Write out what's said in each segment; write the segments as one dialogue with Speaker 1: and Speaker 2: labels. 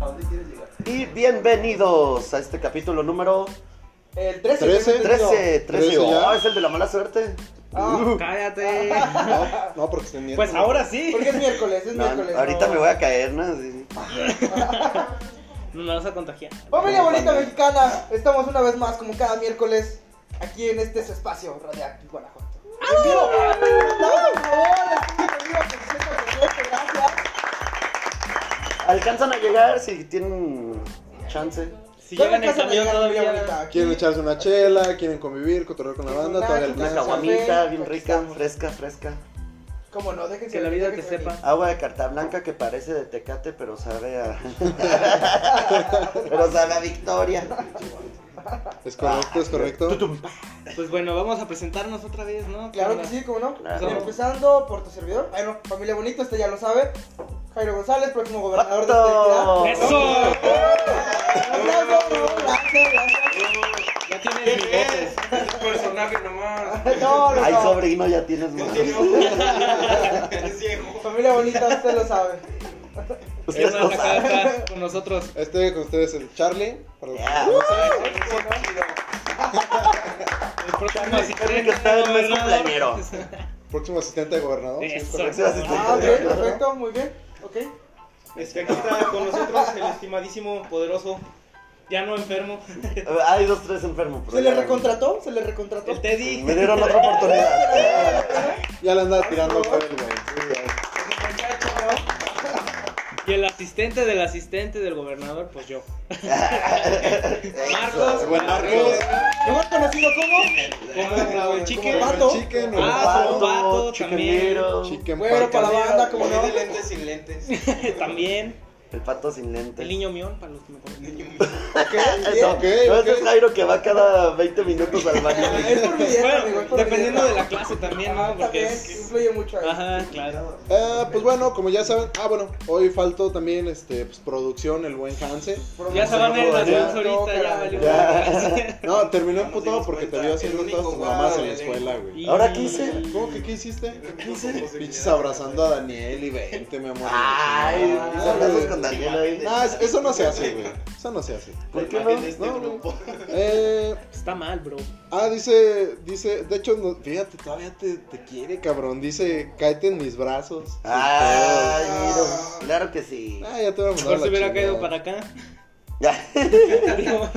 Speaker 1: ¿A dónde quieres llegar?
Speaker 2: Y bienvenidos a este capítulo número
Speaker 1: El 13.
Speaker 3: Trece.
Speaker 1: tengo entendido.
Speaker 2: 13. 13.
Speaker 3: Trece ya.
Speaker 2: Oh, es el de la mala suerte.
Speaker 1: Ah,
Speaker 2: Uh,
Speaker 4: Cállate.
Speaker 3: No, no, porque se miente.
Speaker 4: Pues ahora sí.
Speaker 1: Porque es miércoles, es
Speaker 2: no,
Speaker 1: miércoles.
Speaker 2: ahorita
Speaker 1: no.
Speaker 2: me voy a caer, ¿no? Sí.
Speaker 4: No nos vas a contagiar.
Speaker 1: Familia
Speaker 2: No,
Speaker 1: bonita
Speaker 2: no.
Speaker 1: mexicana, estamos una vez más, como cada miércoles, aquí en este su espacio Radioactive Guanajuato.
Speaker 4: ¡Ah!
Speaker 1: ¡En vivo! ¡Aplausos, por favor! ¡En vivo, por ciento, gracias!
Speaker 2: Alcanzan a llegar si tienen chance.
Speaker 4: Si
Speaker 1: Todavía
Speaker 4: llegan en
Speaker 1: alcanzan a
Speaker 4: camión
Speaker 1: llegar, familia
Speaker 4: todavía.
Speaker 1: bonita, aquí.
Speaker 3: Quieren echarse una chela, quieren convivir, cotorrear con la banda,
Speaker 1: Una
Speaker 3: todavía
Speaker 2: Una
Speaker 1: Una
Speaker 3: alcanza.
Speaker 2: caguamita
Speaker 1: café,
Speaker 2: bien
Speaker 1: aquí
Speaker 2: rica,
Speaker 1: estamos.
Speaker 2: fresca, fresca.
Speaker 1: ¿Cómo no? Dejen
Speaker 4: Que la vida
Speaker 1: dejen
Speaker 4: te sepa.
Speaker 2: Agua de carta blanca que parece de tecate, pero sabe a. pero sabe a victoria.
Speaker 3: Es correcto, es correcto.
Speaker 4: Pues bueno, vamos a presentarnos otra vez, ¿no?
Speaker 1: Claro que
Speaker 4: Hola.
Speaker 1: sí, ¿cómo no?
Speaker 2: Claro.
Speaker 1: Empezando por tu servidor. Bueno, familia bonito, este ya lo sabe. Jairo González, próximo gobernador
Speaker 2: ¡Pato!
Speaker 1: de este esta
Speaker 4: ¡Eso!
Speaker 1: entidad. ¡Aplausos! Gracias, gracias.
Speaker 4: Ya tienes mi voto.
Speaker 5: Es un personaje nomás.
Speaker 1: No, no,
Speaker 2: Ay,
Speaker 1: no.
Speaker 2: sobrino, ya tienes más.
Speaker 5: Es ciego.
Speaker 1: Familia bonita, usted lo sabe.
Speaker 2: Ustedes
Speaker 4: Hernán,
Speaker 2: lo
Speaker 4: acá
Speaker 2: saben.
Speaker 4: está con nosotros.
Speaker 3: Este con ustedes es el Charlie. para los que
Speaker 2: Yeah.
Speaker 3: no lo conocen.
Speaker 4: El próximo asistente.
Speaker 2: que está en mes
Speaker 4: gobernador.
Speaker 2: cumpleañero.
Speaker 3: Próximo asistente de gobernador. Oh, sí, es
Speaker 4: Eso.
Speaker 3: correcto.
Speaker 2: Próximo asistente.
Speaker 1: Ah, ok, perfecto, muy bien. Ok.
Speaker 5: Este, aquí está con nosotros el estimadísimo, poderoso, ya no enfermo,
Speaker 2: Hay dos, tres enfermos. pero
Speaker 1: ¿Se le
Speaker 2: ya.
Speaker 1: recontrató? ¿Se le recontrató?
Speaker 3: Este-
Speaker 5: el Teddy.
Speaker 2: Me dieron otra oportunidad.
Speaker 3: Ya le andaba tirando por el güey. Sí,
Speaker 4: Y el asistente del asistente del gobernador, pues yo.
Speaker 2: Eso.
Speaker 4: Marcos.
Speaker 3: Buen Marcos.
Speaker 1: ¿No conocido como?
Speaker 3: Este
Speaker 4: Como el chique.
Speaker 3: Como
Speaker 1: Pato.
Speaker 3: el chicken, o el
Speaker 4: Ah,
Speaker 3: pato,
Speaker 4: su pato
Speaker 2: chicken
Speaker 4: también.
Speaker 2: little,
Speaker 3: chicken
Speaker 1: Güero para la
Speaker 3: pato.
Speaker 2: Ah,
Speaker 1: banda, como no.
Speaker 5: de lentes sin lentes.
Speaker 4: También.
Speaker 2: El pato sin lentes.
Speaker 4: El niño mión, para los que me conocen.
Speaker 2: Eso.
Speaker 1: bien.
Speaker 3: Ok,
Speaker 2: No,
Speaker 3: ok.
Speaker 2: ese es Jairo que va cada 20 minutos al baño.
Speaker 1: Es por mi dieta, amigo,
Speaker 4: Bueno,
Speaker 1: es por mi
Speaker 4: dependiendo
Speaker 1: dieta.
Speaker 4: de la clase también, ¿no?
Speaker 1: Ah,
Speaker 4: Porque
Speaker 1: también,
Speaker 4: es.
Speaker 1: influye mucho ahí.
Speaker 4: Ajá, claro.
Speaker 3: Ah, pues bueno, como ya saben, ah bueno, hoy faltó también este pues, producción, el buen Hanse.
Speaker 4: Ya se van a ir las
Speaker 3: Ya,
Speaker 4: dos ahorita, ya valió.
Speaker 2: Ya.
Speaker 3: No, terminó
Speaker 5: Ya nos
Speaker 3: emputado
Speaker 5: dimos
Speaker 3: porque te
Speaker 5: cuenta,
Speaker 3: vio
Speaker 5: el
Speaker 3: haciendo
Speaker 5: único
Speaker 3: todas tus
Speaker 5: guau
Speaker 3: mamás en la
Speaker 5: del
Speaker 3: escuela,
Speaker 5: elenco.
Speaker 3: güey. Ah,
Speaker 4: Y-
Speaker 2: ¿Ahora qué hice?
Speaker 3: ¿Cómo que qué hiciste?
Speaker 5: ¿Qué hice?
Speaker 3: Pinches abrazando a Daniel y vente, mi amor.
Speaker 2: Ay,
Speaker 3: Ah,
Speaker 2: mis abrazos con Daniela ahí.
Speaker 3: No, es- eso no se hace, güey. Eso no se hace.
Speaker 2: ¿Por qué
Speaker 5: Imagen
Speaker 2: no?
Speaker 5: de este
Speaker 3: No, no.
Speaker 5: grupo.
Speaker 3: Eh,
Speaker 4: Está mal, bro.
Speaker 3: ah, dice, dice, de hecho, no- fíjate, todavía te, te quiere, cabrón. Dice, cáete en mis brazos.
Speaker 2: Ay, mira. Claro que sí.
Speaker 3: Ah, ya te voy a mandar
Speaker 4: Mejor
Speaker 3: la
Speaker 4: se hubiera
Speaker 3: chingada.
Speaker 4: caído para acá.
Speaker 2: Ya.
Speaker 4: Digo,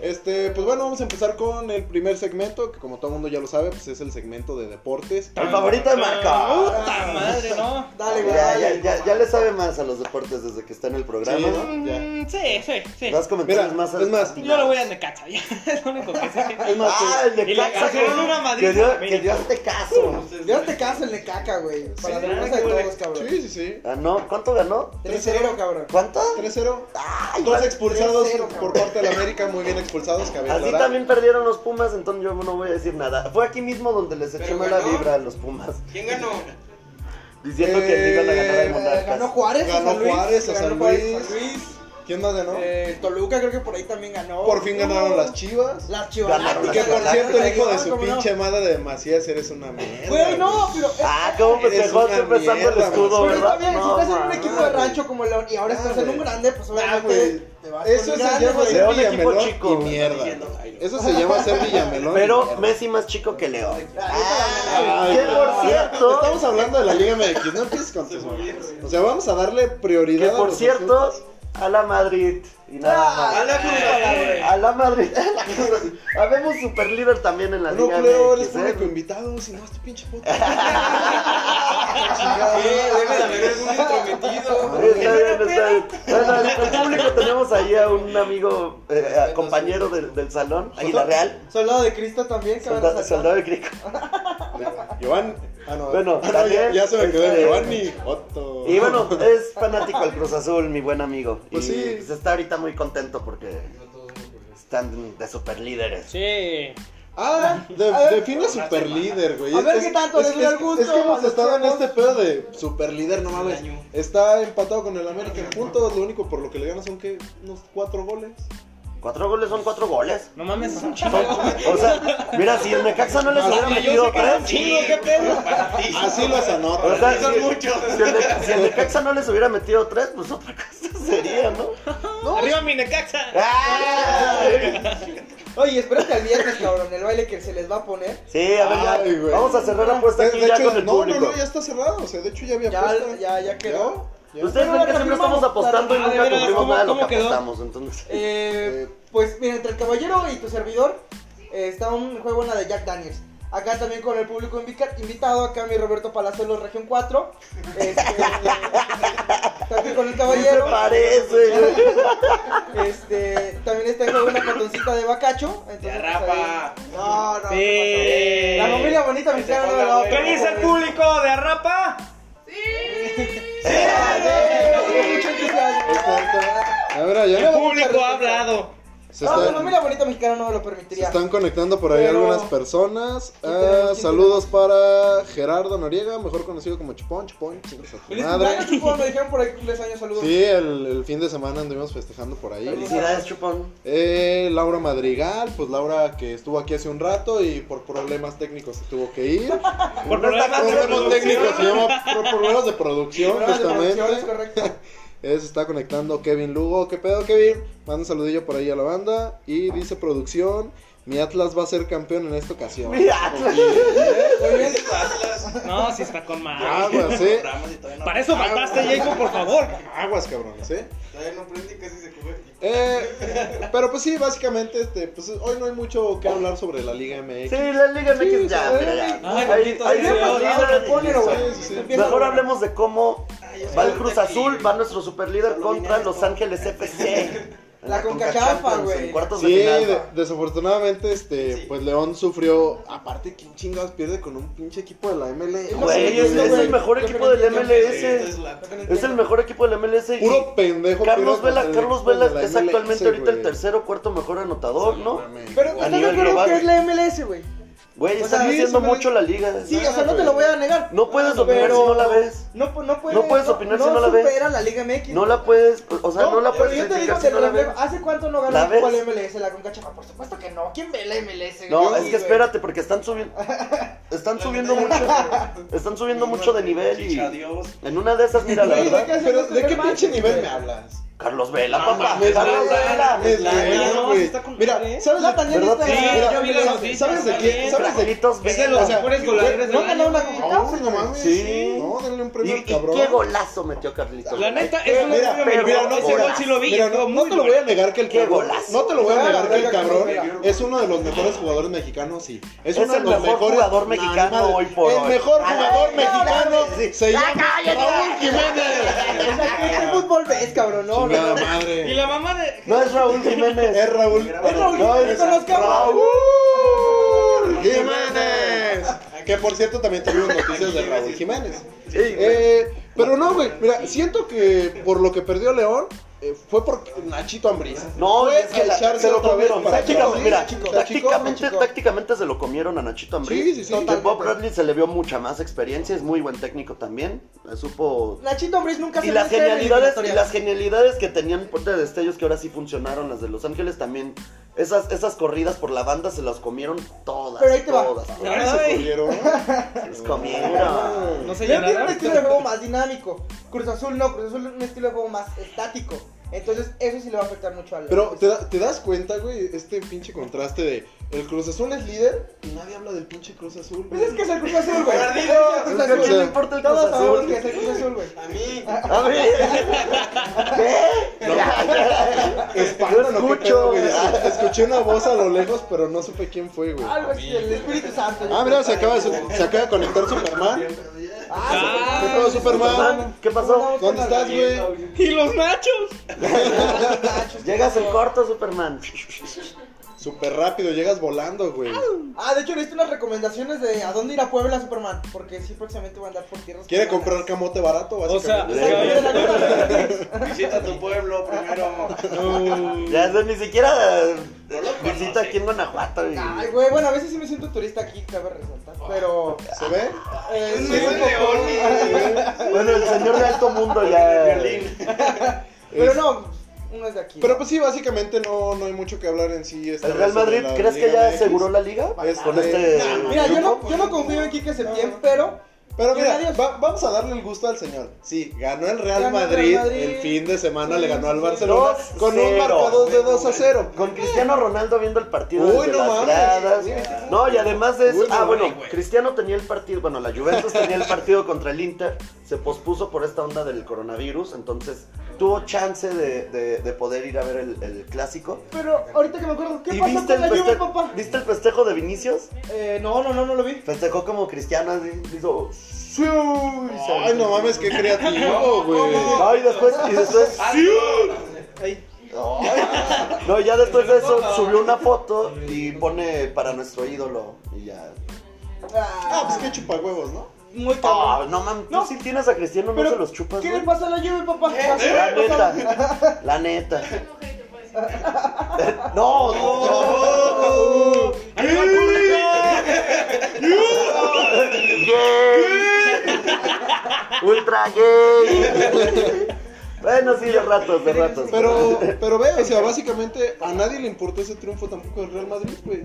Speaker 3: Este, pues bueno, vamos a empezar con el primer segmento, que como todo el mundo ya lo sabe, pues es el segmento de deportes.
Speaker 4: Ah,
Speaker 2: El favorito de Marco.
Speaker 4: Puta madre, ¿no?
Speaker 1: Dale, güey.
Speaker 2: Ya, ya,
Speaker 1: dale.
Speaker 2: ya, ya le sabe más a los deportes desde que está en el programa.
Speaker 3: Sí,
Speaker 2: ¿no?
Speaker 3: Ya.
Speaker 4: Mm, Sí, sí, sí.
Speaker 2: Las comentarios
Speaker 3: Mira,
Speaker 2: más
Speaker 3: es más,
Speaker 4: Yo lo voy a Necaxa, ya. Es lo único que sé.
Speaker 3: Es más,
Speaker 2: Ah, el de
Speaker 4: Y le
Speaker 2: Caxa,
Speaker 4: cantaron
Speaker 2: que-
Speaker 4: una madriza
Speaker 2: que, dio,
Speaker 4: también.
Speaker 2: que dio este caso.
Speaker 1: Yo te caso el caca, güey. Para
Speaker 4: Sí,
Speaker 1: la vergüenza de
Speaker 4: güey.
Speaker 1: todos,
Speaker 3: sí,
Speaker 1: cabrón.
Speaker 3: sí, sí.
Speaker 2: Ganó, ¿cuánto ganó?
Speaker 1: Tres cero, cabrón.
Speaker 2: ¿Cuánto?
Speaker 3: 3-0.
Speaker 2: Ay,
Speaker 3: Dos
Speaker 2: vale.
Speaker 3: expulsados
Speaker 1: 3-0, cabrón.
Speaker 3: por parte de la América, muy bien expulsados, cabe
Speaker 2: Así
Speaker 3: aclarar.
Speaker 2: también perdieron los Pumas, entonces yo no voy a decir nada. Fue aquí mismo donde les eché
Speaker 5: Pero
Speaker 2: mala
Speaker 5: ganó.
Speaker 2: vibra a los Pumas,
Speaker 5: ¿Quién ganó?
Speaker 2: diciendo que le iban a ganar
Speaker 3: Eh,
Speaker 2: al
Speaker 1: Eh,
Speaker 2: Monarcas.
Speaker 1: Ganó Juárez
Speaker 3: Ganó
Speaker 1: a San Luis.
Speaker 3: Juárez a
Speaker 1: ganó
Speaker 3: San
Speaker 1: Juárez
Speaker 3: Luis.
Speaker 1: San Luis.
Speaker 3: ¿Quién más ganó?
Speaker 1: Eh, Toluca creo que por ahí también ganó.
Speaker 3: por fin ganaron las chivas.
Speaker 2: Ganaron
Speaker 1: Las chivas. Ah,
Speaker 3: Y
Speaker 2: las
Speaker 3: que por cierto, el hijo de su
Speaker 1: ¿Cómo no?
Speaker 3: pinche madre de Macías eres una mierda.
Speaker 1: Güey, no, pero.
Speaker 2: Ah, cómo
Speaker 3: Eres
Speaker 2: festejó
Speaker 3: una
Speaker 2: siempre estando el
Speaker 3: mierda,
Speaker 2: escudo,
Speaker 3: güey.
Speaker 1: Pero está
Speaker 2: ¿verdad?
Speaker 1: bien, si
Speaker 2: No,
Speaker 1: estás en un
Speaker 2: man.
Speaker 1: equipo de
Speaker 3: güey.
Speaker 1: rancho como León y ahora
Speaker 3: Ah,
Speaker 1: estás en un
Speaker 3: güey.
Speaker 1: grande, pues
Speaker 3: Ah,
Speaker 1: obviamente
Speaker 3: güey.
Speaker 1: te vas con
Speaker 3: Eso
Speaker 1: un
Speaker 3: se
Speaker 1: grande,
Speaker 3: llama
Speaker 1: güey.
Speaker 2: León,
Speaker 3: ser
Speaker 2: equipo
Speaker 3: Villamelón
Speaker 2: chico.
Speaker 3: y mierda. Eso se llama ser Villamelón. y
Speaker 2: Pero
Speaker 3: mierda.
Speaker 2: Messi más chico que León. Ah,
Speaker 3: Ay,
Speaker 2: que
Speaker 3: no.
Speaker 2: por cierto,
Speaker 3: Estamos hablando de la Liga MX, no empieces con tus mamadas. O sea, vamos a darle prioridad
Speaker 2: que
Speaker 3: a
Speaker 2: por
Speaker 3: los
Speaker 2: cierto,
Speaker 3: asuntos.
Speaker 2: a la Madrid y nada más.
Speaker 5: A la
Speaker 1: Ah,
Speaker 5: jugada,
Speaker 2: A la Madrid. Habemos super líder también en la
Speaker 3: No
Speaker 2: Liga
Speaker 3: creo, eres
Speaker 2: MX, ¿eh?
Speaker 3: público invitado, si no, este pinche podcast.
Speaker 1: ah,
Speaker 2: Ah,
Speaker 5: güey. Eh, debe de haber algún
Speaker 2: Está
Speaker 5: intrometido.
Speaker 2: bien, está bien. Bueno, el, el público tenemos ahí a un amigo, eh, a compañero del, del salón, Águila Real,
Speaker 1: ah. Soldado de Cristo también, que van a
Speaker 2: soldado,
Speaker 1: sacar.
Speaker 2: soldado de Crico.
Speaker 3: Giovanni. Ah, no.
Speaker 2: Bueno,
Speaker 3: Ah, no,
Speaker 2: Daniel,
Speaker 3: ya, ya se me quedó
Speaker 2: este-
Speaker 3: Giovanni. Otto.
Speaker 2: Y bueno, es fanático al Cruz Azul, mi buen amigo.
Speaker 3: Pues
Speaker 2: y
Speaker 3: sí.
Speaker 2: pues, está ahorita muy contento porque están de super líderes.
Speaker 4: Sí.
Speaker 3: Ah, de,
Speaker 1: A ver.
Speaker 3: define super líder, güey.
Speaker 1: A ver
Speaker 3: Es-
Speaker 1: qué tanto
Speaker 3: es
Speaker 1: les
Speaker 3: que-
Speaker 1: dura el
Speaker 3: es-
Speaker 1: gusto
Speaker 3: Es que hemos
Speaker 1: a los
Speaker 3: estado en
Speaker 1: chavos.
Speaker 3: este pedo de super líder, no mames.
Speaker 5: Año.
Speaker 3: Está empatado con el América en puntos. Lo único por lo que le gana son que unos cuatro goles.
Speaker 2: Cuatro goles son cuatro goles.
Speaker 4: No mames, es un
Speaker 2: Son-
Speaker 4: chingo.
Speaker 2: o sea, mira, si el Necaxa no les hubiera
Speaker 4: Hasta yo
Speaker 2: metido
Speaker 4: sé que es un
Speaker 2: tres,
Speaker 4: chingo, qué pedo.
Speaker 2: ah,
Speaker 5: Para ti.
Speaker 1: Ah,
Speaker 3: Así los Ah, anota.
Speaker 2: O sea,
Speaker 5: Son
Speaker 2: si-
Speaker 5: muchos.
Speaker 2: si el Ne- si el Necaxa no les hubiera metido tres, pues otra cosa. sería, ¿no?
Speaker 1: No,
Speaker 5: ¡Arriba mi necaxa!
Speaker 2: ¡Ay!
Speaker 1: oye, espérate al viernes, cabrón, el baile que se les va a poner.
Speaker 2: Sí, a ver, ya.
Speaker 3: Ay, güey.
Speaker 2: Vamos a cerrar la apuesta
Speaker 3: De,
Speaker 2: aquí
Speaker 3: de
Speaker 2: ya
Speaker 3: hecho,
Speaker 2: con el
Speaker 3: no,
Speaker 2: público.
Speaker 3: no, no, ya está cerrado. O sea, de hecho ya había
Speaker 1: Ya,
Speaker 3: puesta.
Speaker 1: ya, ya quedó.
Speaker 3: Ya, ya.
Speaker 2: Ustedes ven
Speaker 1: Pero
Speaker 2: que siempre
Speaker 1: la firmamos,
Speaker 2: estamos apostando y
Speaker 4: claro.
Speaker 2: nunca
Speaker 4: Ah, de veras,
Speaker 2: cumplimos
Speaker 4: ¿cómo-
Speaker 2: nada de lo
Speaker 4: cómo
Speaker 2: que
Speaker 4: quedó?
Speaker 2: apostamos, entonces.
Speaker 1: Eh, pues mira, entre el caballero y tu servidor eh, está un juego una de Jack Daniels. Acá también con el público invica- invitado, acá mi Roberto Palazuelos, región 4. Este, también con el
Speaker 2: Se
Speaker 1: caballero.
Speaker 2: parece, güey.
Speaker 1: Este, también está en juego una cartoncita de bacacho. Entonces,
Speaker 5: ¡Ya,
Speaker 1: pues,
Speaker 5: Rafa!
Speaker 1: ahí- No, no. ¿qué
Speaker 4: Sí.
Speaker 1: pasó? La familia bonita
Speaker 5: Que se
Speaker 1: mexicana no
Speaker 5: ponga
Speaker 1: me la va a
Speaker 5: bueno.
Speaker 1: perder.
Speaker 5: ¿Qué dice el público de Arrapa?
Speaker 1: Eh, mucho entusiasmo.
Speaker 3: Ahí está, ahí está. A ver,
Speaker 5: El
Speaker 3: allá.
Speaker 5: público ha hablado.
Speaker 3: Se
Speaker 1: No, la
Speaker 3: están,
Speaker 1: familia bonita mexicana no me lo
Speaker 3: se
Speaker 1: permitiría.
Speaker 3: están conectando por ahí
Speaker 1: Pero-
Speaker 3: algunas personas.
Speaker 1: Sí,
Speaker 3: Ah,
Speaker 1: tenemos que-
Speaker 3: saludos para Gerardo Noriega, mejor conocido como Chupón. Chupón, chingas a tu
Speaker 1: Feliz
Speaker 3: madre.
Speaker 1: cumpleaños, Chupón, me dijeron por ahí cumpleaños, saludos.
Speaker 3: Sí, el, el fin de semana anduvimos festejando por ahí.
Speaker 2: Felicidades, Chupón.
Speaker 3: Eh, Laura Madrigal, pues Laura que estuvo aquí hace un rato y por problemas técnicos se tuvo que ir.
Speaker 5: Por
Speaker 2: No está
Speaker 5: problemas de
Speaker 2: con-
Speaker 3: problemas
Speaker 5: producción.
Speaker 3: técnicos, se llama por problemas de
Speaker 1: Programa
Speaker 3: producción,
Speaker 1: de producción, es
Speaker 3: justamente.
Speaker 1: correcto.
Speaker 3: Eh, se está conectando Kevin Lugo. ¿Qué pedo, Kevin? Manda un saludillo por ahí a la banda. Y dice producción, mi Atlas va a ser campeón en esta ocasión.
Speaker 2: Mi Atlas.
Speaker 1: Muy bien.
Speaker 4: No, si está con mal.
Speaker 3: Aguas, ¿eh?
Speaker 4: Para eso mataste, Jacob, por favor.
Speaker 3: Aguas, cabrones, ¿eh?
Speaker 6: Todavía no prendí, casi se cubre.
Speaker 3: Eh, pero pues sí, básicamente, este, pues hoy no hay mucho que hablar sobre la Liga MX.
Speaker 2: Sí, la Liga
Speaker 3: Sí,
Speaker 2: MX ya,
Speaker 3: sí.
Speaker 2: mira, ya.
Speaker 4: Ay,
Speaker 2: Ahí-
Speaker 4: bendito
Speaker 2: ahí
Speaker 4: Dios.
Speaker 2: se
Speaker 1: Ahora
Speaker 2: olvida.
Speaker 1: el Pónero, güey.
Speaker 3: Sí, sí, sí.
Speaker 1: Empieza
Speaker 2: Mejor
Speaker 1: ahora.
Speaker 2: hablemos de cómo va el Cruz Azul, va nuestro superlíder
Speaker 6: Lo
Speaker 2: contra
Speaker 6: vine a-
Speaker 2: Los Ángeles FC.
Speaker 1: La
Speaker 2: En
Speaker 1: Conca
Speaker 2: Champions,
Speaker 1: Champa, güey.
Speaker 2: En cuartos de
Speaker 3: Sí, de-
Speaker 2: final.
Speaker 3: desafortunadamente, este,
Speaker 6: Sí.
Speaker 3: pues León sufrió. Aparte, ¿quién chingados pierde con un pinche equipo de la ML?
Speaker 1: no sé,
Speaker 2: Güey, es,
Speaker 1: güey.
Speaker 2: es el mejor
Speaker 1: Yo
Speaker 2: equipo
Speaker 1: creo
Speaker 2: del
Speaker 1: que-
Speaker 2: MLS. Es el mejor equipo del MLS. y
Speaker 3: Puro pendejo.
Speaker 2: Carlos
Speaker 3: pierde
Speaker 2: Vela,
Speaker 3: contra el
Speaker 2: Carlos
Speaker 3: equipo de
Speaker 2: Vela
Speaker 3: la
Speaker 2: es
Speaker 3: MLS,
Speaker 2: actualmente ahorita el
Speaker 3: güey.
Speaker 2: tercero, cuarto mejor anotador, ¿no?
Speaker 1: Pero pues
Speaker 2: A
Speaker 1: ¿estás de
Speaker 2: nivel
Speaker 1: acuerdo
Speaker 2: global.
Speaker 1: que es la MLS, güey?
Speaker 2: Güey,
Speaker 1: O
Speaker 2: están
Speaker 1: sea,
Speaker 2: diciendo
Speaker 3: sí, sí,
Speaker 2: mucho la liga.
Speaker 1: Sí, o sea, no te lo voy a negar.
Speaker 2: No puedes opinar
Speaker 1: Pero-
Speaker 2: si no la ves.
Speaker 1: No, pu- no, puedes,
Speaker 2: No puedes opinar si no la ves.
Speaker 1: supera la Liga MX.
Speaker 2: No la puedes, o sea, no, la
Speaker 1: pero
Speaker 2: puedes
Speaker 1: Yo te digo,
Speaker 2: criticar si
Speaker 1: del
Speaker 2: no la ves.
Speaker 1: emblema, ¿hace cuánto no
Speaker 2: ¿La
Speaker 1: gana el equipo
Speaker 2: ves?
Speaker 1: al MLS la Conca Champa? Por supuesto que no. ¿Quién ve la MLS?
Speaker 2: No,
Speaker 1: Yo
Speaker 2: es
Speaker 1: sí,
Speaker 2: que
Speaker 1: güey.
Speaker 2: espérate, porque están subiendo. Están subiendo mucho. Están subiendo mucho de nivel y.
Speaker 6: Adiós.
Speaker 2: En una de esas, mira, la
Speaker 1: Güey,
Speaker 2: verdad.
Speaker 1: ¿de qué-
Speaker 3: Pero, ¿de qué
Speaker 1: Superman?
Speaker 3: pinche nivel me hablas?
Speaker 2: Carlos Vela,
Speaker 5: No,
Speaker 2: papá.
Speaker 5: mames,
Speaker 2: Carlos
Speaker 5: güey.
Speaker 2: Vela.
Speaker 5: Mames,
Speaker 3: Mira,
Speaker 5: güey,
Speaker 3: mira,
Speaker 5: no,
Speaker 3: güey.
Speaker 5: sí está con
Speaker 3: Mira,
Speaker 5: madre, ¿eh?
Speaker 3: ¿sabes
Speaker 1: Zlatan ya
Speaker 3: de-
Speaker 1: está-
Speaker 2: Sí,
Speaker 3: mira,
Speaker 5: yo vi las noticias,
Speaker 3: ¿Sabes de
Speaker 5: está
Speaker 3: qué?
Speaker 5: bien.
Speaker 3: ¿Sabes de
Speaker 2: Carlitos
Speaker 5: Es de los
Speaker 2: Vela.
Speaker 3: O sea,
Speaker 5: mejores goleadores
Speaker 1: ¿No
Speaker 5: del
Speaker 1: ha ganado
Speaker 5: año.
Speaker 1: una Conca
Speaker 3: No,
Speaker 1: Champa?
Speaker 3: no mames.
Speaker 2: Sí.
Speaker 3: No, denle un
Speaker 2: Y,
Speaker 3: premio
Speaker 2: y
Speaker 3: al cabrón.
Speaker 2: qué golazo metió Carlitos.
Speaker 5: La
Speaker 2: Vela.
Speaker 5: neta,
Speaker 2: Qué
Speaker 5: es una
Speaker 3: Mira,
Speaker 5: mira,
Speaker 2: perro
Speaker 5: no, ese
Speaker 2: golazo.
Speaker 5: gol sí lo vi.
Speaker 3: Mira,
Speaker 5: estuvo
Speaker 3: no,
Speaker 5: muy
Speaker 3: no te lo voy
Speaker 5: bueno.
Speaker 3: a negar que el
Speaker 2: Qué
Speaker 3: cabrón.
Speaker 2: golazo.
Speaker 3: No te lo voy a
Speaker 1: Claro,
Speaker 3: negar que el
Speaker 1: verga,
Speaker 3: cabrón
Speaker 1: verga.
Speaker 3: es uno de los mejores jugadores mexicanos, sí.
Speaker 2: Es el mejor jugador mexicano
Speaker 3: animal.
Speaker 2: hoy por
Speaker 3: El
Speaker 2: hoy.
Speaker 3: mejor
Speaker 2: Ay,
Speaker 3: jugador
Speaker 2: no,
Speaker 3: mexicano
Speaker 2: mames.
Speaker 3: se
Speaker 2: Ya
Speaker 3: llama
Speaker 2: cállate.
Speaker 3: Raúl Jiménez.
Speaker 1: O sea, ¿qué, qué fútbol ves, cabrón? No, no,
Speaker 3: Chingada
Speaker 1: no.
Speaker 5: Y
Speaker 3: madre.
Speaker 5: la mamá de.
Speaker 2: No es Eh, Raúl Jiménez.
Speaker 3: Es Raúl.
Speaker 1: Es Raúl
Speaker 2: No,
Speaker 1: Jiménez,
Speaker 2: es
Speaker 1: conozcamos.
Speaker 3: Raúl Jiménez. Que por cierto también tuvimos noticias de Raúl Jiménez.
Speaker 2: Sí, güey.
Speaker 3: Eh, pero no, güey. Mira, siento que por lo que perdió León eh, fue por Nachito Ambriz.
Speaker 2: No,
Speaker 3: fue
Speaker 2: y es que la-
Speaker 3: echarse
Speaker 2: se lo
Speaker 3: otra vez
Speaker 2: comieron.
Speaker 3: para
Speaker 2: Tácticamente,
Speaker 3: atrás.
Speaker 2: mira,
Speaker 3: Sí, chico,
Speaker 2: tácticamente,
Speaker 3: chico.
Speaker 2: tácticamente se lo comieron a Nachito Ambriz.
Speaker 3: Sí, sí, sí.
Speaker 2: Que
Speaker 1: Totalmente.
Speaker 2: Bob Bradley se le vio mucha más experiencia, es muy buen técnico también. eh, Supo
Speaker 1: Nachito Ambriz nunca
Speaker 2: y
Speaker 1: se
Speaker 2: las
Speaker 1: mete en
Speaker 2: genialidades y
Speaker 1: eliminatorias.
Speaker 2: las genialidades que tenían por parte de destellos que ahora sí funcionaron las de Los Ángeles también esas esas corridas por la banda se las comieron todas
Speaker 1: Pero ahí te va.
Speaker 2: todas todas,
Speaker 3: Ahora se corrieron.
Speaker 2: se las comieron
Speaker 4: No se
Speaker 1: León tiene un
Speaker 4: llenaron.
Speaker 1: estilo de juego más dinámico. Cruz Azul no, Cruz Azul es un estilo de juego más estático. Entonces, eso sí le va a afectar mucho al
Speaker 3: Pero ¿te, da- te das cuenta, güey, este pinche contraste de el Cruz Azul es líder y nadie habla del pinche Cruz Azul.
Speaker 1: Pues es que es el Cruz Azul, güey. Es
Speaker 6: Perdido.
Speaker 1: el Cruz
Speaker 2: Es que a quién
Speaker 1: Azul.
Speaker 2: le importa el
Speaker 1: Todos
Speaker 2: Cruz
Speaker 1: sabemos
Speaker 2: Azul
Speaker 1: que es el Cruz Azul, güey.
Speaker 6: A mí.
Speaker 2: a ver qué
Speaker 3: Espantan,
Speaker 2: Yo
Speaker 3: ¿o qué
Speaker 2: escucho.
Speaker 3: pedo, güey? Ah, Escuché una voz a lo lejos, pero no supe quién fue, güey.
Speaker 1: Algo así, el Espíritu Santo. yo
Speaker 3: Ah, mira,
Speaker 1: creo.
Speaker 3: se acaba de, su- se acaba de conectar Superman.
Speaker 1: Ah,
Speaker 3: Se acabó Superman.
Speaker 2: Superman, ¿qué pasó?
Speaker 1: ¿Cómo
Speaker 3: ¿Dónde
Speaker 1: andamos
Speaker 3: estás,
Speaker 1: con la-
Speaker 3: güey?
Speaker 5: Y los nachos.
Speaker 1: Nachos,
Speaker 2: Llegas
Speaker 1: ¿qué
Speaker 2: en
Speaker 1: pasó?
Speaker 2: corto, Superman.
Speaker 3: Súper rápido, llegas volando, güey.
Speaker 1: Ah, de hecho, necesito unas recomendaciones de a dónde ir a Puebla, Superman. Porque sí, próximamente voy a andar por tierras.
Speaker 3: ¿Quiere
Speaker 1: poblanas.
Speaker 3: comprar camote barato?
Speaker 5: O sea,
Speaker 1: O sea, que vaya la nota.
Speaker 6: Visita tu pueblo primero.
Speaker 2: Ya sé, ni siquiera eh,
Speaker 6: No lo conoce.
Speaker 2: visita aquí en Guanajuato. y-
Speaker 1: Ay, güey, bueno, a veces sí me siento turista aquí, cabe resaltar. Pero.
Speaker 3: ¿Se ve?
Speaker 1: eh,
Speaker 6: Es
Speaker 1: sí,
Speaker 6: un
Speaker 1: un poco-
Speaker 2: Ah,
Speaker 6: león.
Speaker 2: Bueno, el señor de alto mundo ya.
Speaker 6: Violín.
Speaker 1: Pero no, uno es de aquí.
Speaker 3: Pero pues sí, básicamente no, no hay mucho que hablar en sí. esta
Speaker 2: ¿El Real
Speaker 3: vez sobre
Speaker 2: Madrid
Speaker 3: la
Speaker 2: crees que ya
Speaker 3: Liga MX?
Speaker 2: aseguró la liga?
Speaker 3: Este-
Speaker 2: Con este.
Speaker 1: Mira, yo no, yo no confío en Quique Setién, pero
Speaker 3: Pero
Speaker 1: Y
Speaker 3: mira,
Speaker 1: adiós.
Speaker 3: va- vamos a darle el gusto al señor. Sí, ganó el Real,
Speaker 1: Ganó el
Speaker 3: Madrid,
Speaker 1: Real Madrid.
Speaker 3: el fin de semana,
Speaker 1: Sí,
Speaker 3: le ganó al
Speaker 1: sí,
Speaker 3: Barcelona
Speaker 2: sí.
Speaker 3: con un
Speaker 2: 2-0,
Speaker 3: marcador de 2 a 0.
Speaker 2: Con Cristiano Ronaldo viendo el partido
Speaker 3: Uy,
Speaker 2: desde
Speaker 3: no
Speaker 2: las
Speaker 3: mames.
Speaker 2: gradas. No, y además es.
Speaker 3: Uy, no
Speaker 2: ah, bueno,
Speaker 5: mames, güey.
Speaker 2: Cristiano tenía el partido. Bueno, la Juventus tenía el partido contra el Inter. Se pospuso por esta onda del coronavirus. Entonces tuvo chance de, de- de poder ir a ver el, el clásico.
Speaker 1: Pero ahorita que me acuerdo, ¿qué
Speaker 2: ¿Y
Speaker 1: pasó
Speaker 2: viste
Speaker 1: con
Speaker 2: el,
Speaker 1: la Juve,
Speaker 2: feste-
Speaker 1: papá?
Speaker 2: viste el festejo de Vinicius?
Speaker 1: Eh, no, no, no, no lo vi.
Speaker 2: Festejó como Cristiano. así, Hizo. "Siu", y se-
Speaker 3: Ay, no mames, qué creativo, güey.
Speaker 2: No, y después. Y después
Speaker 5: Ay,
Speaker 2: No, ya después de eso subió una foto y pone para nuestro ídolo. Y ya.
Speaker 3: Ah,
Speaker 1: Ah,
Speaker 3: pues qué chupahuevos, ¿no?
Speaker 1: muy
Speaker 2: Ah,
Speaker 1: cabrón.
Speaker 2: no mames, tú
Speaker 1: No.
Speaker 2: si tienes a Cristiano no
Speaker 1: Pero,
Speaker 2: se los chupas,
Speaker 1: ¿Qué
Speaker 2: güey.
Speaker 1: le pasa a la Juve, papá? ¿Eh?
Speaker 2: La neta, la neta. No, no.
Speaker 5: ¡Ahí va el público!
Speaker 2: Ultra gay. Bueno, sí, de ratos, de ratos.
Speaker 3: Pero, pero ve, o sea, básicamente a nadie le importó ese triunfo tampoco del Real Madrid, güey.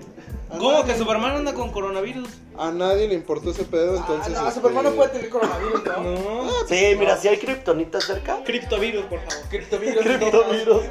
Speaker 3: A
Speaker 4: ¿Cómo
Speaker 3: nadie-
Speaker 4: que Superman anda con coronavirus?
Speaker 3: A nadie le importó ese pedo, entonces.
Speaker 1: ah, no,
Speaker 3: este,
Speaker 1: Superman no puede tener coronavirus, ¿no?
Speaker 4: No.
Speaker 2: Sí, mira, si hay kriptonita cerca.
Speaker 5: Criptovirus, por favor.
Speaker 1: Criptovirus.
Speaker 2: Kriptovirus.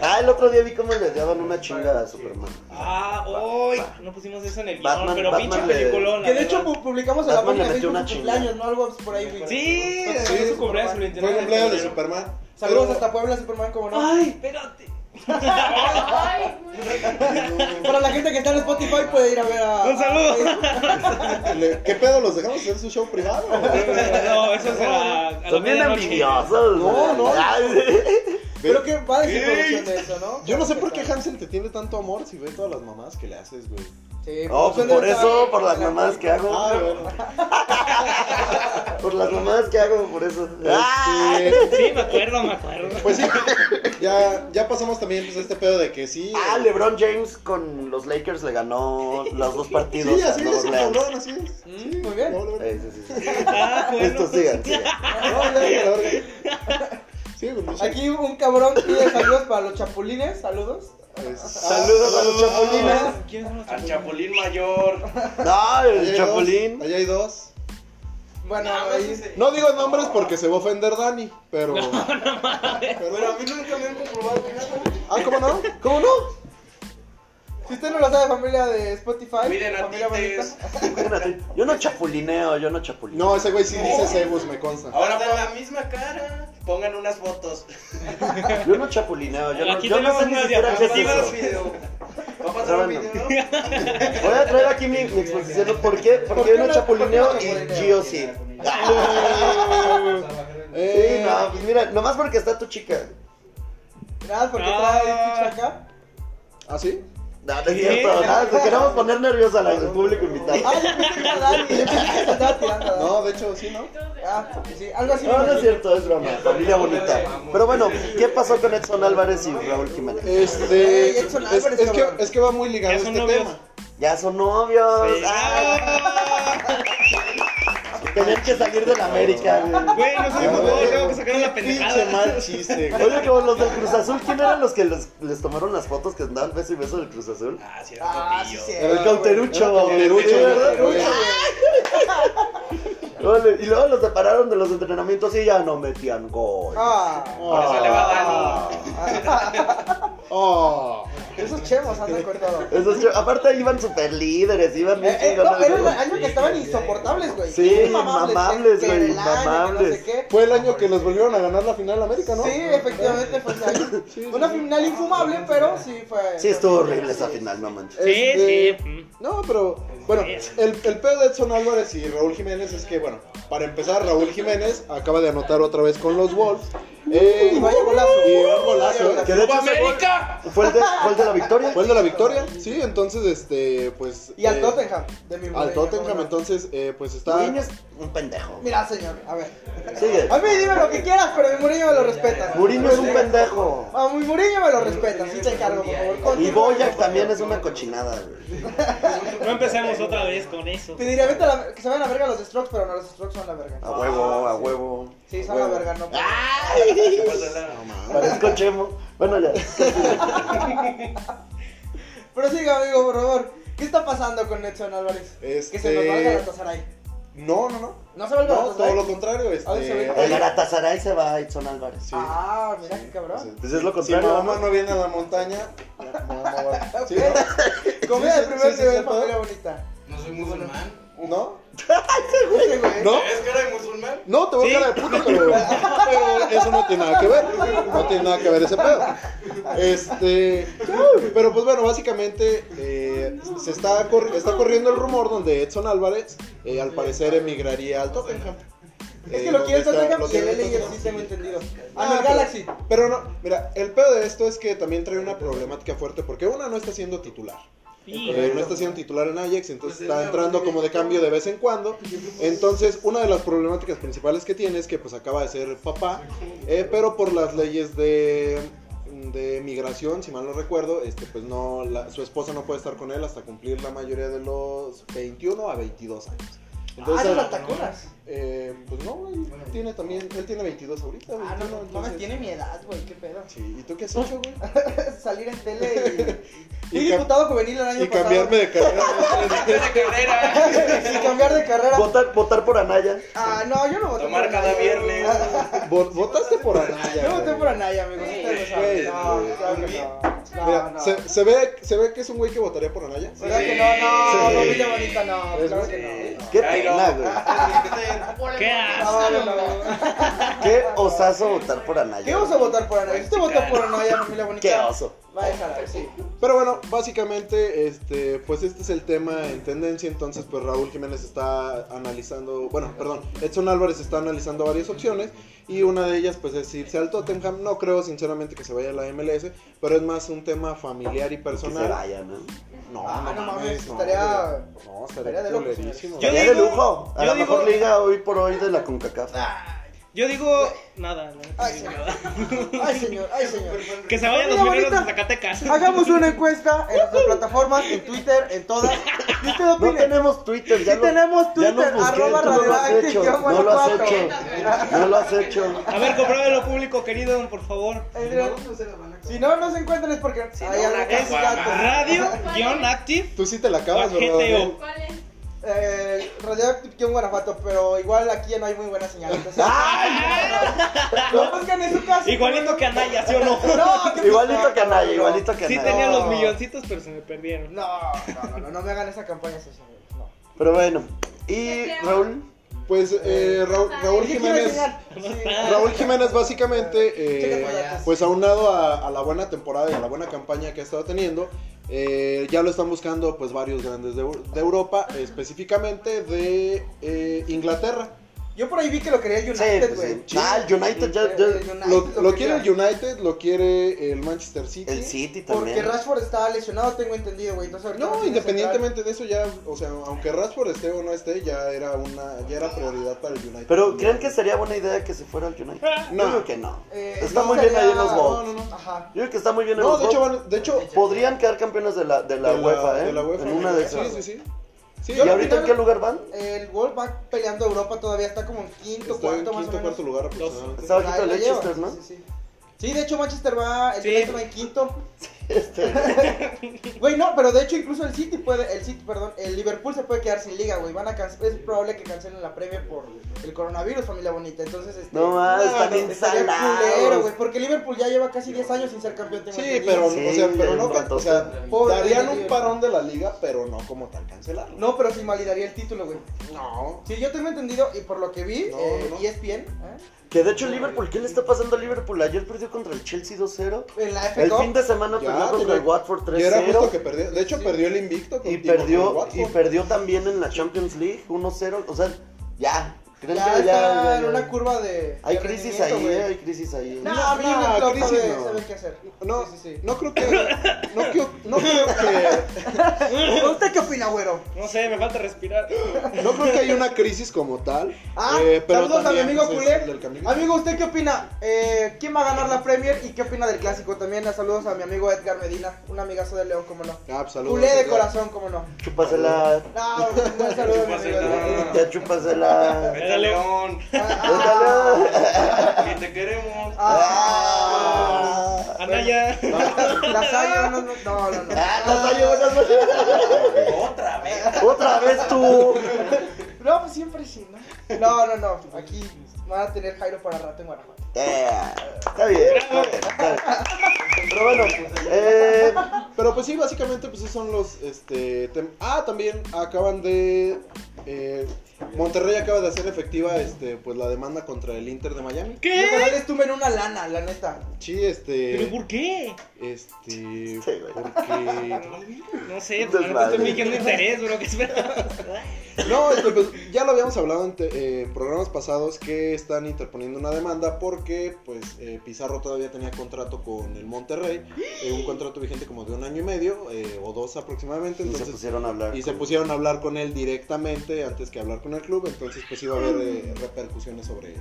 Speaker 2: Ah, el otro día vi cómo le daban una chinga a Superman.
Speaker 5: Ah, hoy. No pusimos eso en el guión,
Speaker 2: Batman-
Speaker 5: pero
Speaker 2: Batman
Speaker 5: pinche
Speaker 2: le-
Speaker 5: peliculón.
Speaker 1: Que de hecho pu- publicamos en la
Speaker 2: Batman le
Speaker 1: página
Speaker 2: metió
Speaker 1: de Facebook
Speaker 2: una
Speaker 1: su
Speaker 2: chinga.
Speaker 1: cumpleaños, ¿no? Algo por ahí, güey.
Speaker 5: Sí,
Speaker 3: Sí,
Speaker 5: fue su cumpleaños, el 29
Speaker 3: Fue el cumpleaños de
Speaker 5: febrero.
Speaker 3: Superman.
Speaker 1: Saludos
Speaker 3: Pero-
Speaker 1: hasta Puebla, Superman, como no.
Speaker 5: Ay, espérate.
Speaker 7: Ay, güey.
Speaker 1: Para la gente que está en Spotify puede ir a ver a.
Speaker 5: Un saludo.
Speaker 1: a-
Speaker 3: Le- ¿Qué pedo? ¿Los dejamos hacer su show privado?
Speaker 5: No, eso es a, a la
Speaker 2: Son bien
Speaker 5: medianoche.
Speaker 2: envidiosos. Ah,
Speaker 3: No, no.
Speaker 2: Ay,
Speaker 1: Pero que va a decir producción de eso, ¿no?
Speaker 3: Yo no sé por qué Hansen te tiene tanto amor si ve todas las mamás que le haces, güey.
Speaker 1: Sí,
Speaker 2: No, pues
Speaker 1: producción
Speaker 2: por
Speaker 1: debe
Speaker 2: eso,
Speaker 1: estar-
Speaker 2: por las mamadas que hago.
Speaker 3: Ah, bueno.
Speaker 2: Por las mamadas que hago, por eso. Ah.
Speaker 3: Este,
Speaker 5: Sí, me acuerdo, me acuerdo.
Speaker 3: pues sí, ya, ya pasamos también pues, este pedo de que sí.
Speaker 2: Ah,
Speaker 3: eh,
Speaker 2: LeBron James con los Lakers le ganó los dos partidos.
Speaker 3: Sí,
Speaker 2: a
Speaker 3: así
Speaker 2: Nueva
Speaker 3: es,
Speaker 2: Orleans.
Speaker 3: cabrón, así es. Sí,
Speaker 1: Mm. muy bien.
Speaker 3: no, no, no.
Speaker 2: Eh, sí, sí, sí.
Speaker 5: Ah, bueno.
Speaker 1: pues,
Speaker 2: Listo, sigan, sigan.
Speaker 3: No, no, la verga. Sí, güey, pues, no sé.
Speaker 1: Aquí un cabrón pide saludos para los chapulines, saludos.
Speaker 3: Pues,
Speaker 2: Saludos a los chapulines.
Speaker 5: ¿Quiénes son los
Speaker 6: Al
Speaker 5: chapulinas?
Speaker 6: Chapulín Mayor.
Speaker 2: No,
Speaker 3: allá
Speaker 2: el
Speaker 3: hay dos,
Speaker 2: Chapulín.
Speaker 3: Allá hay dos.
Speaker 1: Bueno,
Speaker 6: No,
Speaker 1: ahí-
Speaker 6: sí, sí.
Speaker 3: No digo nombres porque se va a ofender Dani, pero.
Speaker 6: Pero a mí nunca me han comprobado nada.
Speaker 3: Ah, ¿cómo no? ¿Cómo no?
Speaker 1: si usted no lo sabe, familia de Spotify,
Speaker 6: Miren a
Speaker 1: familia
Speaker 6: Tites.
Speaker 1: bonita.
Speaker 2: Imagínate, Yo no chapulineo, yo no chapulineo.
Speaker 3: No, ese güey sí dice Cebus, me consta.
Speaker 8: Ah,
Speaker 6: Ahora por la misma cara. Pongan unas fotos.
Speaker 2: Yo no chapulineo, yo no,
Speaker 5: Aquí
Speaker 2: yo no
Speaker 5: tenemos
Speaker 2: sé ni
Speaker 5: unas
Speaker 2: siquiera qué es
Speaker 6: Va a pasar un video. Va
Speaker 2: eso.
Speaker 6: a pasar un
Speaker 2: Bueno.
Speaker 6: video.
Speaker 2: Voy a traer aquí mi, mi exposición. ¿no? ¿Por qué?
Speaker 1: ¿Por
Speaker 2: Porque
Speaker 1: qué
Speaker 2: yo no
Speaker 1: no-
Speaker 2: chapulineo
Speaker 1: por qué no
Speaker 2: y
Speaker 1: chapulineo?
Speaker 2: Gio sí. Sí,
Speaker 3: Eh,
Speaker 2: no, pues mira, nomás porque está tu chica.
Speaker 1: Nada, porque
Speaker 5: Ah.
Speaker 1: trae chicha acá.
Speaker 3: ¿Ah, sí?
Speaker 2: No, no es cierto, nada, te queremos poner nerviosa al público invitado.
Speaker 1: Ah, yo pensé que era Dani, yo pensé que se estaba tirando. a Dani.
Speaker 3: No, de hecho, sí, ¿no?
Speaker 1: Ah, sí, algo así.
Speaker 2: No, no es cierto, es broma, familia bonita. Pero bueno, ¿qué pasó con Edson Álvarez y Raúl Jiménez?
Speaker 3: Este.
Speaker 1: Ey,
Speaker 3: Es,
Speaker 1: Edson Álvarez,
Speaker 3: es que,
Speaker 1: cabrón.
Speaker 3: es que va muy ligado
Speaker 5: Ya son
Speaker 3: este
Speaker 5: novios.
Speaker 3: tema.
Speaker 2: Ya son novios.
Speaker 5: Sí.
Speaker 2: Ah. Tenían que salir de la América. güey.
Speaker 5: Güey, no sé de fútbol, pues, tengo que sacar la
Speaker 3: Ah, Pinche
Speaker 5: pendejada.
Speaker 3: mal chiste, güey.
Speaker 2: Oye, como los del Cruz Azul, ¿quién eran los que los- les tomaron las fotos que andaban beso y beso del Cruz Azul?
Speaker 5: Ah, cierto,
Speaker 1: Ah, sí,
Speaker 5: tío.
Speaker 1: sí.
Speaker 2: El cauterucho,
Speaker 3: Era Cauterucho,
Speaker 2: sí, ¿verdad?
Speaker 3: Cauterucho, güey.
Speaker 2: Órale, Y luego los separaron de los entrenamientos y ya no metían gol.
Speaker 1: Ah,
Speaker 6: Por eso le va a Dani.
Speaker 3: Oh.
Speaker 1: esos chemos andan cortados.
Speaker 2: Esos ch- aparte iban super líderes, iban bien
Speaker 1: Eh, eh, no,
Speaker 2: chingones,
Speaker 1: era el
Speaker 2: güey.
Speaker 1: año que estaban insoportables, güey.
Speaker 2: Sí,
Speaker 1: Inmamables,
Speaker 2: mamables,
Speaker 1: que- que
Speaker 2: güey,
Speaker 1: el año, que
Speaker 2: mamables.
Speaker 1: No sé qué.
Speaker 3: Fue el año que los volvieron a ganar la final América, ¿no?
Speaker 1: Sí, efectivamente fue ese año.
Speaker 3: sí,
Speaker 1: Una
Speaker 3: sí.
Speaker 1: final infumable, pero sí fue.
Speaker 2: Sí, estuvo horrible esa final, no manches.
Speaker 3: Este,
Speaker 5: Sí, sí.
Speaker 3: No, pero bueno, el, el pedo de Edson Álvarez y Raúl Jiménez es que, bueno, para empezar, Raúl Jiménez acaba de anotar otra vez con los Wolves. Eh,
Speaker 1: Y vaya golazo.
Speaker 3: Y un golazo.
Speaker 1: Vaya
Speaker 2: Que
Speaker 1: golazo.
Speaker 2: de hecho ese gol- ¿Fue el de, fue el de la victoria?
Speaker 3: Fue el de la victoria, sí, entonces, este, pues...
Speaker 1: Y al
Speaker 3: eh,
Speaker 1: Tottenham, de mi
Speaker 3: Al
Speaker 1: Mourinho,
Speaker 3: Tottenham,
Speaker 1: bueno.
Speaker 3: entonces, eh, pues está...
Speaker 2: Mourinho es un pendejo.
Speaker 1: Mira, señor, a ver.
Speaker 2: Sigue.
Speaker 1: A mí dime lo que quieras, pero mi Mourinho me lo respeta.
Speaker 2: Mourinho es un pendejo.
Speaker 1: A mi Mourinho me lo respeta, sí te encargo, por favor.
Speaker 2: Y
Speaker 1: Continúa,
Speaker 2: Boyac
Speaker 1: por favor.
Speaker 2: también es una cochinada, güey.
Speaker 5: No empecemos otra vez con eso.
Speaker 1: Te diría, vete a la... que se vayan a la verga los Strokes, pero no, los Strokes son la verga.
Speaker 2: A huevo, a huevo.
Speaker 1: Ah, Sí,
Speaker 2: a
Speaker 1: son la
Speaker 2: huevo.
Speaker 1: verga, no.
Speaker 3: Ah.
Speaker 2: ¡Ay! Parezco Chemo. Bueno, ya.
Speaker 1: Pero siga, amigo, por favor. ¿Qué está pasando con Edson Álvarez?
Speaker 3: Este-
Speaker 1: Que se nos valga la Tazaray.
Speaker 3: No, no, no.
Speaker 1: No se va el
Speaker 3: No,
Speaker 1: Galatasaray.
Speaker 3: todo lo contrario. Este,
Speaker 1: A ver, se ve.
Speaker 2: El Galatasaray se va a Edson Álvarez.
Speaker 3: Sí.
Speaker 1: Ah, mira qué cabrón.
Speaker 3: Sí.
Speaker 2: Pues es lo
Speaker 3: Si
Speaker 2: contrario.
Speaker 3: Mahoma no viene a la montaña, Mahoma va. ¿Sí?
Speaker 1: Ah, Comida
Speaker 3: Sí,
Speaker 1: de
Speaker 3: sí,
Speaker 1: primer
Speaker 3: sí, sí,
Speaker 1: nivel,
Speaker 3: sí,
Speaker 1: familia
Speaker 3: todo.
Speaker 1: bonita.
Speaker 6: No soy musulmán.
Speaker 3: ¿No? ¿No?
Speaker 1: Ese güey.
Speaker 3: ¿No?
Speaker 6: ¿Es cara de musulmán?
Speaker 3: No, te voy a cara de puto, pero, pero eso no tiene nada que ver. No tiene nada que ver ese pedo. Este, pero pues bueno, básicamente eh, se está, cor- está corriendo el rumor donde Edson Álvarez eh, al parecer emigraría al Tottenham.
Speaker 1: Es
Speaker 3: Eh,
Speaker 1: que lo quiere el
Speaker 3: donde está-
Speaker 1: Tottenham
Speaker 3: lo
Speaker 1: y el
Speaker 3: quiere el
Speaker 1: LAFC,
Speaker 3: Tottenham.
Speaker 1: tengo entendido.
Speaker 3: Ah,
Speaker 1: Ah, no, el
Speaker 3: pero-
Speaker 1: Galaxy.
Speaker 3: Pero no, mira, el pedo de esto es que también trae una problemática fuerte porque una no está siendo titular.
Speaker 4: Sí.
Speaker 3: Eh, no está siendo titular en Ajax, entonces
Speaker 6: Pues es
Speaker 3: está
Speaker 6: nuevo,
Speaker 3: entrando
Speaker 6: ¿no?
Speaker 3: como de cambio de vez en cuando. Entonces, una de las problemáticas principales que tiene es que pues acaba de ser papá, eh, pero por las leyes de, de migración, si mal no recuerdo, este pues no la- su esposa no puede estar con él hasta cumplir la mayoría de los 21 a 22 años.
Speaker 1: Ah,
Speaker 3: Entonces,
Speaker 1: de las taconas.
Speaker 3: eh, pues no, él tiene también, él tiene 22 ahorita.
Speaker 1: Ah, no,
Speaker 3: 21,
Speaker 1: no, no,
Speaker 3: entonces-
Speaker 1: tiene mi edad, güey, qué pedo.
Speaker 3: Sí, ¿y tú qué has hecho, güey?
Speaker 1: Salir en tele y...
Speaker 3: Y
Speaker 1: Fui
Speaker 3: cam-
Speaker 1: diputado juvenil el año
Speaker 3: Y
Speaker 1: pasado.
Speaker 3: cambiarme de carrera.
Speaker 5: de carrera.
Speaker 1: y cambiar de carrera.
Speaker 2: Votar, votar por Anaya.
Speaker 1: Ah, no, yo no voté
Speaker 5: Tomar
Speaker 1: por
Speaker 5: cada
Speaker 1: Anaya.
Speaker 5: viernes.
Speaker 3: Vo- Votaste por Anaya.
Speaker 1: Yo voté
Speaker 3: güey.
Speaker 1: por Anaya, amigos.
Speaker 5: Sí,
Speaker 1: Ustedes lo saben.
Speaker 3: güey,
Speaker 1: No,
Speaker 3: güey.
Speaker 1: claro que no. No,
Speaker 3: Mira,
Speaker 1: no.
Speaker 3: Se, se ve, se ve que es un güey que votaría por Anaya.
Speaker 1: ¿Verdad que no? No,
Speaker 3: Sí.
Speaker 1: no, Villa Bonita, no.
Speaker 3: Sí.
Speaker 1: pues Claro que no.
Speaker 2: Qué
Speaker 5: Ay, no.
Speaker 2: pena, güey.
Speaker 4: ¿Qué
Speaker 1: No, no,
Speaker 4: asco?
Speaker 1: no.
Speaker 2: Qué osazo votar por Anaya.
Speaker 1: ¿Qué oso votar por Anaya? ¿Usted votó por Anaya, familia bonita?
Speaker 2: Qué oso.
Speaker 1: Va a dejar, sí.
Speaker 3: Pero bueno, básicamente, este, pues este es el tema en tendencia. Entonces, pues Raúl Jiménez está analizando, bueno, perdón, Edson Álvarez está analizando varias opciones. Y una de ellas, pues es irse al Tottenham. No creo, sinceramente, que se vaya a la MLS, pero es más un tema familiar y
Speaker 2: Que se
Speaker 3: personal.
Speaker 2: vaya, ¿no?
Speaker 3: No,
Speaker 1: Ah, no mames,
Speaker 3: no,
Speaker 1: estaría-
Speaker 3: güey.
Speaker 1: estaría
Speaker 3: No, estaría
Speaker 1: de locos,
Speaker 3: culerísimo,
Speaker 4: Yo
Speaker 2: Estaría
Speaker 4: digo-
Speaker 2: de lujo. A
Speaker 4: yo
Speaker 2: la
Speaker 4: digo-
Speaker 2: mejor liga hoy por hoy de la CONCACAF.
Speaker 4: Yo digo nada, la neta,
Speaker 1: Ay,
Speaker 4: sí,
Speaker 1: señor.
Speaker 4: nada.
Speaker 1: Ay, señor, ay, señor.
Speaker 4: Que se vayan los
Speaker 1: Mira,
Speaker 4: mineros de
Speaker 1: bonita.
Speaker 4: Zacatecas.
Speaker 1: Hagamos una encuesta en nuestras plataformas, en Twitter, en todas. ¿Y usted
Speaker 2: No
Speaker 1: opine?
Speaker 2: tenemos Twitter, ya
Speaker 1: Sí
Speaker 2: lo-
Speaker 1: tenemos
Speaker 2: ya
Speaker 1: Twitter,
Speaker 2: los busqué,
Speaker 1: arroba
Speaker 2: tú no lo has
Speaker 1: radioactive,
Speaker 2: hecho,
Speaker 1: guión
Speaker 2: No lo has
Speaker 1: Guanajuato.
Speaker 2: hecho, no lo has hecho.
Speaker 4: A ver, compruébelo público querido, por favor.
Speaker 1: Ahí miren, Si no, no se encuentran es porque... Ay,
Speaker 5: no,
Speaker 1: a la
Speaker 5: la
Speaker 1: casa,
Speaker 5: caguama.
Speaker 1: gato.
Speaker 4: Radio-active.
Speaker 3: Tú sí te la acabas,
Speaker 4: Bajete,
Speaker 3: ¿verdad?
Speaker 4: o-
Speaker 3: Daniel?
Speaker 7: ¿Cuál es?
Speaker 1: Eh, radioactive, guión Guanajuato, pero igual aquí ya no hay muy buena señal. Entonces, no buscan en su casa.
Speaker 4: Igualito que Anaya, ¿sí o no?
Speaker 1: No, ¿qué
Speaker 2: Igualito
Speaker 1: pasó?
Speaker 2: que Anaya,
Speaker 1: No,
Speaker 2: igualito que
Speaker 4: Sí
Speaker 2: Anaya.
Speaker 4: tenía los
Speaker 1: No.
Speaker 4: milloncitos, pero se me perdieron.
Speaker 1: No, no, no, no, no me hagan esa campaña, César. No.
Speaker 2: Pero bueno, y Raúl,
Speaker 3: Pues eh, Raúl, Raúl
Speaker 1: ¿Qué quiero
Speaker 3: Jiménez.
Speaker 1: enseñar? Sí.
Speaker 3: Raúl Jiménez básicamente, eh,
Speaker 1: Checa para allá.
Speaker 3: pues aunado a, a la buena temporada y a la buena campaña que ha estado teniendo, eh, ya lo están buscando pues varios grandes de, Eu- de Europa, específicamente de eh, Inglaterra.
Speaker 1: Yo por ahí vi que lo quería el
Speaker 2: sí,
Speaker 1: United,
Speaker 2: pues,
Speaker 1: güey.
Speaker 2: sí. Ah, el United ya,
Speaker 1: Eh,
Speaker 2: ya-
Speaker 1: el United
Speaker 3: Lo, lo quiere
Speaker 1: quería.
Speaker 3: el United, lo quiere el Manchester City.
Speaker 2: el City
Speaker 1: Porque
Speaker 2: también.
Speaker 1: Rashford estaba lesionado, tengo entendido, güey. Entonces, ahorita
Speaker 3: No,
Speaker 1: tiene
Speaker 3: independientemente de eso ya, o sea, aunque Rashford esté o no esté, ya era una, ya era prioridad para el United.
Speaker 2: Pero ¿creen que sería buena idea que se fuera al United?
Speaker 4: Ah,
Speaker 3: No.
Speaker 2: Yo creo que no.
Speaker 1: central. Eh,
Speaker 2: Está
Speaker 1: no,
Speaker 2: muy bien ahí en los
Speaker 1: sería-
Speaker 2: Box.
Speaker 3: No, no, no.
Speaker 1: Ajá.
Speaker 2: Yo creo que está muy bien en
Speaker 3: No,
Speaker 2: los
Speaker 3: de hecho,
Speaker 2: Box.
Speaker 3: van- de hecho
Speaker 2: Podrían quedar campeones de la, de la
Speaker 3: de
Speaker 2: UEFA, ¿eh?
Speaker 3: de la UEFA.
Speaker 2: en una de esas.
Speaker 3: Sí, sí, sí. Sí,
Speaker 2: ¿Y ahorita en
Speaker 1: final-
Speaker 2: qué lugar van?
Speaker 1: El Wolf va peleando Europa todavía, está como en quinto,
Speaker 3: Está en
Speaker 1: cuarto, más
Speaker 3: quinto,
Speaker 1: o
Speaker 3: cuarto
Speaker 1: menos.
Speaker 3: lugar aproximadamente.
Speaker 2: Está bajito
Speaker 1: Ahí
Speaker 2: el
Speaker 1: la lleva,
Speaker 2: Leicester, ¿no?
Speaker 1: Sí, sí, sí. Sí, de hecho Manchester va, el
Speaker 4: Sí.
Speaker 1: United va en quinto.
Speaker 2: Este,
Speaker 1: Güey, no, pero de hecho incluso el City puede, el City, perdón, el Liverpool se puede quedar sin liga, güey. Van a canc- es probable que cancelen la Premier por el coronavirus, familia bonita. Entonces, este,
Speaker 2: no más, están
Speaker 1: estaría culero,
Speaker 2: ensalados.
Speaker 1: güey, porque Liverpool ya lleva casi 10 años sin ser campeón. tengo
Speaker 3: Sí,
Speaker 1: entendido.
Speaker 3: pero,
Speaker 2: Sí,
Speaker 3: o sea, pero
Speaker 2: un
Speaker 3: no, can-
Speaker 2: ratote.
Speaker 3: o sea,
Speaker 1: Pobre
Speaker 3: darían
Speaker 1: Liverpool.
Speaker 3: un parón de la liga, pero no como tal cancelarlo.
Speaker 1: No, pero se invalidaría el título, güey.
Speaker 3: No.
Speaker 1: Sí, yo tengo entendido, y por lo que vi,
Speaker 3: No,
Speaker 1: eh,
Speaker 3: no.
Speaker 1: ESPN, ¿eh?
Speaker 2: Que de hecho Liverpool, ¿qué le está pasando a Liverpool? Ayer perdió contra el Chelsea 2-0.
Speaker 1: en la FA
Speaker 2: El
Speaker 1: Cup,
Speaker 2: fin de semana
Speaker 3: Ya,
Speaker 2: perdió contra
Speaker 3: tenía-
Speaker 2: el Watford
Speaker 3: Y era justo
Speaker 2: 3-0.
Speaker 3: que perdió. De hecho, perdió el invicto
Speaker 2: Y
Speaker 3: contigo, con
Speaker 2: perdió,
Speaker 3: el
Speaker 2: y
Speaker 3: Watford.
Speaker 2: perdió también en la Champions League 1-0. O sea, ya. ¿Creen
Speaker 1: ya
Speaker 2: que ya,
Speaker 1: está
Speaker 2: ya,
Speaker 1: en
Speaker 2: ya?
Speaker 1: una curva de.
Speaker 2: Hay
Speaker 1: de
Speaker 2: crisis
Speaker 1: rendimiento,
Speaker 2: ahí,
Speaker 1: güey.
Speaker 2: eh, hay crisis ahí.
Speaker 1: No,
Speaker 3: No,
Speaker 1: Jürgen
Speaker 3: no,
Speaker 1: Klopp
Speaker 3: crisis
Speaker 1: sabe,
Speaker 3: no.
Speaker 1: sabe qué hacer.
Speaker 3: No,
Speaker 1: Sí, sí, sí.
Speaker 3: no creo que. No creo, no creo que.
Speaker 1: ¿Usted qué opina, güero?
Speaker 4: No sé, me falta respirar.
Speaker 3: No creo que haya una crisis como tal.
Speaker 1: Ah,
Speaker 3: eh, pero
Speaker 1: saludos
Speaker 3: también,
Speaker 1: a mi amigo
Speaker 3: pues,
Speaker 1: culé.
Speaker 3: es del camino.
Speaker 1: Amigo, ¿usted qué opina? Eh, ¿Quién va a ganar la Premier y qué opina del clásico? También eh, saludos a mi amigo Edgar Medina, un amigazo de León, como no.
Speaker 3: Ah, pues, saludos,
Speaker 1: Culé de
Speaker 3: Edgar.
Speaker 1: corazón, como no.
Speaker 2: Chúpasela.
Speaker 1: No, un buen saludo a mi amigo Edgar.
Speaker 5: Chúpasela.
Speaker 2: Ya chúpasela.
Speaker 5: Vete a León.
Speaker 2: Chúpasela.
Speaker 5: Que te queremos.
Speaker 1: Ah,
Speaker 2: Ah,
Speaker 4: Anaya.
Speaker 1: lasaña, ah, no, no, no, no,
Speaker 2: Ah,
Speaker 1: no.
Speaker 2: las ayudas, las ayudas.
Speaker 5: Otra vez.
Speaker 2: Otra vez tú.
Speaker 1: No, pues siempre sí, ¿no? No, no, no. Aquí van a tener Jairo para rato en Guanajuato.
Speaker 2: Eh, está bien, está bien, está bien. Pero bueno, eh,
Speaker 3: Pero pues sí, básicamente pues esos son los este tem- ah también acaban de eh, Monterrey acaba de hacer efectiva este pues la demanda contra el Inter de Miami.
Speaker 1: Yo
Speaker 4: ¿Qué?
Speaker 1: ojalá les tumben una lana, la neta.
Speaker 3: Sí,
Speaker 4: ¿Pero
Speaker 3: este
Speaker 4: por qué?
Speaker 3: este
Speaker 2: Sí, güey.
Speaker 3: porque
Speaker 4: No sé,
Speaker 2: Entonces,
Speaker 4: pues, la neta estoy
Speaker 2: madre.
Speaker 4: fingiendo interés, bro. ¿Qué esperabas?
Speaker 3: no, este, pues ya lo habíamos hablado en te- eh, programas pasados que están interponiendo una demanda porque pues eh, Pizarro todavía tenía contrato con el Monterrey, eh, un contrato vigente como de un año y medio eh, o dos aproximadamente,
Speaker 2: y se
Speaker 3: entonces
Speaker 2: pusieron a hablar.
Speaker 3: Y se
Speaker 2: con-
Speaker 3: pusieron a hablar con él directamente antes que hablar con el club, entonces pues iba a haber eh, repercusiones sobre,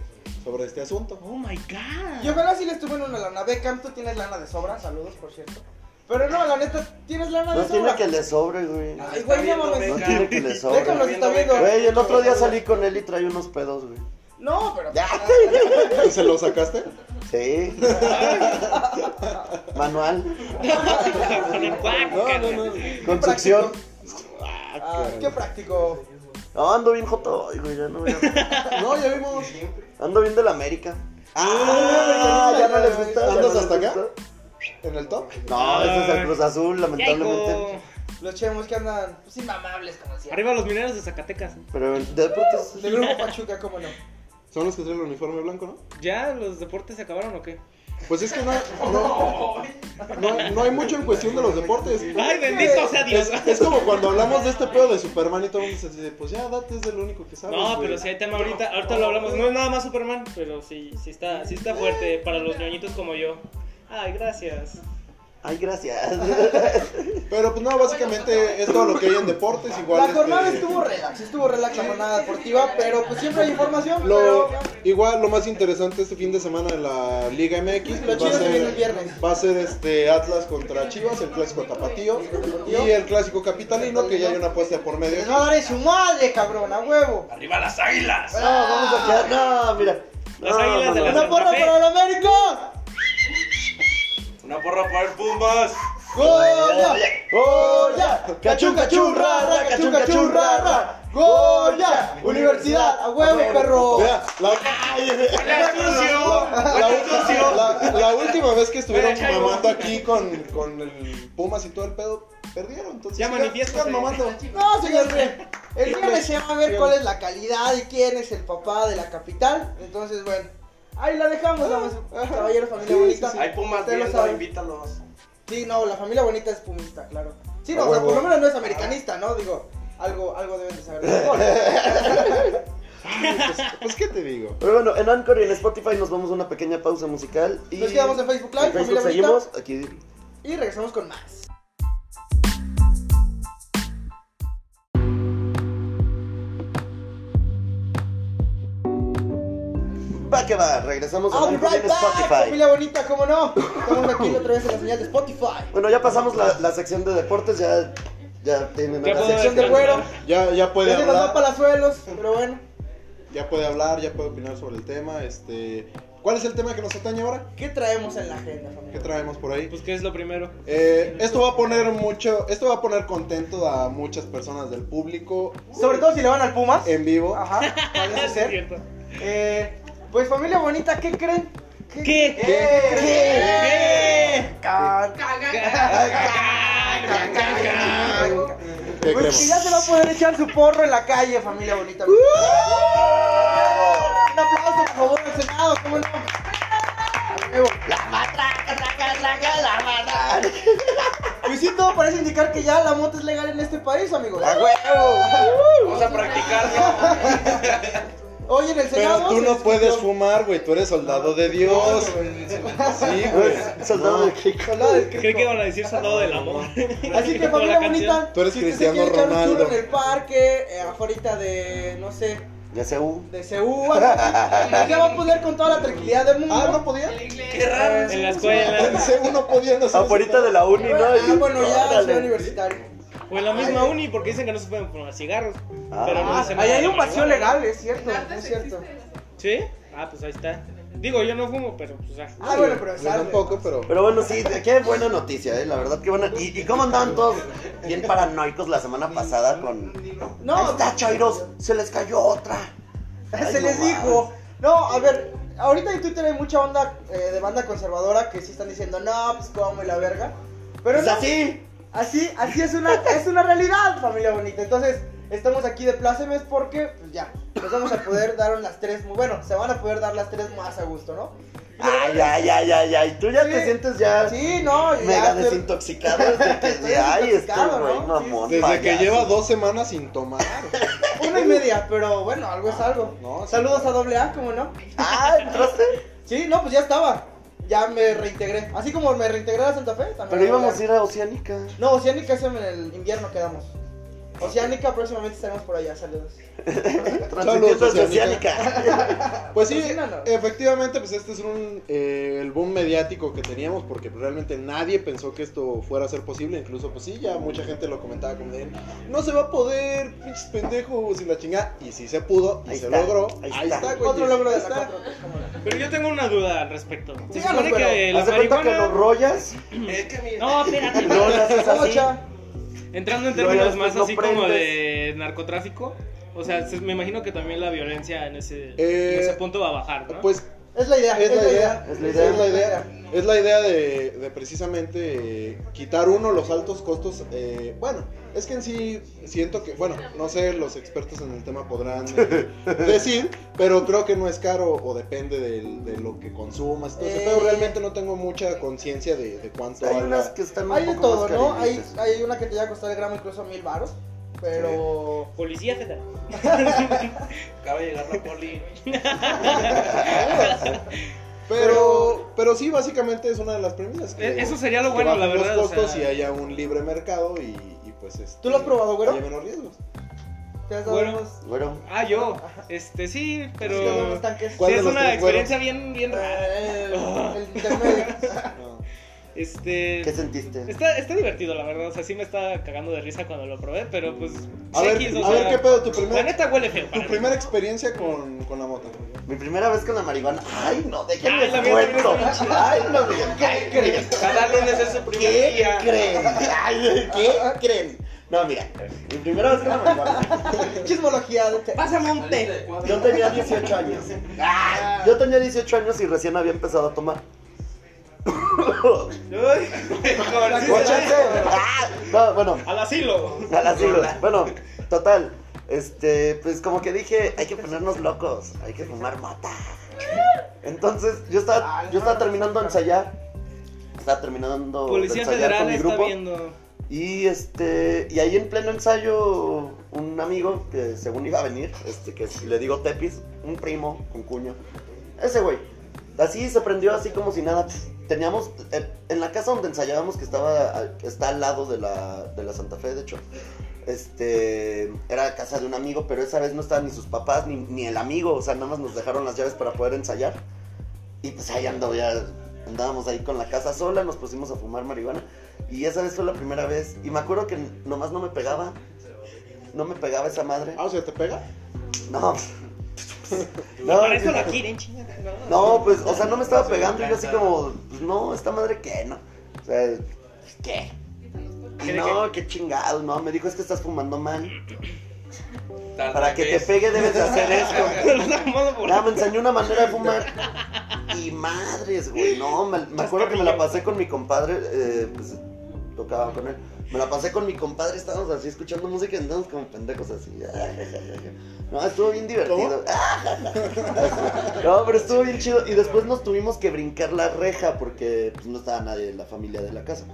Speaker 3: sobre este asunto.
Speaker 4: Oh my god.
Speaker 1: Y ojalá sí les tumben una lana. Beckham, tú tienes lana de sobra. Saludos, por cierto. Pero no, la neta, tienes lana
Speaker 2: No
Speaker 1: de
Speaker 2: tiene
Speaker 1: sobra.
Speaker 2: que le sobre, güey.
Speaker 1: Ay, güey, no mames.
Speaker 2: No tiene que le
Speaker 1: Beckham los
Speaker 2: sobre.
Speaker 1: está viendo.
Speaker 2: Güey, el otro día salí con él y traí unos pedos, güey.
Speaker 1: No, pero.
Speaker 3: ¿Se lo sacaste?
Speaker 2: Sí. Manual,
Speaker 3: No, no, no.
Speaker 2: con succión.
Speaker 1: Ah, qué práctico.
Speaker 2: No, ando bien joto hoy, güey, ya no voy a-
Speaker 3: No, ya vimos.
Speaker 2: Ando bien de la América.
Speaker 3: Ah,
Speaker 2: Ah, ya no les gusta. ya
Speaker 3: ¿Andas
Speaker 2: no les
Speaker 3: hasta acá?
Speaker 2: gusta.
Speaker 3: ¿En el top?
Speaker 2: No, ese es el Cruz Azul, lamentablemente.
Speaker 4: Yaico.
Speaker 1: Los chemos que andan pues, inmamables, como siempre.
Speaker 4: Arriba los mineros de Zacatecas.
Speaker 2: Pero el deporte es...
Speaker 1: Del grupo Pachuca, cómo no.
Speaker 3: Son los que traen el uniforme blanco, ¿no?
Speaker 4: ¿Ya los deportes se acabaron o qué?
Speaker 3: Pues es que no, no, no, no hay mucho en cuestión de los deportes.
Speaker 4: Ay, bendito sea Dios.
Speaker 3: Es, es como cuando hablamos de este pedo de Superman y todo el mundo se dice, pues ya, date, es del único que sabes.
Speaker 4: No,
Speaker 3: güey.
Speaker 4: pero si hay tema ahorita, ahorita lo hablamos. No es nada más Superman, pero sí, sí está, sí está fuerte para los ñoñitos como yo. Ay, gracias.
Speaker 2: Ay, gracias.
Speaker 3: Pero pues no, básicamente es todo lo que hay en deportes. Igual,
Speaker 1: La jornada
Speaker 3: este,
Speaker 1: estuvo relax, estuvo relax la jornada deportiva, pero pues siempre hay información.
Speaker 3: Lo,
Speaker 1: Pero
Speaker 3: igual lo más interesante este fin de semana de la Liga MX
Speaker 1: Lo
Speaker 3: pues,
Speaker 1: chido
Speaker 3: va,
Speaker 1: es
Speaker 3: a
Speaker 1: que viene el
Speaker 3: ser,
Speaker 1: viernes.
Speaker 3: va a ser este Atlas contra Chivas, el clásico tapatío y el clásico capitalino que ya hay una apuesta por medio.
Speaker 1: Les va a dar en pues, su madre, cabrón, a huevo.
Speaker 5: ¡Arriba las águilas!
Speaker 2: No, vamos a quedar... No, mira. No,
Speaker 4: Las águilas
Speaker 2: no,
Speaker 4: de
Speaker 2: no.
Speaker 4: la
Speaker 1: ¡Una porra
Speaker 4: Fe.
Speaker 1: para el América!
Speaker 5: Una porra para el Pumas.
Speaker 1: ¡Goya! ¡Goya! ¡Cachuca churrarra! ¡Cachuca churrarra! ¡Goya! ¡Universidad! ¡A huevo, perro!
Speaker 3: Vea, la,
Speaker 5: ¡Huele sucio!
Speaker 3: la
Speaker 5: ¡Huele
Speaker 3: última-
Speaker 5: sucio!
Speaker 3: la- la última vez que estuvieron
Speaker 5: Espera, Chayo.
Speaker 3: mamando aquí con, con el Pumas y todo el pedo, perdieron. Entonces,
Speaker 4: Ya
Speaker 3: sigan-
Speaker 4: manifiéstate.
Speaker 3: sigan mamando.
Speaker 1: No, señor, mire, el viernes se va a ver cuál es la calidad y quién es el papá de la capital. Entonces, bueno, ahí la dejamos, damas, caballero, familia bonita.
Speaker 6: Hay Pumas
Speaker 1: Ustedes lo
Speaker 6: viendo,
Speaker 1: saben.
Speaker 6: invítalos.
Speaker 1: Sí, no, la familia bonita es pumista, claro. Sí,
Speaker 3: A
Speaker 1: no, o sea,
Speaker 3: huevo.
Speaker 1: por lo menos no es americanista, ¿no? Digo, algo, algo deben de saber. de fútbol.
Speaker 3: Pues, pues, ¿qué te digo?
Speaker 2: Pero bueno, en Anchor y en Spotify nos vamos a una pequeña pausa musical. Y
Speaker 1: Nos quedamos en Facebook Live,
Speaker 2: en Facebook
Speaker 1: familia
Speaker 2: seguimos
Speaker 1: bonita,
Speaker 2: aquí.
Speaker 1: y regresamos con más.
Speaker 2: Va que va, regresamos a
Speaker 1: I'll be
Speaker 2: Anchor y
Speaker 1: right
Speaker 2: en
Speaker 1: back,
Speaker 2: Spotify.
Speaker 1: familia bonita, ¿cómo no? Estamos aquí otra vez en la señal de Spotify.
Speaker 2: Bueno, ya pasamos la, la sección de deportes, ya, ya tienen
Speaker 4: Ya
Speaker 2: la
Speaker 4: puedo
Speaker 2: sección
Speaker 1: Sección de güero,
Speaker 3: Ya, ya puede
Speaker 1: ya se nos va
Speaker 3: hablar.
Speaker 1: para suelos, pero bueno.
Speaker 3: Ya puede hablar, ya puede opinar sobre el tema. Este, ¿Cuál es el tema que nos atañe ahora?
Speaker 1: ¿Qué traemos en la agenda,
Speaker 3: ¿Qué
Speaker 1: familia?
Speaker 3: traemos por ahí?
Speaker 4: Pues qué es lo primero.
Speaker 3: Eh, esto va a poner mucho, esto va a poner contento a muchas personas del público
Speaker 1: Sobre todo si le van al Pumas.
Speaker 3: en vivo.
Speaker 1: Ajá, parece
Speaker 4: Es
Speaker 1: ser.
Speaker 4: cierto.
Speaker 1: Eh, pues familia bonita, ¿qué creen? ¿Qué?
Speaker 4: ¿Qué?
Speaker 1: ¿Qué?
Speaker 4: ¿Qué?
Speaker 1: Can-
Speaker 3: ¿Qué
Speaker 1: Pues que ya
Speaker 3: creemos?
Speaker 1: se va a poder echar su porro en la calle, familia bonita. Un aplauso, por favor, al Senado, ¿cómo no? A huevo. Luisito, parece indicar que ya la moto es legal en este país, amigos.
Speaker 2: ¡A huevo!
Speaker 5: Vamos a practicarlo.
Speaker 1: Hoy en el Senado.
Speaker 3: Pero tú
Speaker 1: se
Speaker 3: no
Speaker 1: discutió-
Speaker 3: puedes fumar, güey, tú eres soldado de Dios. Sí,
Speaker 1: Pues,
Speaker 3: güey.
Speaker 2: Soldado de Cristo.
Speaker 1: Soldado del Cristo.
Speaker 4: Creo que iban a decir soldado del amor.
Speaker 1: Así que
Speaker 4: Como la
Speaker 1: familia
Speaker 4: canción.
Speaker 1: bonita,
Speaker 3: Tú eres
Speaker 1: si usted se
Speaker 3: Cristiano
Speaker 1: quiere echar un churro
Speaker 3: Ronaldo.
Speaker 1: en el parque, eh, afuera de, no sé,
Speaker 2: Ya uh. se hubo.
Speaker 1: de CU, algo así, ya va a poder con toda la tranquilidad del mundo.
Speaker 3: Ah, no podía.
Speaker 5: ¡Qué raro!
Speaker 4: En la
Speaker 3: En
Speaker 4: escuela.
Speaker 3: CU no podía no sé.
Speaker 2: Afuerita de la uni, ¿no?
Speaker 1: Ah, bueno, ya soy
Speaker 2: Órale.
Speaker 1: universitario.
Speaker 4: O en la misma uni, porque dicen que no se pueden fumar cigarros.
Speaker 2: Ah.
Speaker 4: pero no
Speaker 1: Ah,
Speaker 4: dicen
Speaker 1: ahí
Speaker 4: nada
Speaker 1: hay
Speaker 4: de
Speaker 1: un vacío
Speaker 5: Ah,
Speaker 4: marihuana.
Speaker 1: legal, es cierto, es cierto.
Speaker 4: ¿Sí? Ah, pues ahí está. Digo, yo no fumo, pero pues ah.
Speaker 1: Ah, bueno, pero
Speaker 3: Yo
Speaker 1: sale.
Speaker 3: tampoco, pero.
Speaker 2: Pero bueno, sí, de- qué buena noticia, ¿eh? La verdad, qué buena. ¿Y, y cómo andaban todos bien paranoicos la semana pasada con...
Speaker 1: No,
Speaker 2: ¡Ahí está, chairos! ¡Se les cayó otra! Ay,
Speaker 1: se
Speaker 2: no
Speaker 1: les
Speaker 2: mames.
Speaker 1: dijo. No, a ver, ahorita en Twitter hay mucha onda eh, de banda conservadora que sí están diciendo, no, pues como y la verga. Pero
Speaker 3: Pues
Speaker 2: ¡Es
Speaker 1: no,
Speaker 2: así!
Speaker 1: así, así es una, es una realidad, familia bonita. Entonces, estamos aquí de plácemes porque, pues ya, nos vamos a poder dar las tres, mu- bueno, se van a poder dar las tres más a gusto, ¿no?
Speaker 2: Ay, ay, ay, ay, ay. Tú ya
Speaker 1: Sí.
Speaker 2: te sientes ya
Speaker 1: Sí, no, yo
Speaker 2: mega
Speaker 1: ya estoy-
Speaker 2: desintoxicado desde que
Speaker 1: Estoy
Speaker 2: de, ay, este
Speaker 1: desintoxicado,
Speaker 2: güey,
Speaker 1: ¿no?
Speaker 2: no,
Speaker 1: Sí,
Speaker 2: mon,
Speaker 3: Desde que
Speaker 2: payaso".
Speaker 3: lleva dos semanas sin tomar.
Speaker 1: una y media, pero bueno, algo es algo.
Speaker 3: No, sí.
Speaker 1: Saludos a doble A, ¿cómo no?
Speaker 2: Ah, entraste.
Speaker 1: Sí, no, pues ya estaba. Ya me reintegré. Así como me reintegré a Santa Fe, también.
Speaker 2: Pero íbamos a ir a Oceánica.
Speaker 1: No, Oceánica es en el invierno quedamos. Oceánica próximamente estaremos por allá, saludos.
Speaker 2: Transiciones de
Speaker 3: Oceánica.
Speaker 2: Oceánica.
Speaker 3: Pues sí,
Speaker 1: Patrocínanos.
Speaker 3: efectivamente, pues este es un, eh, el boom mediático que teníamos porque realmente nadie pensó que esto fuera a ser posible. Incluso, pues sí, ya mucha gente lo comentaba como de, no se va a poder, pinches pendejos y la chingada. Y sí se pudo, y
Speaker 2: Ahí
Speaker 3: se
Speaker 2: está,
Speaker 3: logró.
Speaker 2: ahí
Speaker 3: Ahí,
Speaker 2: está.
Speaker 3: está, güey.
Speaker 1: Otro logro de
Speaker 3: Ahí
Speaker 1: la
Speaker 3: está.
Speaker 1: 4
Speaker 4: Pero yo tengo una duda al respecto. Se
Speaker 1: Díganos,
Speaker 4: supone
Speaker 1: pero,
Speaker 4: que la
Speaker 2: Haz de cuenta que
Speaker 4: marihuana-
Speaker 2: lo rollas,
Speaker 6: Es que mi-
Speaker 4: No, espérate.
Speaker 2: no le haces así.
Speaker 4: Entrando en
Speaker 2: Luego ya
Speaker 4: términos
Speaker 2: después
Speaker 4: más
Speaker 2: no
Speaker 4: así como
Speaker 2: prendes.
Speaker 4: de narcotráfico, o sea, se- me imagino que también la violencia en ese,
Speaker 3: Eh,
Speaker 4: en ese punto va a bajar, ¿no? Eh,
Speaker 3: Pues
Speaker 1: Es la idea,
Speaker 3: es la idea,
Speaker 2: es
Speaker 3: es
Speaker 2: la
Speaker 3: la
Speaker 2: idea.
Speaker 3: idea. Es la idea de, de precisamente eh, quitar uno los altos costos. eh, bueno, es que en sí siento que, bueno, no sé, los expertos en el tema podrán eh, decir, pero creo que no es caro o depende del- de lo que consumas. y todo ese
Speaker 1: Eh.
Speaker 3: pedo. realmente no tengo mucha conciencia de, de cuánto
Speaker 2: Hay
Speaker 3: habla.
Speaker 2: unas que están un
Speaker 1: Hay de
Speaker 2: poco
Speaker 1: todo,
Speaker 2: más
Speaker 1: ¿no? Hay,
Speaker 2: cariñosas.
Speaker 1: hay una que te llega a costar el gramo incluso mil baros. Pero.
Speaker 4: Policía federal.
Speaker 6: Acaba de llegar la poli.
Speaker 3: Pero, pero sí, básicamente es una de las premisas.
Speaker 4: E-
Speaker 3: Que,
Speaker 4: eso sería lo
Speaker 3: que
Speaker 4: bueno, la
Speaker 3: bajen
Speaker 4: verdad, o
Speaker 3: Los costos
Speaker 4: sea.
Speaker 3: y haya un libre mercado y, y pues es.
Speaker 1: ¿Tú lo has probado, güero?
Speaker 3: Hay menos riesgos.
Speaker 1: Te has dado
Speaker 4: Bueno.
Speaker 1: unos.
Speaker 2: Bueno,
Speaker 4: Ah, yo. Este, sí, pero.
Speaker 1: sí, te has dado unos tanques.
Speaker 3: ¿Cuál
Speaker 4: sí,
Speaker 3: de
Speaker 4: es
Speaker 3: los
Speaker 4: una
Speaker 3: tres fueron?
Speaker 4: experiencia bien, bien rara.
Speaker 1: Eh, El, el intermedio.
Speaker 3: No.
Speaker 4: Este.
Speaker 2: ¿qué sentiste?
Speaker 4: Está, está divertido, la verdad. O sea, sí me estaba cagando de risa cuando lo probé, pero pues.
Speaker 3: A ver,
Speaker 4: X, o
Speaker 3: a ver
Speaker 4: sea,
Speaker 3: qué pedo, tu
Speaker 4: La
Speaker 3: primer,
Speaker 4: neta huele feo.
Speaker 3: tu
Speaker 4: para
Speaker 3: primera experiencia con, con la moto.
Speaker 2: Mi primera vez con la marihuana. Ay, no, déjenme
Speaker 4: Ay, la
Speaker 2: el
Speaker 4: mía
Speaker 2: cuento.
Speaker 4: también
Speaker 2: Ay, no, mira, ¿qué crees?
Speaker 6: Cada lunes es su primer
Speaker 2: ¿Qué
Speaker 6: día.
Speaker 2: creen? Ay, ¿Qué creen? No, mira, mi primera vez con la marihuana.
Speaker 1: Chismología. de-
Speaker 4: Pásame un
Speaker 6: Saliste
Speaker 4: té.
Speaker 6: de cuadro.
Speaker 2: Yo tenía 18 años. Ah, Yo tenía 18 años y recién había empezado a tomar. Cóchense. Ah, no, bueno,
Speaker 4: Al asilo.
Speaker 2: a las siglas. Bueno, total. Este, pues como que dije, hay que ponernos locos, hay que fumar mata. Entonces, yo estaba, yo estaba terminando de ensayar. Estaba terminando de
Speaker 4: Policía
Speaker 2: ensayar con
Speaker 4: federal
Speaker 2: mi
Speaker 4: está
Speaker 2: grupo.
Speaker 4: viendo.
Speaker 2: Y este, y ahí en pleno ensayo, un amigo que según iba a venir, este, que si le digo Tepis, un primo con cuño, ese güey, así se prendió así como si nada. Teníamos, eh, en la casa donde ensayábamos, que estaba, al- está al lado de la, de la Santa Fe, de hecho, este, era casa de un amigo, pero esa vez no estaban ni sus papás ni, ni el amigo, o sea, nada más nos dejaron las llaves para poder ensayar. Y pues ahí ando, ya andábamos ahí con la casa sola, nos pusimos a fumar marihuana. Y esa vez fue la primera vez. Y me acuerdo que nomás no me pegaba. No me pegaba esa madre.
Speaker 3: Ah, o sea, ¿te pega?
Speaker 2: No. No,
Speaker 4: Para eso la quieren, chingada. ¿no?
Speaker 2: no, pues, o sea, no me estaba pegando. Y yo así como, pues no, esta madre qué, no. O sea, ¿qué? Y no, qué chingado, no. Me dijo, es que estás fumando mal.
Speaker 6: Tal
Speaker 2: Para que te
Speaker 6: vez.
Speaker 2: pegue debes de hacer esto.
Speaker 4: Nada más por-
Speaker 2: Nada, me enseñó una manera de fumar. Y madres, güey. No, me, me acuerdo que me la pasé con mi compadre. eh, pues tocaba con él. Me la pasé con mi compadre. Estábamos así escuchando música y andábamos como pendejos así. No, estuvo bien divertido. No, pero estuvo bien chido. Y después nos tuvimos que brincar la reja porque pues, no estaba nadie de la familia de la casa.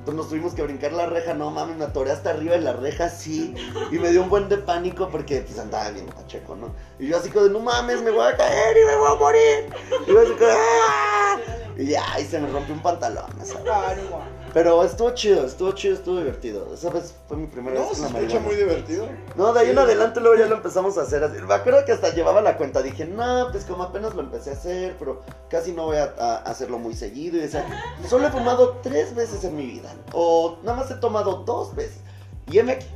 Speaker 2: Entonces nos tuvimos que brincar la reja, no mames, me atoré hasta arriba de la reja, sí. Y me dio un buen de pánico porque pues andaba bien pacheco, ¿no? Y yo así como de, no mames, me voy a caer y me voy a morir. Y yo así como, ¡ah! Y ya, y se me rompió un pantalón, ¿sabes?
Speaker 1: Ah, no, guau.
Speaker 2: Pero estuvo chido, estuvo chido, estuvo divertido. Esa vez fue mi primera
Speaker 3: No,
Speaker 2: vez
Speaker 3: se
Speaker 2: con la
Speaker 3: escucha
Speaker 2: marihuana.
Speaker 3: muy divertido.
Speaker 2: No, de ahí en adelante luego ya lo empezamos a hacer así. Me acuerdo que hasta llevaba la cuenta, dije, no, pues como apenas lo empecé a hacer, pero casi no voy a, a hacerlo muy seguido. Y decía, solo he fumado tres veces en mi vida, o nada más he tomado dos veces. Y heme aquí,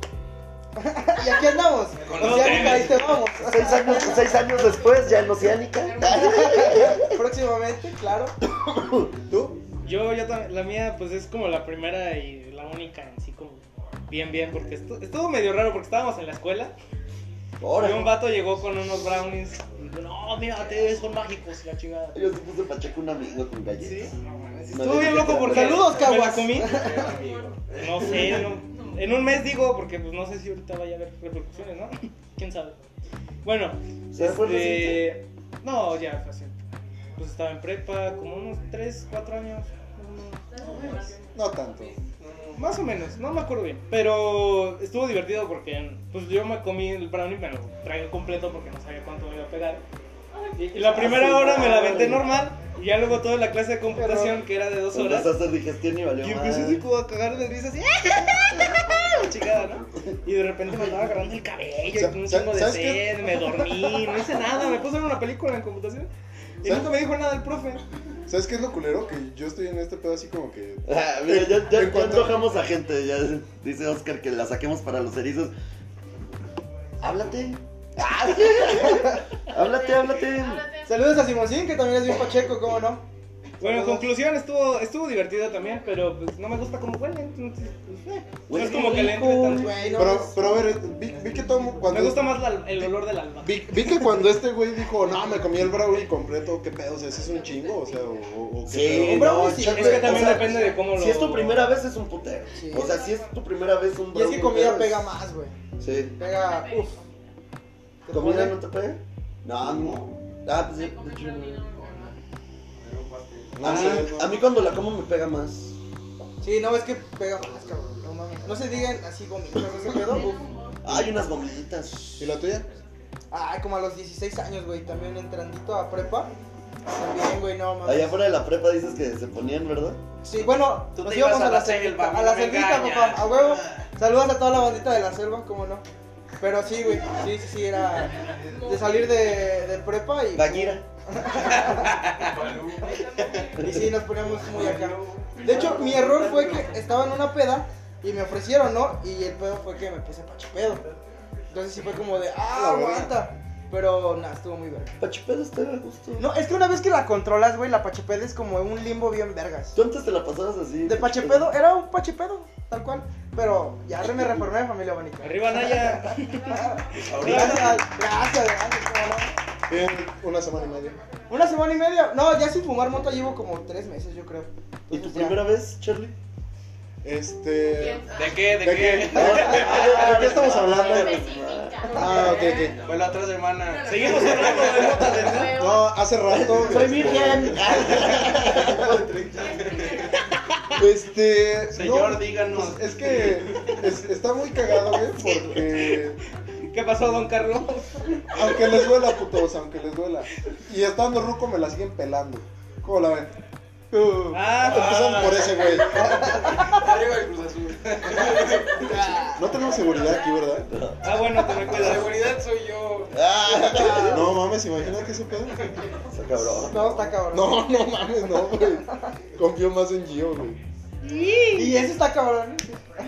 Speaker 1: Y aquí andamos.
Speaker 6: Con los
Speaker 1: Oceánica, ahí te vamos.
Speaker 2: seis años, seis años después, ya en Oceánica.
Speaker 1: Pero Próximamente, claro.
Speaker 3: ¿Tú?
Speaker 5: Yo, yo tam- la mía, pues es como la primera y la única en sí, como bien, bien, porque estu- estuvo medio raro porque estábamos en la escuela y un
Speaker 2: Ahora.
Speaker 5: vato llegó con unos brownies. y dijo, no, mira, te- son mágicos, y la chingada.
Speaker 2: Yo sí puse pacheco una amigo con
Speaker 5: Sí,
Speaker 2: galletas. No
Speaker 5: estuve bien
Speaker 2: dije
Speaker 5: loco
Speaker 2: que
Speaker 5: porque.
Speaker 2: era
Speaker 1: Saludos,
Speaker 5: ¿Me la
Speaker 1: Caguas.
Speaker 5: comí?
Speaker 8: eh,
Speaker 5: No sé, no- en un mes digo, porque pues no sé si ahorita vaya a haber repercusiones, ¿no? ¿Quién sabe? Bueno,
Speaker 2: ¿Se fue
Speaker 5: este, no, ya fue así. Pues estaba en prepa, como unos 3, 4 años.
Speaker 3: No tanto.
Speaker 5: Más o menos, no me acuerdo bien. Pero estuvo divertido porque pues yo me comí el brownie, me lo tragué completo porque no sabía cuánto me iba a pegar. Y, y
Speaker 3: Ah,
Speaker 5: la primera hora me la aventé normal y ya luego toda la clase de computación que era de dos
Speaker 2: Empezó
Speaker 5: horas.
Speaker 2: a hacer digestión y valió
Speaker 5: Y
Speaker 2: más.
Speaker 5: empecé así como a cagar de risa así. la chingada, ¿no? Y de repente me andaba agarrando el cabello y
Speaker 3: Sa-
Speaker 5: con un
Speaker 3: sa-
Speaker 5: chingo de
Speaker 3: ¿sabes qué?
Speaker 5: sed, me dormí, no hice nada, me puse a ver una película en computación. Y
Speaker 3: ¿Sabes?
Speaker 5: nunca me dijo nada el profe.
Speaker 3: ¿Sabes qué es lo culero? Que yo estoy en este pedo así como que.
Speaker 2: Ah, mira, ya, ya,
Speaker 3: En
Speaker 2: ya
Speaker 3: cuanto-
Speaker 2: antojamos a gente. Ya dice Oscar que la saquemos para los erizos. Háblate. Ah, sí. háblate, háblate.
Speaker 1: Saludos a Simoncín, que también es bien pacheco, ¿cómo no?
Speaker 5: Bueno, en
Speaker 1: Saludos.
Speaker 5: conclusión estuvo, estuvo divertido también, pero pues, no me gusta cómo huele, entonces pues, eh, no
Speaker 2: Huele
Speaker 5: es como que le entre
Speaker 1: Uy,
Speaker 5: tanto.
Speaker 1: güey, no,
Speaker 3: Pero,
Speaker 1: es-
Speaker 3: pero a ver, vi, vi que todo. mu- Cuando,
Speaker 5: Me gusta más la- el olor del alma.
Speaker 3: Vi, vi que cuando este güey dijo, no, me comí el brownie completo, ¿qué pedo? O sea, ¿ese es un chingo? O sea, o, o- o qué
Speaker 2: Sí,
Speaker 1: Un
Speaker 3: pedo?
Speaker 1: brownie
Speaker 2: no,
Speaker 1: sí,
Speaker 2: checo,
Speaker 5: Es que
Speaker 2: o
Speaker 5: también
Speaker 2: sea,
Speaker 5: depende de cómo lo.
Speaker 2: Si es tu primera vez es un putero.
Speaker 1: Sí.
Speaker 2: O sea, si es tu primera vez un
Speaker 1: Y es que
Speaker 2: brownie,
Speaker 1: comida
Speaker 2: pero-
Speaker 1: pega más, güey.
Speaker 2: Sí.
Speaker 1: Pega, uff.
Speaker 2: ¿Comida no te pega? No, no. Ah, pues sí.
Speaker 3: Ah,
Speaker 2: A mí, a mí cuando la como me pega más.
Speaker 1: Sí, no, es que pega más, cabrón. No mames. No se digan así gomitas, ese pedo. Uf.
Speaker 2: Hay unas gomitas.
Speaker 3: ¿Y la tuya?
Speaker 1: Ah, como a los 16 años, güey. También entrandito a prepa. También, güey, no mames.
Speaker 2: Allá afuera de la prepa dices que se ponían, ¿verdad?
Speaker 1: Sí, bueno,
Speaker 8: Tú
Speaker 1: nos
Speaker 8: te
Speaker 1: íbamos
Speaker 8: ibas
Speaker 1: a
Speaker 8: a
Speaker 1: la
Speaker 8: la selva,
Speaker 1: selvita, a
Speaker 8: no
Speaker 1: la
Speaker 8: me
Speaker 1: selvita,
Speaker 8: engañas.
Speaker 1: papá, a huevo. Saludos a toda la bandita de la selva, cómo no. Pero sí, güey, sí, sí, sí, era de salir de, de prepa y,
Speaker 2: Bagheera.
Speaker 1: y sí, nos poníamos muy acá. De hecho, mi error fue que estaba en una peda y me ofrecieron, ¿no? Y el pedo fue que me puse pachipedo. Entonces sí fue como de, ah,
Speaker 3: La verga.
Speaker 1: aguanta. Pero nada, estuvo muy verga.
Speaker 2: Pachipedo está a gusto.
Speaker 1: No, es que una vez que la controlas, güey, la pachipeda es como un limbo bien vergas.
Speaker 2: Tú antes te la pasabas así.
Speaker 1: De pachepedo, era un pachepedo, tal cual. Pero ya me reformé, familia bonita.
Speaker 5: Arriba, Naya.
Speaker 1: Gracias, gracias, gracias, cómo
Speaker 3: Bien, una semana y media.
Speaker 1: no. Una semana y media. No, ya sin fumar mota llevo como tres meses, yo creo.
Speaker 2: ¿Y tu
Speaker 1: Entonces, ya.
Speaker 2: primera vez, Charlie?
Speaker 3: Este.
Speaker 8: ¿De qué?
Speaker 3: ¿De
Speaker 8: ¿De, qué?
Speaker 3: qué? ¿De qué estamos hablando? Ah, ok, ok.
Speaker 8: Fue la otra semana.
Speaker 5: Seguimos hablando de notas del.
Speaker 3: No, hace rato.
Speaker 2: Soy
Speaker 3: este,
Speaker 2: virgen.
Speaker 3: Este.
Speaker 8: Señor,
Speaker 3: no,
Speaker 8: díganos.
Speaker 3: pues, es que es- está muy cagado, güey, porque.
Speaker 5: ¿Qué pasó, don Carlos?
Speaker 3: Aunque les duela, putos, aunque les duela. Y estando ruco me la siguen pelando. ¿Cómo la ven? Uh,
Speaker 5: Ah,
Speaker 3: Empiezan por ese, güey.
Speaker 9: Llega el Cruz Azul.
Speaker 3: No tenemos seguridad aquí, ¿verdad?
Speaker 5: ah, bueno, te me
Speaker 9: La
Speaker 5: cuidas.
Speaker 9: seguridad soy yo.
Speaker 3: No mames, imagínate ese pedo.
Speaker 2: Está cabrón.
Speaker 1: No, está cabrón.
Speaker 3: No, no mames, no, güey. Confío más en Gio, güey.
Speaker 1: Y eso está cabrón.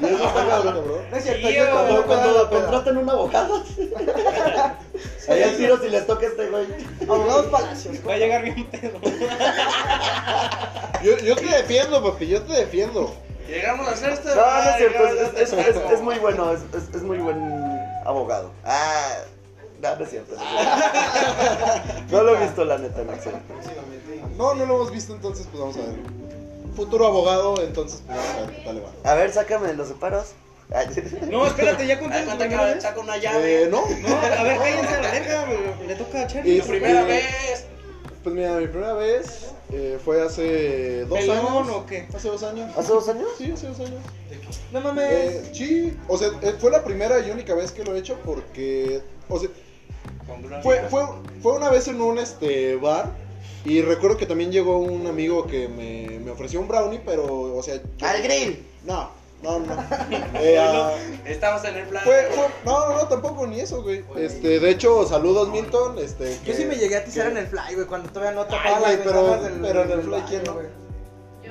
Speaker 2: Y eso está cabrón.
Speaker 1: No es cierto,
Speaker 5: Tío,
Speaker 1: yo también
Speaker 2: Cuando,
Speaker 1: me he
Speaker 2: cuando
Speaker 1: dado peda.
Speaker 2: contratan un abogado. Allá tiro si les toca a este güey.
Speaker 1: Abogados Palacios.
Speaker 5: Va a llegar bien pedo.
Speaker 3: Yo, yo te defiendo, papi, yo te defiendo.
Speaker 8: Llegamos a hacer esto.
Speaker 2: No, no es cierto. Es, es- es- es muy bueno, es, es- es muy buen abogado. Ah, no, no es cierto. no es cierto. No lo he visto, la neta, no sé.
Speaker 3: No, no lo hemos visto, entonces, pues vamos a ver. Futuro abogado, entonces, pues vamos a ver qué tal le va.
Speaker 2: A ver, sácame de los separos. Ay,
Speaker 5: No, espérate, ya
Speaker 8: Ah,
Speaker 5: conté. su primera vez.
Speaker 8: saca una
Speaker 3: Eh,
Speaker 8: llave.
Speaker 3: no,
Speaker 5: No, a ver, cállense a la verga. güey. Le toca a Charlie.
Speaker 3: Y-
Speaker 8: La primera
Speaker 3: eh,
Speaker 8: vez.
Speaker 3: Pues mira, mi primera vez eh, fue hace dos
Speaker 5: ¿Pelón
Speaker 3: años.
Speaker 5: o qué?
Speaker 3: Hace dos años.
Speaker 2: ¿Hace dos años?
Speaker 3: Ah, Sí, hace dos años.
Speaker 1: No mames.
Speaker 3: Eh, sí, o sea, eh, fue la primera y única vez que lo he hecho porque, o sea, fue, fue, fue una vez en un este bar y recuerdo que también llegó un amigo que me, me ofreció un brownie, pero, o sea, yo-
Speaker 2: ¡Al grill!
Speaker 3: no, no, no. Eh, ah,
Speaker 8: Estamos en el plan.
Speaker 3: fue- fue- Pues, no, no, tampoco ni eso, güey. Este, de hecho, saludos Milton, este.
Speaker 1: Yo
Speaker 3: que-
Speaker 1: sí me llegué a tizar
Speaker 3: que-
Speaker 1: en el fly, güly, cuando todavía no
Speaker 3: Ay,
Speaker 1: tapaba
Speaker 3: güey,
Speaker 1: las
Speaker 3: pero-
Speaker 1: ventanas del-
Speaker 3: pero en el
Speaker 1: del
Speaker 3: fly, ¿quién
Speaker 1: baño,
Speaker 3: no?
Speaker 1: güey.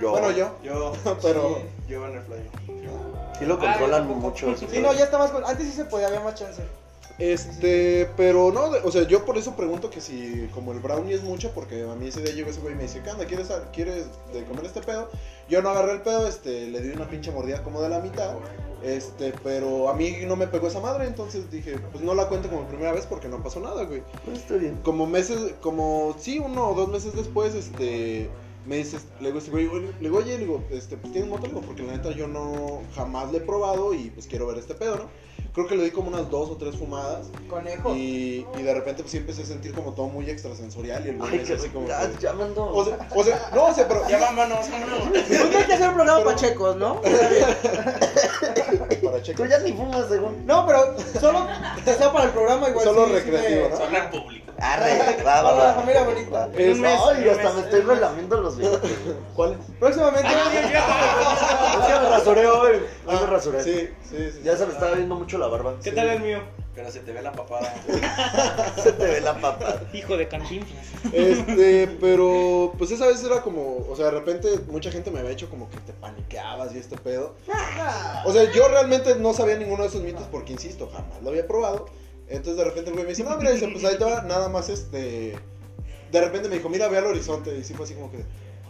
Speaker 2: Yo.
Speaker 3: Bueno, yo,
Speaker 8: Yo,
Speaker 3: pero.
Speaker 8: yo en el play.
Speaker 2: Sí lo controlan mucho.
Speaker 1: Sí, no, ya estabas con... Antes sí se podía, había más chance.
Speaker 3: Este, pero no, de- o sea, yo por eso pregunto que si como el brownie es mucho, porque a mí ese día llegó ese güey y me dice, ¿qué onda? ¿Quieres, a- quieres de comer este pedo? Yo no agarré el pedo, este, le di una pinche mordida como de la mitad, este, pero a mí no me pegó esa madre, entonces dije, pues no la cuento como primera vez porque no pasó nada, güey.
Speaker 2: Pues está bien.
Speaker 3: Como meses, como, sí, uno o dos meses después, este, me dices, le digo, este güey, oye, le digo, oye, le digo, este, pues tienes moto, Le digo, porque la neta yo no, jamás le he probado y pues quiero ver este pedo, ¿no? Creo que le di como unas dos o tres fumadas.
Speaker 1: Conejo.
Speaker 3: Y, y de repente pues sí empecé a sentir como todo muy extrasensorial y el
Speaker 2: Ay,
Speaker 3: güey
Speaker 2: qué
Speaker 3: así como...
Speaker 2: ya,
Speaker 3: que-
Speaker 2: ya me ando-
Speaker 3: O sea, o sea, no, o sea, pero...
Speaker 5: Ya vámonos, vámonos.
Speaker 1: Un día Pues hay que hacer un programa
Speaker 3: Pero-
Speaker 1: para checos, ¿no?
Speaker 3: Para
Speaker 2: Tú
Speaker 3: checar.
Speaker 2: ya ni fumas,
Speaker 3: Mm.
Speaker 2: según.
Speaker 1: No, pero solo que sea para el programa igual.
Speaker 3: Solo
Speaker 1: sí, sí
Speaker 3: recreativo,
Speaker 1: me-
Speaker 3: ¿no?
Speaker 5: Hablar público.
Speaker 2: Arre, va, va,
Speaker 1: Hola,
Speaker 2: va.
Speaker 1: familia bonita.
Speaker 2: Va.
Speaker 3: En un
Speaker 2: No,
Speaker 3: mes,
Speaker 2: y
Speaker 5: en un
Speaker 2: hasta
Speaker 5: mes,
Speaker 2: me
Speaker 5: en
Speaker 2: estoy
Speaker 5: un mes.
Speaker 2: relamiendo los dientes.
Speaker 3: ¿Cuál es?
Speaker 1: Próximamente.
Speaker 2: Es que me rasuré hoy. Hoy me rasuré.
Speaker 3: Ah, Sí, sí, sí.
Speaker 2: Ya se me estaba viendo mucho la barba.
Speaker 4: ¿Qué tal el mío?
Speaker 6: Pero se te ve la papada.
Speaker 2: Se te ve la papa.
Speaker 4: Hijo de Cantinflas.
Speaker 3: Este, pero pues esa vez era como, o sea, de repente mucha gente me había hecho como que te paniqueabas y este pedo. O sea, yo realmente no sabía ninguno de esos mitos porque, insisto, jamás lo había probado. Entonces de repente el güey me dice, no, mira, dice, pues ahí te va, nada más este... De repente me dijo, mira, ve al horizonte. Y sí fue así como que...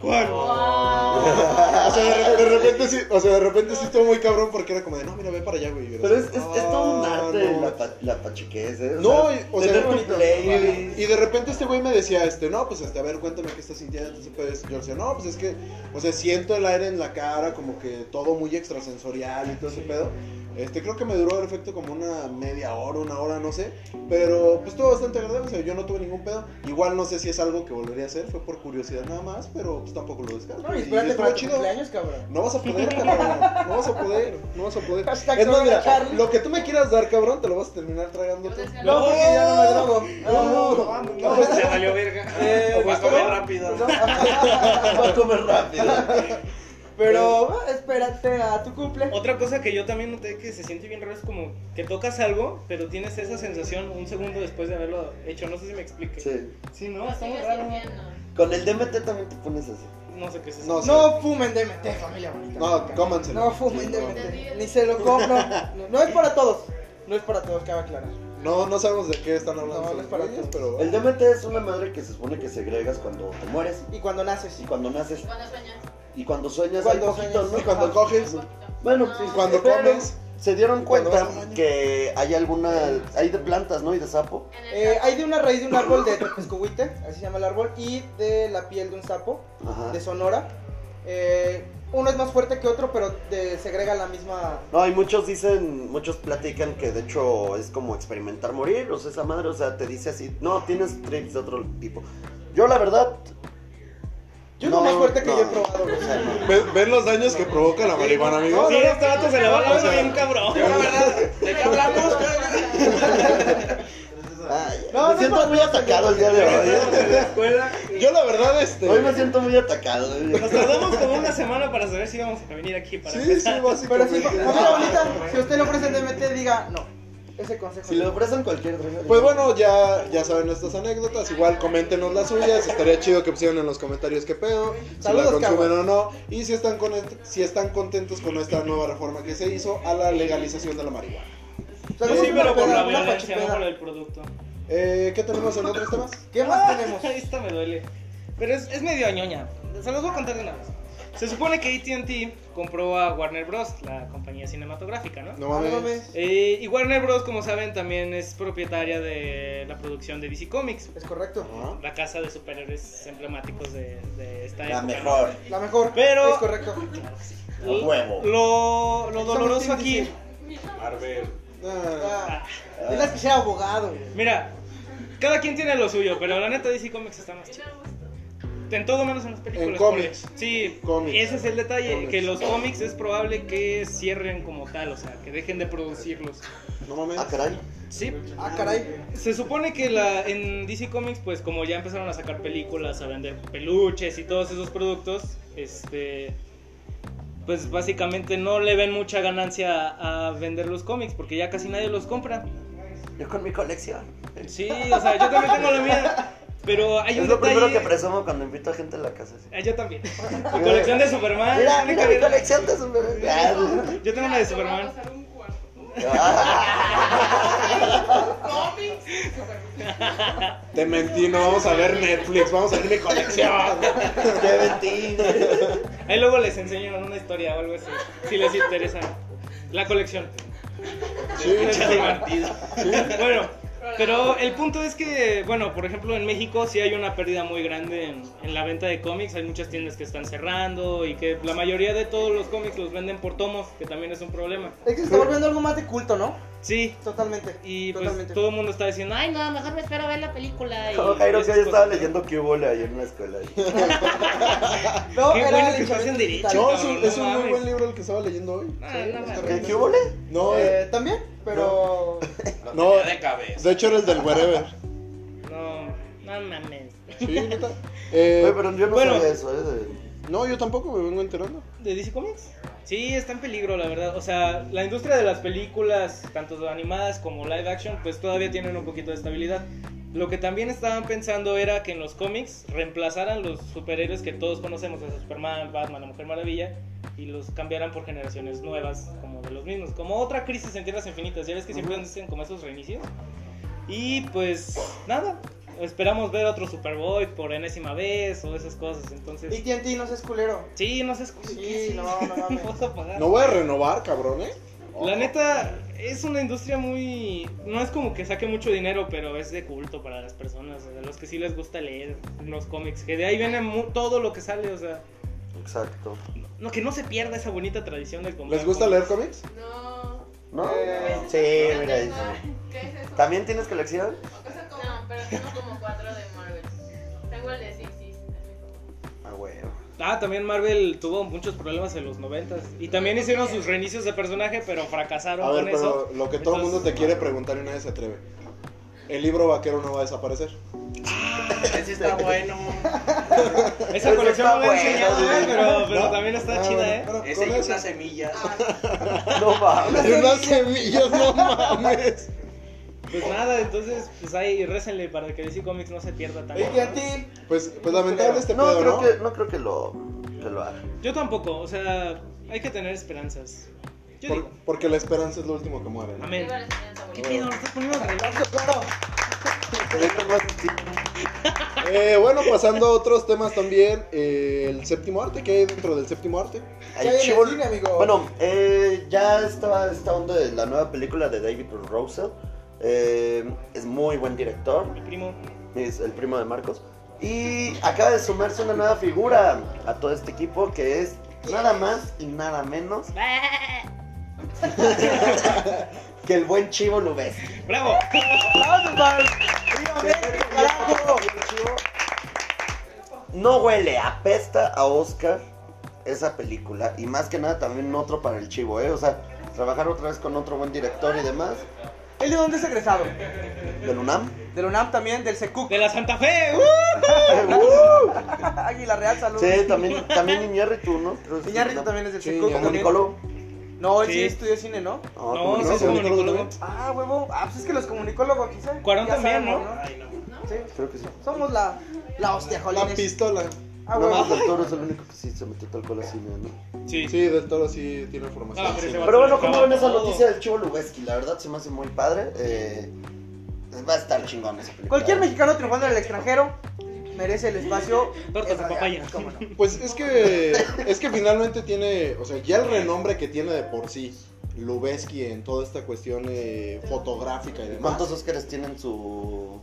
Speaker 3: O sea, de, de repente sí, o sea, de repente sí estuvo muy cabrón porque era como de, no, mira, ve para allá, güey. Y era
Speaker 2: Pero es,
Speaker 3: así,
Speaker 2: es, es todo un
Speaker 3: "Ah,
Speaker 2: arte
Speaker 3: no".
Speaker 2: la, pa- la pachequez, ¿eh?
Speaker 3: No, y- o sea,
Speaker 2: tener
Speaker 3: no,
Speaker 2: tu playlist.
Speaker 3: Y de repente este güey me decía, este, no, pues este, a ver, cuéntame qué estás sintiendo. Entonces, pues, yo le decía, no, pues es que, o sea, siento el aire en la cara, como que todo muy extrasensorial y todo ese pedo. Este, creo que me duró el efecto como una media hora, una hora, no sé. Pero, pues, estuvo bastante agradable, o sea, yo no tuve ningún pedo. Igual no sé si es algo que volvería a hacer, fue por curiosidad nada más, pero pues tampoco lo descarto.
Speaker 1: No, y
Speaker 3: Y
Speaker 1: espérate
Speaker 3: estuvo
Speaker 1: para tu
Speaker 3: chido.
Speaker 1: cumpleaños, cabrón.
Speaker 3: No vas a poder, cabrón. No vas a poder. No vas a poder.
Speaker 1: Hashtag
Speaker 3: Es más,
Speaker 1: solo la
Speaker 3: mira,
Speaker 1: Charlie.
Speaker 3: lo que tú me quieras dar, cabrón, te lo vas a terminar tragando tú.
Speaker 1: No, porque ya no me drogo. No.
Speaker 5: No, pues, ya valió verga.
Speaker 1: Eh,
Speaker 5: Va a
Speaker 3: pues,
Speaker 1: ¿gustó?
Speaker 5: comer rápido.
Speaker 1: ¿Gustó?
Speaker 2: Va a comer rápido.
Speaker 1: Pero ah, espérate a tu cumple.
Speaker 5: Otra cosa que yo también noté que se siente bien raro es como que tocas algo, pero tienes esa sensación un segundo después de haberlo hecho. No sé si me explique. Sí,
Speaker 2: Sí.
Speaker 5: no, está muy
Speaker 7: Sigue
Speaker 5: raro.
Speaker 7: sintiendo.
Speaker 2: Con el DMT también te pones así.
Speaker 5: No sé qué es eso.
Speaker 3: No, sí.
Speaker 1: No fumen DMT, familia bonita.
Speaker 3: No, cómanselo.
Speaker 1: No fumen
Speaker 3: Sí,
Speaker 1: DMT. Ni se lo compran. No, no es para todos. No es para todos, cabe aclarar.
Speaker 3: No, no sabemos de qué están hablando
Speaker 1: No, no
Speaker 3: esos
Speaker 1: es para
Speaker 3: güeyes,
Speaker 1: todos.
Speaker 3: pero...
Speaker 2: El DMT es una madre que se supone que segregas cuando te mueres
Speaker 1: Y cuando naces.
Speaker 2: y cuando naces
Speaker 7: Cuando sueñas.
Speaker 2: y cuando sueñas
Speaker 1: Cuando
Speaker 2: hay poquito,
Speaker 1: sueñas,
Speaker 2: ¿no?
Speaker 3: Y cuando
Speaker 1: Ajá.
Speaker 3: coges,
Speaker 2: Bueno,
Speaker 1: Ah.
Speaker 7: No.
Speaker 2: pues,
Speaker 3: cuando
Speaker 2: pero
Speaker 3: comes...
Speaker 2: se dieron
Speaker 3: Y cuando
Speaker 2: cuenta
Speaker 3: vas al baño.
Speaker 2: que hay alguna hay de plantas, ¿no? Y de sapo.
Speaker 7: En el
Speaker 1: Eh,
Speaker 7: campo.
Speaker 1: hay de una raíz de un árbol de Tepezcuhuite, así se llama el árbol, y de la piel de un sapo,
Speaker 2: Ajá.
Speaker 1: de Sonora. Eh, uno es más fuerte que otro, pero te segrega la misma...
Speaker 2: No, y muchos dicen, muchos platican que de hecho es como experimentar morir, o sea, esa madre, o sea, te dice así, no, tienes trips de otro tipo. Yo la verdad...
Speaker 1: Yo no,
Speaker 2: No,
Speaker 1: más fuerte que
Speaker 2: no.
Speaker 1: yo he probado, güey.
Speaker 3: ¿Ven, ven los daños que provoca la marihuana, amigos?
Speaker 5: Sí, este vato se la va a
Speaker 3: O sea,
Speaker 5: bien cabrón.
Speaker 6: Yo, la verdad, ¿de qué hablamos?
Speaker 2: ay,
Speaker 1: No,
Speaker 2: me
Speaker 1: no,
Speaker 2: siento
Speaker 1: no,
Speaker 2: muy
Speaker 1: no,
Speaker 2: atacado el día de hoy. ¿eh?
Speaker 5: Estábamos en la escuela.
Speaker 3: Yo la verdad, este...
Speaker 2: Hoy me siento muy atacado. eh.
Speaker 5: Nos tardamos como una semana para saber si íbamos a venir aquí para
Speaker 3: Sí, sí,
Speaker 5: empezar.
Speaker 1: Pero
Speaker 3: básicamente.
Speaker 1: si, familia bonita, si usted le ofrece DMT, diga no. Ese consejo.
Speaker 2: Si le ofrecen cualquier droga...
Speaker 3: Pues bueno, ya, ya saben nuestras anécdotas. Igual coméntenos las suyas. Estaría chido que pusieran en los comentarios qué pedo. Si la
Speaker 1: Saludos,
Speaker 3: consumen
Speaker 1: cabos.
Speaker 3: o no. Y si están, con, si están contentos con esta nueva reforma que se hizo a la legalización de la marihuana.
Speaker 1: Tal
Speaker 5: Yo
Speaker 1: vez
Speaker 5: sí,
Speaker 1: una
Speaker 5: pero por
Speaker 1: peda,
Speaker 5: la
Speaker 1: una
Speaker 5: violencia, no
Speaker 1: pachipeda.
Speaker 5: por el producto.
Speaker 3: Eh, ¿Qué tenemos en otros temas?
Speaker 1: ¿Qué más tenemos?
Speaker 5: Esta me duele. Pero es, es medio ñoña. Se los voy a contar de una vez. Se supone que ATT compró a Warner Bros., la compañía cinematográfica, ¿no?
Speaker 3: No
Speaker 1: No
Speaker 3: mames.
Speaker 1: mames.
Speaker 5: Eh, y Warner Bros., como saben, también es propietaria de la producción de DC Comics,
Speaker 1: Es correcto.
Speaker 3: Ajá.
Speaker 5: la casa de superhéroes emblemáticos de, de esta
Speaker 2: La
Speaker 5: época.
Speaker 2: mejor.
Speaker 1: La mejor.
Speaker 5: Pero-
Speaker 1: Es correcto.
Speaker 2: A huevo.
Speaker 5: Lo, lo doloroso
Speaker 1: Somos Team
Speaker 5: aquí.
Speaker 1: DC.
Speaker 6: Marvel.
Speaker 3: Ah,
Speaker 1: Ah, Diles que sea abogado. güey.
Speaker 5: Mira, cada quien tiene lo suyo, pero la neta DC Comics está más chido. En todo menos en las películas.
Speaker 3: En cómics.
Speaker 5: porque- Sí,
Speaker 3: Cómics.
Speaker 5: ese es el detalle,
Speaker 3: Cómics.
Speaker 5: que los cómics es probable que cierren como tal, o sea, que dejen de producirlos.
Speaker 3: no mames.
Speaker 2: Ah, caray.
Speaker 5: Sí.
Speaker 1: Ah, caray.
Speaker 5: Se supone que la, en DC Comics, pues como ya empezaron a sacar películas, a vender peluches y todos esos productos, este, pues básicamente no le ven mucha ganancia a, a vender los cómics, porque ya casi nadie los compra.
Speaker 2: Yo con mi colección.
Speaker 5: Sí, o sea, yo también tengo la mía. Pero hay
Speaker 2: Es
Speaker 5: un
Speaker 2: lo primero
Speaker 5: detalle-
Speaker 2: que presumo cuando invito a gente a la casa. así.
Speaker 5: Ah, yo también. Mi colección de Superman.
Speaker 2: Mira,
Speaker 5: única
Speaker 2: mira mi
Speaker 5: vida.
Speaker 2: colección de superhéroes.
Speaker 5: Yo tengo una de Superman.
Speaker 7: Te voy a pasar un cuarto. Cómics.
Speaker 3: Te mentí, no vamos a ver Netflix, vamos a ver mi colección.
Speaker 2: ¡Qué mentira!
Speaker 5: Ahí luego les enseño una historia o algo así, si les interesa. La colección.
Speaker 3: Sí,
Speaker 5: Pinche
Speaker 2: divertido.
Speaker 5: Bueno, pero el punto es que, bueno, por ejemplo, en México sí hay una pérdida muy grande en, en la venta de cómics. Hay muchas tiendas que están cerrando y que la mayoría de todos los cómics los venden por tomos, que también es un problema.
Speaker 1: Es que se está volviendo algo más de culto, ¿no?
Speaker 5: Sí.
Speaker 1: Totalmente.
Speaker 5: Y pues
Speaker 1: totalmente.
Speaker 5: todo el mundo está diciendo, ay no, mejor me espero a ver la película. y
Speaker 2: Como Oh, Jairo que
Speaker 5: esas
Speaker 2: hoy estaba
Speaker 5: cosas.
Speaker 2: leyendo que hubo ayer en la escuela.
Speaker 1: No,
Speaker 5: Qué
Speaker 1: era
Speaker 5: bueno
Speaker 1: el
Speaker 5: que estás en
Speaker 1: Chavo
Speaker 5: derecho,
Speaker 1: Digital.
Speaker 3: No, es un,
Speaker 5: Cabrón,
Speaker 3: es un
Speaker 5: no
Speaker 3: muy
Speaker 5: mames.
Speaker 3: buen libro el que estaba leyendo hoy.
Speaker 5: Ah,
Speaker 3: Sí,
Speaker 5: no
Speaker 3: está
Speaker 5: mames.
Speaker 2: ¿Qué,
Speaker 3: bien.
Speaker 2: qué hubo?
Speaker 3: No,
Speaker 1: Eh, También, pero.
Speaker 8: Lo
Speaker 3: No.
Speaker 8: tenía de cabeza.
Speaker 3: de hecho era el del wherever.
Speaker 5: No, no mames.
Speaker 3: Sí, neta. Eh,
Speaker 2: Güey, pero yo no
Speaker 5: bueno.
Speaker 2: sabía eso, ¿eh?
Speaker 3: No, yo tampoco me vengo enterando.
Speaker 5: ¿De DC Comics? Sí, está en peligro, la verdad. O sea, la industria de las películas, tanto animadas como live action, pues todavía tienen un poquito de estabilidad. Lo que también estaban pensando era que en los cómics reemplazaran los superhéroes que todos conocemos, o sea, Superman, Batman, la Mujer Maravilla, y los cambiaran por generaciones nuevas, como de los mismos. Como otra crisis en Tierras Infinitas, ya ves que siempre existen como esos reinicios. Y pues, nada, esperamos ver otro Superboy por enésima vez o esas cosas,
Speaker 1: Y
Speaker 5: entonces...
Speaker 1: TNT no seas culero.
Speaker 5: Sí, no se escucha.
Speaker 1: Sí, no, no mames.
Speaker 5: Vas a pagar.
Speaker 3: No voy a renovar, cabrón, ¿eh?
Speaker 5: La neta, es una industria muy. No es como que saque mucho dinero, pero es de culto para las personas, o sea, los que sí les gusta leer los cómics, que de ahí viene mu- todo lo que sale, o sea.
Speaker 2: Exacto.
Speaker 5: No, que no se pierda esa bonita tradición del cómic.
Speaker 3: ¿Les gusta leer cómics?
Speaker 7: No.
Speaker 2: ¿No?
Speaker 1: Eh,
Speaker 2: sí,
Speaker 7: No
Speaker 2: mira. ahí
Speaker 7: tengo-
Speaker 2: sí.
Speaker 7: ¿Qué es eso?
Speaker 2: ¿También tienes colección?
Speaker 7: Cosas como- No, pero tengo como cuatro de Marvel. Tengo el de Sixties.
Speaker 2: Ah, huevo.
Speaker 5: Ah, también Marvel tuvo muchos problemas en los noventas. Y también hicieron sus reinicios de personaje, pero fracasaron
Speaker 3: A ver,
Speaker 5: con
Speaker 3: pero
Speaker 5: eso.
Speaker 3: lo que todo el mundo
Speaker 5: Entonces-
Speaker 3: te quiere preguntar y nadie se atreve. El libro vaquero no va a desaparecer.
Speaker 8: Ese está bueno.
Speaker 5: Esa colección no la he
Speaker 2: Eso está
Speaker 5: enseñado,
Speaker 2: bueno,
Speaker 5: eh, pero, pero
Speaker 3: ¿no?
Speaker 5: también está
Speaker 3: Ah,
Speaker 5: chida,
Speaker 3: bueno,
Speaker 5: ¿eh?
Speaker 3: pero con
Speaker 8: Ese y
Speaker 3: eso-
Speaker 8: unas semillas.
Speaker 2: No mames.
Speaker 3: Y unas semillas, no mames.
Speaker 5: Pues nada, entonces, pues ahí, récenle para que DC Comics no se pierda
Speaker 1: Y
Speaker 5: tanto.
Speaker 1: TNT.
Speaker 3: Pues, pues lamentable este
Speaker 2: No,
Speaker 3: pedo,
Speaker 2: creo
Speaker 3: ¿no?
Speaker 2: que, no creo que lo, que lo haga.
Speaker 5: Yo tampoco, o sea, hay que tener esperanzas. Yo
Speaker 3: Por-
Speaker 5: digo,
Speaker 3: porque la esperanza es lo último que muere. ¿no?
Speaker 5: amén.
Speaker 7: Tengo la enseñanza
Speaker 5: ¿Qué
Speaker 7: bonita.
Speaker 5: pedo? ¿Estás poniendo de relajo?
Speaker 1: Claro.
Speaker 2: Esto no es así.
Speaker 3: Eh, bueno, pasando a otros temas también. eh, el séptimo arte, ¿qué hay dentro del séptimo arte?
Speaker 1: hay en el
Speaker 2: chivo-
Speaker 1: cine, amigo?
Speaker 2: Bueno, eh, ya estaba esta onda de la nueva película de David Russell. Eh, es muy buen director.
Speaker 5: Mi primo.
Speaker 2: es el primo de Marcos. Y acaba de sumarse una nueva figura a todo este equipo que es nada más y nada menos que el buen Chivo Lubeski.
Speaker 5: ¡Bravo!
Speaker 2: No huele, apesta a Oscar esa película. Y más que nada también otro para el Chivo, ¿eh? O sea, trabajar otra vez con otro buen director y demás.
Speaker 1: ¿Él de dónde es egresado?
Speaker 2: Del UNAM.
Speaker 1: Del UNAM también, del SECUC.
Speaker 5: ¡De la Santa Fe! ¡Uh!
Speaker 1: Águila Real, saludos.
Speaker 2: Sí, también, también Iñárritu, ¿no? Creo que es
Speaker 1: Iñárritu
Speaker 2: del UNAM.
Speaker 1: también es del
Speaker 3: Sí,
Speaker 1: SECUC.
Speaker 3: Iñárritu.
Speaker 1: también.
Speaker 2: Comunicólogo. Ah,
Speaker 1: No, él sí.
Speaker 5: Sí.
Speaker 1: estudió cine, ¿no?
Speaker 2: No,
Speaker 5: No,
Speaker 2: comunicólogo.
Speaker 5: sí, es como
Speaker 3: comunicólogo
Speaker 5: Nicólogo.
Speaker 1: Ah, huevo. Ah, pues es que los comunicólogos, quizá.
Speaker 5: Cuarón
Speaker 1: Ya
Speaker 5: también,
Speaker 1: sabemos,
Speaker 5: ¿no?
Speaker 8: Ay, no.
Speaker 1: Sí.
Speaker 2: Creo que sí.
Speaker 1: Somos la, la hostia,
Speaker 3: La
Speaker 1: jolines.
Speaker 3: pistola.
Speaker 1: Ah,
Speaker 2: no,
Speaker 1: huevo.
Speaker 2: más del toro es el único que sí se metió tal cual así, ¿no?
Speaker 5: Sí.
Speaker 3: Sí, del toro sí tiene formación.
Speaker 5: Ah, pero ese va a
Speaker 2: Pero bueno,
Speaker 5: ser
Speaker 2: como
Speaker 5: todo.
Speaker 2: ven esa noticia del Chivo Lubeski, la verdad se me hace muy padre. eh, va a estar chingón esa película.
Speaker 1: Cualquier mexicano triunfando en el extranjero merece el espacio.
Speaker 5: Tortas de
Speaker 1: Eh,
Speaker 5: papaya.
Speaker 1: cómo no.
Speaker 3: Pues es que es que finalmente tiene, o sea, ya el renombre que tiene de por sí Lubeski en toda esta cuestión eh, fotográfica y demás.
Speaker 2: ¿Cuántos Óscares tienen su...?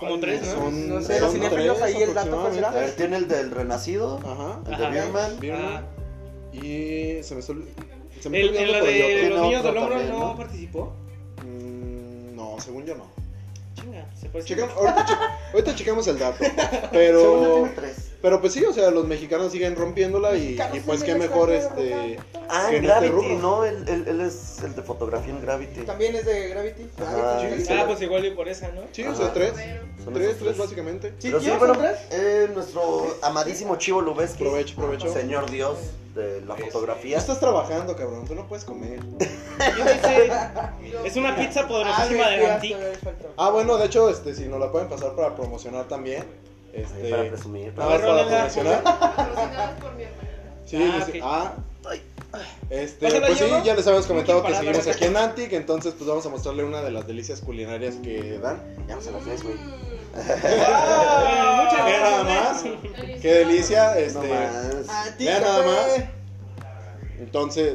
Speaker 5: Como tres, ¿no?
Speaker 3: Son,
Speaker 1: No sé,
Speaker 3: son
Speaker 1: los cinéfilos ahí el dato, ¿cuál será?
Speaker 2: A ver, tiene el del Renacido,
Speaker 3: Ajá.
Speaker 2: el de
Speaker 5: Ajá.
Speaker 2: Birdman.
Speaker 3: Birman.
Speaker 5: Ah.
Speaker 3: Y se me está olvi- se me
Speaker 5: El,
Speaker 3: está
Speaker 5: en la
Speaker 3: olvidando, pero yo
Speaker 5: de
Speaker 2: tiene
Speaker 5: los niños
Speaker 2: otro
Speaker 5: del hombro
Speaker 2: también,
Speaker 5: no
Speaker 2: ¿no?
Speaker 5: participó.
Speaker 3: creo- Mm, No, según yo no.
Speaker 5: Chinga, se puede
Speaker 3: Checa- ahorita, che- ahorita checamos el dato. Pero,
Speaker 2: Según yo tiene tres.
Speaker 3: pero pues sí, o sea, los mexicanos siguen rompiéndola y, y pues qué mejor este.
Speaker 2: Ah,
Speaker 3: que
Speaker 2: en
Speaker 3: en este
Speaker 2: Gravity,
Speaker 3: rubro.
Speaker 2: ¿no? Él, él- él es el de fotografía en Gravity.
Speaker 1: También es de Gravity.
Speaker 2: Ajá.
Speaker 1: Ay, qué
Speaker 5: Ah,
Speaker 1: chingada.
Speaker 5: pues igual y por esa, ¿no?
Speaker 3: Sí, o sea, tres.
Speaker 2: Son
Speaker 3: Tres,
Speaker 2: esos
Speaker 3: tres básicamente.
Speaker 1: ¿Sí,
Speaker 2: Pero sí,
Speaker 1: quién?
Speaker 2: bueno,
Speaker 1: ¿Son tres?
Speaker 2: eh, nuestro amadísimo Chivo Lubeski.
Speaker 3: Provecho, provecho.
Speaker 2: Señor Dios de la fotografía.
Speaker 3: Ya estás trabajando, cabrón, tú no puedes comer.
Speaker 5: Yo dice, es una pizza poderosísima
Speaker 1: Ah,
Speaker 5: de
Speaker 1: mira,
Speaker 5: Antique.
Speaker 1: todavía les faltó.
Speaker 3: Ah, bueno, de hecho, este, si nos la pueden pasar para promocionar también.
Speaker 2: Ahí
Speaker 3: Este,
Speaker 2: Eh, Para presumir.
Speaker 3: nada más para
Speaker 5: Rólenla.
Speaker 3: promocionar.
Speaker 7: Patrocinadas por mi hermanita.
Speaker 3: Sí,
Speaker 5: Ah,
Speaker 3: sí,
Speaker 5: ok.
Speaker 3: ah, Este,
Speaker 4: Pásala,
Speaker 3: pues sí,
Speaker 4: Diego.
Speaker 3: ya les habíamos comentado que
Speaker 4: Palabras.
Speaker 3: seguimos aquí en Antic, entonces pues vamos a mostrarle una de las delicias culinarias que dan.
Speaker 2: Ya no se las ves, güey.
Speaker 4: Ah, muchas
Speaker 3: Vean
Speaker 5: ¿eh?
Speaker 3: nada más,
Speaker 4: gracias.
Speaker 3: qué delicia,
Speaker 2: No
Speaker 3: este,
Speaker 1: Ah,
Speaker 2: más.
Speaker 3: vean nada más. Entonces,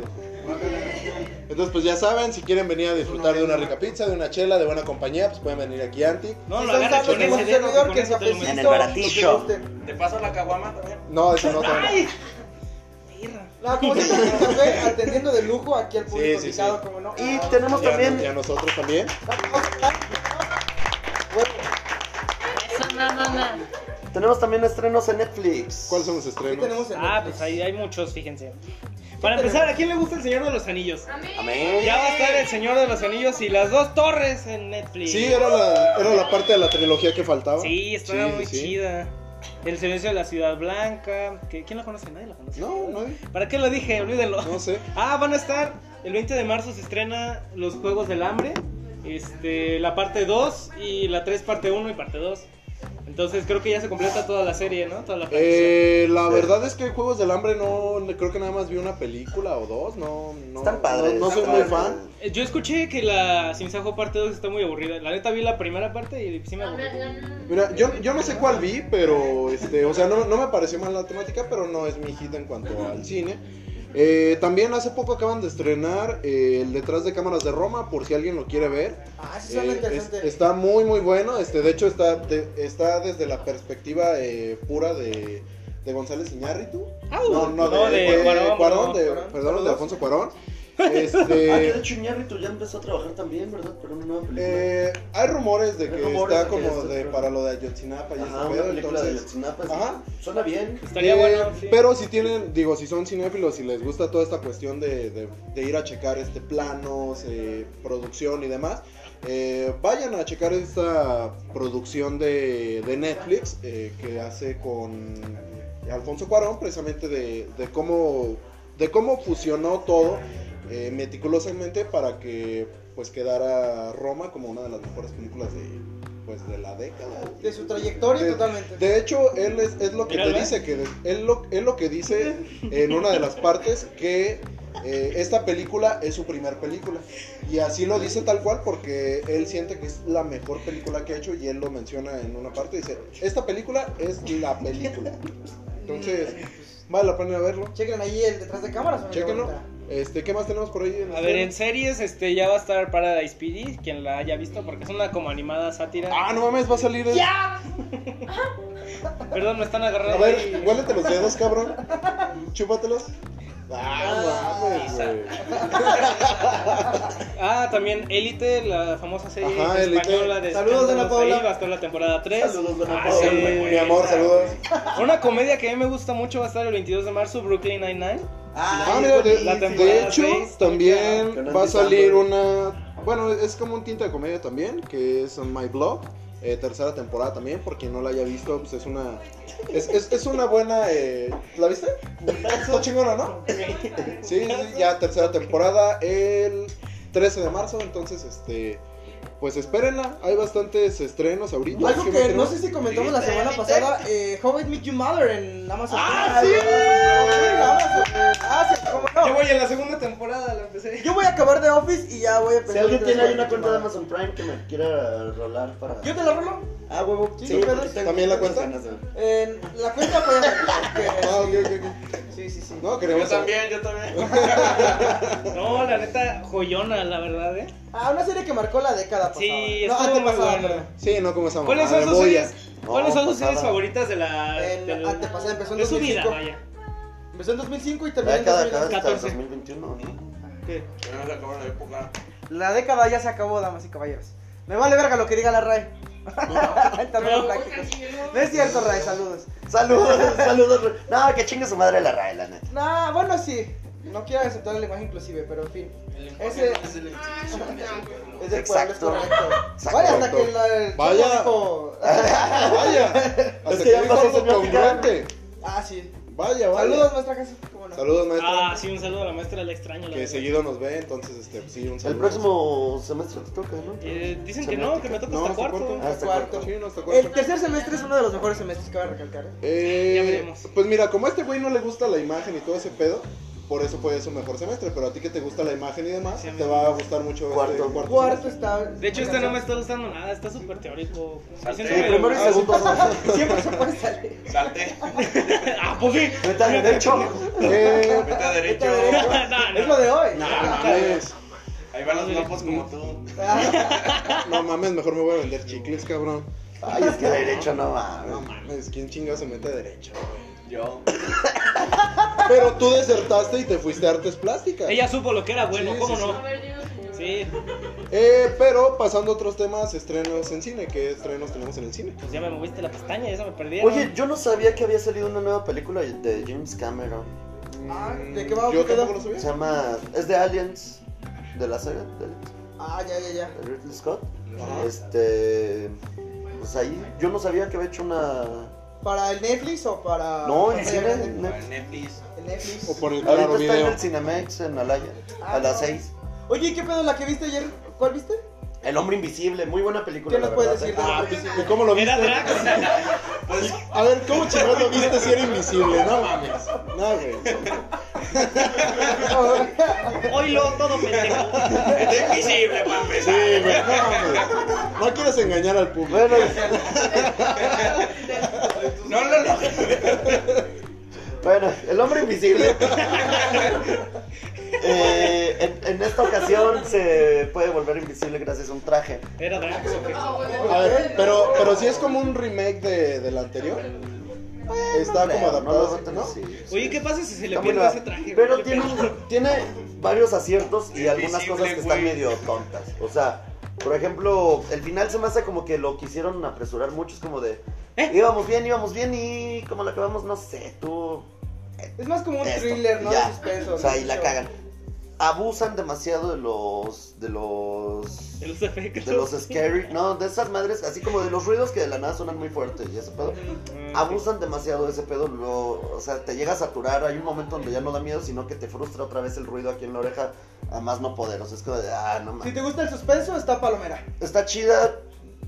Speaker 3: entonces pues ya saben, si quieren venir a disfrutar de una rica pizza, de una chela, de buena compañía, pues pueden venir aquí a Antic.
Speaker 5: No,
Speaker 1: Si
Speaker 5: lo
Speaker 1: son
Speaker 5: agarras
Speaker 1: santos
Speaker 5: con
Speaker 1: como
Speaker 5: ese
Speaker 1: su
Speaker 5: dedo.
Speaker 1: servidor,
Speaker 5: con
Speaker 1: que este,
Speaker 5: ese te lo metes.
Speaker 1: cafecito,
Speaker 2: En el baratillo.
Speaker 1: lo que gusten.
Speaker 8: Te paso la caguama también.
Speaker 3: No, eso no también.
Speaker 1: No, como siempre, el café este atendiendo de lujo aquí al público
Speaker 3: Sí, sí,
Speaker 1: invitado,
Speaker 3: sí.
Speaker 1: como no. Ah,
Speaker 2: Y tenemos
Speaker 3: Y a-
Speaker 2: también.
Speaker 3: y a nosotros también.
Speaker 7: Eso, no, no, no.
Speaker 2: Tenemos también estrenos en Netflix.
Speaker 3: ¿Cuáles son los
Speaker 1: Aquí
Speaker 3: estrenos?
Speaker 1: tenemos el
Speaker 5: Ah,
Speaker 1: Netflix.
Speaker 5: pues ahí hay muchos, fíjense. Para empezar, ¿a quién le gusta el Señor de los Anillos?
Speaker 7: A mí.
Speaker 2: Amén.
Speaker 5: Ya va a estar el Señor de los Anillos y las dos torres en Netflix.
Speaker 3: Sí, era la, era la parte de la trilogía que faltaba.
Speaker 5: Sí, estaba
Speaker 3: Sí,
Speaker 5: muy
Speaker 3: sí.
Speaker 5: chida. El silencio de la Ciudad Blanca. que- ¿Quién la conoce? Nadie la conoce.
Speaker 3: No, no,
Speaker 5: ¿Para qué lo dije? Olvídenlo.
Speaker 3: no sé.
Speaker 5: Ah, van a estar. El 20 de marzo se estrena Los Juegos del Hambre. Este, la parte 2 y la 3, parte 1 y parte 2. Entonces creo que ya se completa toda la serie, ¿no? Toda la franquicia.
Speaker 3: Eh, la verdad es que Juegos del Hambre no, creo que nada más vi una película o dos, no, no,
Speaker 2: Están padres. Ah,
Speaker 3: no, no soy
Speaker 2: están
Speaker 3: muy
Speaker 2: padres.
Speaker 3: fan.
Speaker 5: Eh, Yo escuché que la Sinsajo parte 2 está muy aburrida. La neta vi la primera parte y sí me aburrí.
Speaker 3: Mira, yo, yo no sé cuál vi, pero, este, o sea, no, no me pareció mal la temática, pero no es mi hit en cuanto al cine. Eh, también hace poco acaban de estrenar eh, el Detrás de Cámaras de Roma, por si alguien lo quiere ver.
Speaker 1: Ah, sí, suena
Speaker 3: Eh,
Speaker 1: interesante.
Speaker 3: es- está muy muy bueno, este, de hecho está, de- está desde la perspectiva eh, pura de, de González Iñárritu.
Speaker 5: Au.
Speaker 3: no, no, de,
Speaker 5: No, de
Speaker 3: de
Speaker 5: Cuarón,
Speaker 3: Cuarón,
Speaker 5: no,
Speaker 3: de-
Speaker 1: Cuarón.
Speaker 3: perdón, de Alfonso Cuarón.
Speaker 2: Ah, que de
Speaker 3: Este,
Speaker 2: hecho Iñárritu ya empezó a trabajar también, ¿verdad? Pero una nueva película.
Speaker 3: eh, hay rumores de
Speaker 2: Hay
Speaker 3: que
Speaker 2: rumores
Speaker 3: está
Speaker 2: de que
Speaker 3: como
Speaker 2: es-
Speaker 3: de para lo de Ayotzinapa y ese
Speaker 2: Ajá, una
Speaker 3: pedo,
Speaker 2: película de
Speaker 3: entonces...
Speaker 2: Ayotzinapa, sí.
Speaker 3: Ajá.
Speaker 2: Suena bien.
Speaker 5: Estaría
Speaker 3: Eh,
Speaker 5: bueno. sí.
Speaker 3: Pero si tienen, digo, si son cinéfilos y les gusta toda esta cuestión de, de- de ir a checar este planos, eh, producción y demás, eh, vayan a checar esta producción de, de Netflix eh, que hace con Alfonso Cuarón, precisamente de, de cómo de cómo fusionó todo eh, meticulosamente para que pues quedara Roma como una de las mejores películas de pues de la década.
Speaker 1: De su trayectoria,
Speaker 3: De-
Speaker 1: totalmente.
Speaker 3: De hecho, él es, es lo que
Speaker 5: Míralo,
Speaker 3: te
Speaker 5: ¿eh?
Speaker 3: dice, que él lo, él lo que dice en una de las partes que eh, esta película es su primer película. Y así lo dice tal cual porque él siente que es la mejor película que ha hecho y él lo menciona en una parte. Dice, esta película es la película. Entonces, vale la pena ir a verlo.
Speaker 1: Chequen ahí el detrás de cámaras. amigo,
Speaker 3: Chéquenlo.
Speaker 1: ahorita.
Speaker 3: Este, ¿Qué más tenemos por ahí? en
Speaker 5: A
Speaker 3: el
Speaker 5: ver,
Speaker 3: tren?
Speaker 5: en series este ya va a estar Paradise PD, quien la haya visto, porque es una como animada sátira.
Speaker 3: Ah, no mames, va a salir el...
Speaker 5: Perdón, me están
Speaker 3: A
Speaker 5: agarrando. ahí.
Speaker 3: ver, huélete los dedos, cabrón. Chúpatelos. Ah, mames, güey.
Speaker 5: Ah, también Élite, la famosa serie
Speaker 3: Ajá, Élite.
Speaker 5: española de
Speaker 1: Saludos, Dana
Speaker 5: escándalos
Speaker 1: Paula.
Speaker 5: ahí, va a estar la temporada 3.
Speaker 2: Saludos, Dana
Speaker 5: Ah,
Speaker 2: Paula.
Speaker 5: sí.
Speaker 2: güey,
Speaker 3: Mi amor, saludos.
Speaker 5: Una comedia que a mí me gusta mucho va a estar el 22 de marzo, Brooklyn Nine-Nine.
Speaker 3: Ah, mira, de,
Speaker 5: La temporada
Speaker 3: de hecho,
Speaker 5: seis,
Speaker 3: también
Speaker 2: con
Speaker 3: va a
Speaker 2: Andy
Speaker 3: salir
Speaker 2: Samberg.
Speaker 3: una. Bueno, es como un tinta de comedia también, que es on My Blog. eh, tercera temporada también, por quien no la haya visto, pues es una. Es, es- es una buena. eh, ¿La viste? Está chingona, ¿no? Sí, sí, ya tercera temporada, el 13 de marzo, entonces este. Pues espérenla, hay bastantes estrenos ahorita.
Speaker 1: Algo
Speaker 3: ¿Qué
Speaker 1: que
Speaker 3: me
Speaker 1: no
Speaker 3: creo?
Speaker 1: sé si comentamos la semana pasada, eh, How I Met Your Mother en Amazon.
Speaker 4: ¡Ah,
Speaker 1: Prime.
Speaker 4: sí!
Speaker 1: En Amazon. Ah, sí, cómo no.
Speaker 4: Yo voy en la segunda temporada, la empecé.
Speaker 1: Yo voy a acabar de Office y ya voy
Speaker 2: Si
Speaker 1: a empezar.
Speaker 2: alguien
Speaker 1: otra
Speaker 2: tiene
Speaker 1: vez
Speaker 2: ahí una
Speaker 1: How I Met
Speaker 2: cuenta de
Speaker 1: Your
Speaker 2: Amazon Prime que me quiera rolar para.
Speaker 1: Mother. Yo te la rolo.
Speaker 2: Ah, huevo.
Speaker 1: Sí, pero-
Speaker 2: porque tengo
Speaker 3: ¿También la
Speaker 2: muchas
Speaker 3: cuenta?
Speaker 2: ganas de-
Speaker 1: En la cuenta voy
Speaker 3: Ah,
Speaker 1: a
Speaker 3: ok, ok, ok.
Speaker 1: Sí, sí, sí.
Speaker 3: No, queremos.
Speaker 8: Yo también, yo también.
Speaker 5: No, la neta, joyona, la verdad, ¿eh?
Speaker 1: Ah, una serie que marcó la década pasada.
Speaker 5: Sí,
Speaker 1: no,
Speaker 5: estuvo muy
Speaker 1: antepasada,
Speaker 5: buena.
Speaker 1: perdón.
Speaker 3: Sí, no, como estamos.
Speaker 5: ¿Cuáles son sus series?
Speaker 2: No,
Speaker 5: ¿Cuáles son sus
Speaker 2: pasada.
Speaker 5: series favoritas de la.
Speaker 1: El
Speaker 5: del-
Speaker 1: antepasado empezó en
Speaker 5: de su
Speaker 1: 2005.
Speaker 5: vida, vaya.
Speaker 1: Empezó en 2005 y
Speaker 2: La
Speaker 1: terminó en
Speaker 2: década acaba
Speaker 1: 2014.
Speaker 2: hasta el
Speaker 5: 2014.
Speaker 2: 2021, ¿no?
Speaker 8: Ya nos acabó la época.
Speaker 1: La década ya se acabó, damas y caballeros. Me vale verga lo que diga la RAE. En términos
Speaker 5: No.
Speaker 1: prácticos. No es cierto, RAE, saludos.
Speaker 2: Saludos, saludos. No, que chingue su madre la RAE, la neta.
Speaker 1: Nah, bueno, sí. No quiero aceptar el lenguaje inclusive, pero en fin. Ese-
Speaker 8: El lenguaje no es de la institución, es del pueblo.
Speaker 1: Es del pueblo, es
Speaker 2: Exacto.
Speaker 1: correcto. Vale, hasta que la, el
Speaker 3: Vaya.
Speaker 1: dijo-
Speaker 3: Vaya,
Speaker 2: Es
Speaker 3: hasta
Speaker 2: que ya
Speaker 3: que dijo
Speaker 2: pasó
Speaker 3: algo
Speaker 2: semiótica.
Speaker 3: congruente.
Speaker 1: Ah, sí.
Speaker 3: Vaya, vaya.
Speaker 1: Saludos, maestra Jesús. ¿Cómo no?
Speaker 3: Saludos, maestro.
Speaker 5: Ah, sí, un saludo a la maestra, la extraño. La
Speaker 3: que
Speaker 5: verdad.
Speaker 3: seguido nos ve, entonces, este, sí, un saludo.
Speaker 2: El próximo semestre te toca, ¿no?
Speaker 5: Eh, dicen que no, que me toca
Speaker 3: No,
Speaker 5: hasta
Speaker 3: hasta
Speaker 5: cuarto.
Speaker 3: cuarto.
Speaker 2: Ah, hasta
Speaker 1: Cuarto.
Speaker 2: cuarto.
Speaker 3: Sí, no, hasta cuarto.
Speaker 1: El tercer semestre es uno de los mejores semestres que va a recalcar. ¿eh?
Speaker 3: Eh,
Speaker 5: Ya veremos.
Speaker 3: Pues mira, como a este güey no le gusta la imagen y todo ese pedo, por eso fue su mejor semestre. Pero a ti que te gusta la imagen y demás,
Speaker 5: Sí, a mí
Speaker 3: te
Speaker 5: me
Speaker 3: va a gustar mucho este
Speaker 2: Cuarto.
Speaker 1: Cuarto
Speaker 3: semestre.
Speaker 1: está.
Speaker 5: De hecho, este no me está gustando nada, está súper teórico.
Speaker 8: Salté.
Speaker 5: Siento
Speaker 8: Sí,
Speaker 5: que-
Speaker 2: primero y
Speaker 5: Ah,
Speaker 2: segundo.
Speaker 1: Siempre se puede salir.
Speaker 8: Salté.
Speaker 5: Ah, pues sí.
Speaker 2: Vete al derecho.
Speaker 3: Eh,
Speaker 8: Vete a
Speaker 1: Vete
Speaker 8: derecho.
Speaker 1: a derecho.
Speaker 5: No, no.
Speaker 1: Es lo de hoy.
Speaker 3: no mames,
Speaker 8: Ahí van los guapos como tú.
Speaker 1: Ah,
Speaker 3: no mames, mejor me voy a vender chicles, cabrón.
Speaker 2: Ay, es que derecho no
Speaker 3: No
Speaker 2: mames.
Speaker 3: mames, ¿quién chinga se mete derecho?
Speaker 8: Yo.
Speaker 3: Pero tú desertaste y te fuiste a artes plásticas.
Speaker 5: Ella supo lo que era bueno,
Speaker 3: Sí,
Speaker 5: ¿cómo
Speaker 3: sí,
Speaker 7: A
Speaker 5: no?
Speaker 7: ver, dinos señor.
Speaker 5: Sí,
Speaker 3: Eh, pero pasando a otros temas, estrenos en cine. ¿Qué estrenos tenemos en el cine?
Speaker 5: pues ya me moviste la pestaña, ya se me perdieron.
Speaker 2: Oye, yo no sabía que había salido una nueva película de James Cameron.
Speaker 1: Ah, ¿de qué va?
Speaker 3: Yo
Speaker 1: ¿Qué queda?
Speaker 3: tampoco lo sabía.
Speaker 2: Se llama. Es de Aliens. De la saga de, de
Speaker 1: Ah, ya, ya, ya.
Speaker 2: Ridley Scott.
Speaker 3: Ajá.
Speaker 2: Este. Pues ahí. Yo no sabía que había hecho una.
Speaker 1: ¿Para el Netflix o para.?
Speaker 2: No, en
Speaker 1: para
Speaker 2: cine.
Speaker 1: el-
Speaker 2: Netflix.
Speaker 8: Netflix.
Speaker 1: el Netflix.
Speaker 3: O por el claro
Speaker 2: Ahorita está en
Speaker 3: video.
Speaker 2: el Cinemex en Alaya.
Speaker 1: Ah,
Speaker 2: A las
Speaker 1: no.
Speaker 2: 6.
Speaker 1: Oye, ¿qué pedo la que viste ayer? ¿Cuál viste?
Speaker 2: El hombre invisible. Muy buena película.
Speaker 1: ¿Qué nos
Speaker 2: la
Speaker 1: puedes
Speaker 2: verdad,
Speaker 1: decir
Speaker 2: ¿eh?
Speaker 1: de
Speaker 3: Ah,
Speaker 1: la
Speaker 3: pues,
Speaker 1: película?
Speaker 3: ¿y cómo lo viste?
Speaker 5: Era Drax.
Speaker 8: Pues,
Speaker 3: A ver, ¿cómo chingados lo viste si era invisible? No mames. No, güey.
Speaker 5: Oilo, todo pendejo.
Speaker 8: Es invisible para
Speaker 3: Sí,
Speaker 8: empezar.
Speaker 3: güey, no mames. No quieres engañar al público.
Speaker 2: Bueno,
Speaker 8: No lo logré.
Speaker 2: Bueno, el hombre invisible. Eh, en, en esta ocasión se puede volver invisible gracias a un traje.
Speaker 5: Era Drax, ¿o qué?
Speaker 3: A ver, pero, pero sí es como un remake de, del anterior. Está como
Speaker 2: Creo,
Speaker 3: adaptado,
Speaker 2: lo-
Speaker 3: ¿no?
Speaker 2: sí.
Speaker 5: Oye, ¿qué pasa si se le
Speaker 2: Está muy
Speaker 5: pierde
Speaker 2: raro.
Speaker 5: ese traje?
Speaker 2: Pero
Speaker 5: ¿Qué
Speaker 2: tiene,
Speaker 5: pedo?
Speaker 2: tiene varios aciertos y algunas
Speaker 8: Invisible,
Speaker 2: cosas que están
Speaker 8: güey.
Speaker 2: medio tontas. O sea, por ejemplo, el final se me hace como que lo quisieron apresurar mucho. Es como de,
Speaker 5: ¿Eh?
Speaker 2: íbamos bien, íbamos bien y como la acabamos, no sé, tú
Speaker 1: Es más como un
Speaker 2: esto,
Speaker 1: thriller, ¿no?
Speaker 2: ya.
Speaker 1: De suspenso.
Speaker 2: O sea,
Speaker 1: ¿no?
Speaker 2: y la cagan. Abusan demasiado de los. de los.
Speaker 5: De los efectos.
Speaker 2: de los scary. No, de esas madres, así como de los ruidos que de la nada sonan muy fuertes y ese pedo.
Speaker 5: Mm,
Speaker 2: Abusan demasiado de ese pedo. lo- o sea, te llega a saturar. Hay un momento donde ya no da miedo, sino que te frustra otra vez el ruido aquí en la oreja. A más no poder. O sea, es como de. ah, no
Speaker 1: Si
Speaker 2: mames.
Speaker 1: te gusta el suspenso, está Palomera.
Speaker 2: Está chida.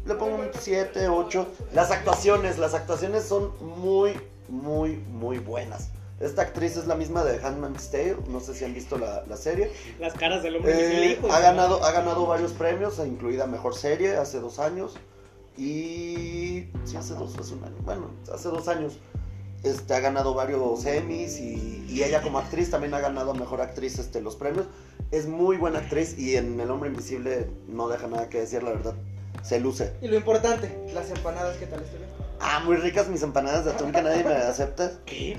Speaker 2: Le pongo un 7, 8. Las actuaciones, las actuaciones son muy, muy, muy buenas. Esta actriz es la misma de Handmaid's Tale, no sé si han visto la, la serie.
Speaker 5: Las caras del hombre
Speaker 2: Eh,
Speaker 5: invisible, hijo.
Speaker 2: ha, ganado, ha ganado varios premios, incluida Mejor Serie hace dos años. Y... Sí, hace dos, hace un año. Bueno, hace dos años. Este, ha ganado varios Emmys y, y ella como actriz también ha ganado a Mejor Actriz este, los premios. Es muy buena actriz y en El Hombre Invisible no deja nada que decir, la verdad. Se luce.
Speaker 1: Y lo importante, las empanadas, ¿qué tal estuvieron?
Speaker 2: Ah, muy ricas mis empanadas de atún que nadie me acepta.
Speaker 5: ¿Qué?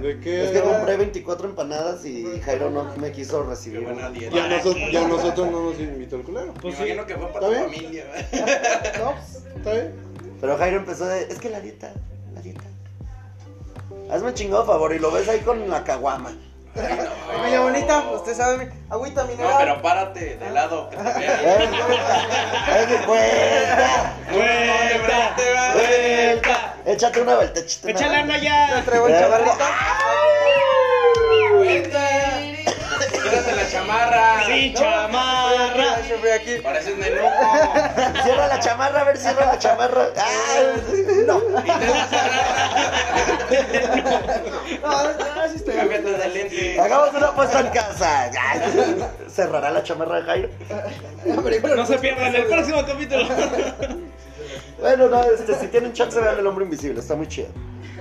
Speaker 3: ¿De
Speaker 2: Es que
Speaker 3: qué?
Speaker 2: compré 24 empanadas y Jairo no me quiso
Speaker 8: Qué
Speaker 2: recibir.
Speaker 8: buena
Speaker 3: Y a,
Speaker 8: dieta.
Speaker 3: noso- y a nosotros no nos invitó el culero.
Speaker 8: Me
Speaker 5: Pues sí.
Speaker 8: imagino que fue para
Speaker 3: ¿Está bien?
Speaker 8: tu familia. ¿verdad?
Speaker 1: ¿No? pues,
Speaker 3: ¿Está bien?
Speaker 2: Pero Jairo empezó de, es que la dieta, la dieta. Hazme un chingado favor y lo ves ahí con la caguama.
Speaker 1: Familia bonita, usted sabe, mi- agüita
Speaker 8: No,
Speaker 1: mineral.
Speaker 8: pero párate de lado, que te vean.
Speaker 2: ¡Eh, vuelta! ¡Eh, vuelta!
Speaker 5: ¡Vuelta! ¡Vuelta!
Speaker 2: Échate una vuelta, échate una
Speaker 5: ¡Échale a
Speaker 2: vuelta.
Speaker 1: Te
Speaker 5: Naya!
Speaker 1: traigo
Speaker 2: Eh,
Speaker 1: el chamarrito.
Speaker 8: ¡Vuelta! Quédate la chamarra.
Speaker 5: ¡Sí,
Speaker 1: No,
Speaker 5: chamarra!
Speaker 1: Yo fui aquí.
Speaker 8: Pareces menudo.
Speaker 2: Cierra la chamarra, a ver, cierra la chamarra. ¡Ah! No.
Speaker 1: No, ah, sí estoy.
Speaker 8: Cámbiate de lente.
Speaker 2: Hagamos una apuesta en casa. Ya. Cerrará la chamarra de Jairo.
Speaker 5: No se pierdan el próximo capítulo.
Speaker 2: Bueno, no, este, si tienen chance, vean el hombre invisible, está muy chido.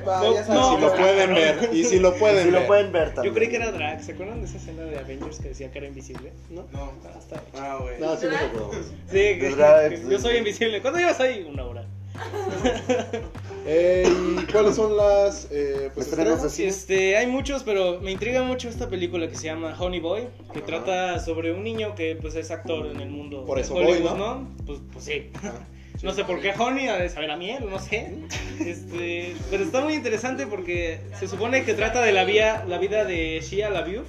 Speaker 1: Va,
Speaker 5: No,
Speaker 1: ya sabes.
Speaker 5: no,
Speaker 3: Si lo
Speaker 5: pero-
Speaker 3: pueden ver. Y si lo
Speaker 2: Si
Speaker 3: pueden
Speaker 2: lo
Speaker 3: ver.
Speaker 2: pueden ver también.
Speaker 5: Yo creí que era Drax. ¿Se acuerdan de esa escena de Avengers que decía que era invisible? No.
Speaker 8: No.
Speaker 5: Ah, está bien.
Speaker 8: No, güey.
Speaker 3: No, sí, no se puede.
Speaker 5: Sí, que-
Speaker 2: Drax,
Speaker 5: yo
Speaker 2: sí.
Speaker 5: soy invisible. ¿Cuándo llevas ahí? Una hora.
Speaker 3: Eh, ¿Y cuáles son las eh, pues,
Speaker 2: Estrenos de
Speaker 3: estrenos?
Speaker 2: cine.
Speaker 5: Este, hay muchos, pero me intriga mucho esta película que se llama Honey Boy, que
Speaker 3: Ajá.
Speaker 5: trata sobre un niño que pues es actor en el mundo
Speaker 3: Por
Speaker 5: de
Speaker 3: eso
Speaker 5: Hollywood,
Speaker 3: Boy,
Speaker 5: ¿no? Pues, pues sí.
Speaker 3: Ah, sí.
Speaker 5: No sé por qué Honey, ha de saber a miel, no sé. Este, pero está muy interesante porque se supone que trata de la vía, la vida de Shia LaBeouf,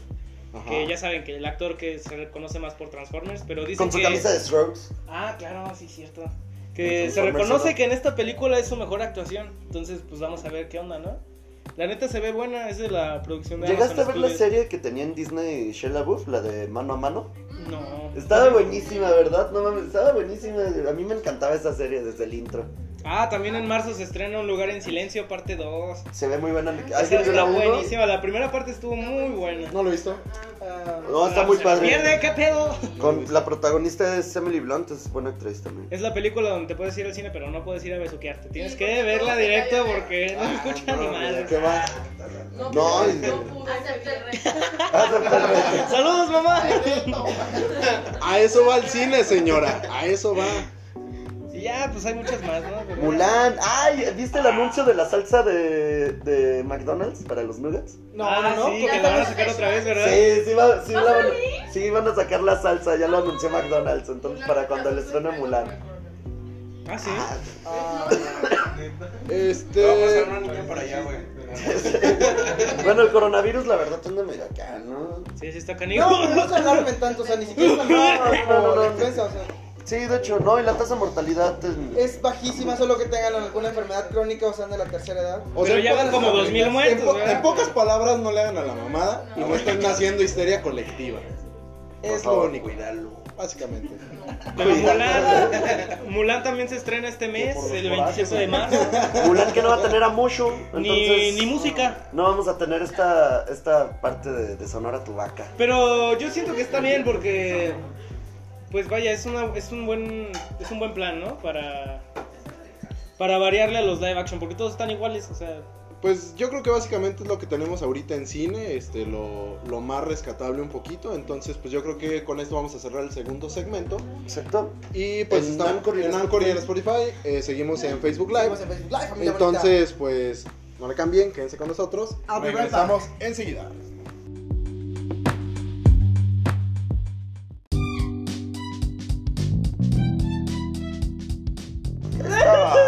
Speaker 3: Ajá.
Speaker 5: que ya saben que el actor que se reconoce más por Transformers, pero dice
Speaker 2: Con su
Speaker 5: que
Speaker 2: camisa de Strokes.
Speaker 5: Ah, claro, sí cierto.
Speaker 2: Con
Speaker 5: Que
Speaker 2: su
Speaker 5: se reconoce
Speaker 2: Transformers,
Speaker 5: que en esta película es su mejor actuación, entonces pues vamos a ver qué onda, ¿no? La neta se ve buena, es de la producción de
Speaker 2: ¿Llegaste a
Speaker 5: Amazon
Speaker 2: ver la
Speaker 5: Studios.
Speaker 2: serie que tenía en Disney Shella Buff, la de mano a mano?
Speaker 5: No.
Speaker 2: Estaba buenísima, ¿verdad? No mames, estaba buenísima. A mí me encantaba esa serie desde el intro.
Speaker 5: Ah, también en marzo se estrena Un lugar en silencio, parte 2.
Speaker 2: Se ve muy buena. ¿Has
Speaker 5: Esa
Speaker 2: visto
Speaker 5: está
Speaker 2: la uno?
Speaker 5: buenísima. La primera parte estuvo muy buena.
Speaker 3: No lo he visto.
Speaker 2: No, está muy padre.
Speaker 5: Mierda, qué pedo.
Speaker 2: Con la protagonista es Emily Blunt, es buena actriz también.
Speaker 5: Es la película donde te puedes ir al cine, pero no puedes ir a besuquearte. Tienes que verla directo porque
Speaker 2: Ah,
Speaker 5: no escucha ni madre.
Speaker 3: ¿Qué va?
Speaker 2: No,
Speaker 7: Acepta el reto.
Speaker 5: Saludos, mamá.
Speaker 3: A eso va el cine, señora. A eso va.
Speaker 5: Y ya, pues hay muchas más, ¿no? Pero-
Speaker 2: Mulan, ay, ¿viste el anuncio de la salsa de, de McDonald's para los nuggets?
Speaker 1: No,
Speaker 5: ah,
Speaker 1: no, no.
Speaker 5: sí, que la van a sacar otra vez, ¿verdad?
Speaker 2: Sí, sí, va- sí,
Speaker 7: ¿Va a
Speaker 2: la van,
Speaker 7: salir?
Speaker 2: sí van a sacar la salsa, ya lo anunció McDonald's, entonces para cuando le estrene Mulan.
Speaker 5: Ah, sí.
Speaker 1: Ah,
Speaker 8: Te va a
Speaker 3: Este.
Speaker 8: pasar una niña para allá, güey.
Speaker 2: Bueno, el coronavirus la verdad anda medio acá, ¿no?
Speaker 5: Sí, sí, está
Speaker 1: no,
Speaker 5: canijo.
Speaker 1: pero no se alarmen tanto, o sea, ni siquiera están
Speaker 2: No, no, no,
Speaker 1: por
Speaker 2: no.
Speaker 1: defensa, o sea,
Speaker 2: Sí, de hecho, no, y la tasa de mortalidad en-
Speaker 1: es bajísima, solo que tengan alguna enfermedad crónica o sean de la tercera edad.
Speaker 3: O
Speaker 5: Pero ya
Speaker 3: en
Speaker 5: van
Speaker 3: pocas-
Speaker 5: como 2000 muertos,
Speaker 3: en, po-
Speaker 5: ¿verdad?
Speaker 3: en pocas palabras, no le hagan a la mamada y no estén haciendo histeria colectiva.
Speaker 1: Es
Speaker 3: Por
Speaker 1: lo
Speaker 3: favor,
Speaker 1: único.
Speaker 2: cuídalo.
Speaker 3: Básicamente.
Speaker 5: Pero Mulan, Mulan también se estrena este mes,
Speaker 2: por los
Speaker 5: el 27 de marzo.
Speaker 2: Mulan que no va a tener a Mushu,
Speaker 5: Ni,
Speaker 2: entonces
Speaker 5: ni música.
Speaker 2: no vamos a tener esta, esta parte de, de Sonora tu vaca.
Speaker 5: Pero yo siento que está bien porque. Pues vaya, es, una, es, un buen, es un buen plan, ¿no? Para, para variarle a los live action, porque todos están iguales, o sea.
Speaker 3: Pues yo creo que básicamente es lo que tenemos ahorita en cine, este, lo, lo más rescatable un poquito. Entonces, pues yo creo que con esto vamos a cerrar el segundo segmento.
Speaker 2: Exacto.
Speaker 3: Y pues
Speaker 2: En
Speaker 3: estamos
Speaker 2: Anchor y en
Speaker 3: en Anchor y en Spotify, eh, seguimos en Facebook Live.
Speaker 1: Seguimos en Facebook Live, familia bonita.
Speaker 3: Entonces, pues no le cambien, quédense con nosotros.
Speaker 5: Ah,
Speaker 1: I'll
Speaker 5: pues,
Speaker 1: be right back.
Speaker 3: Regresamos enseguida.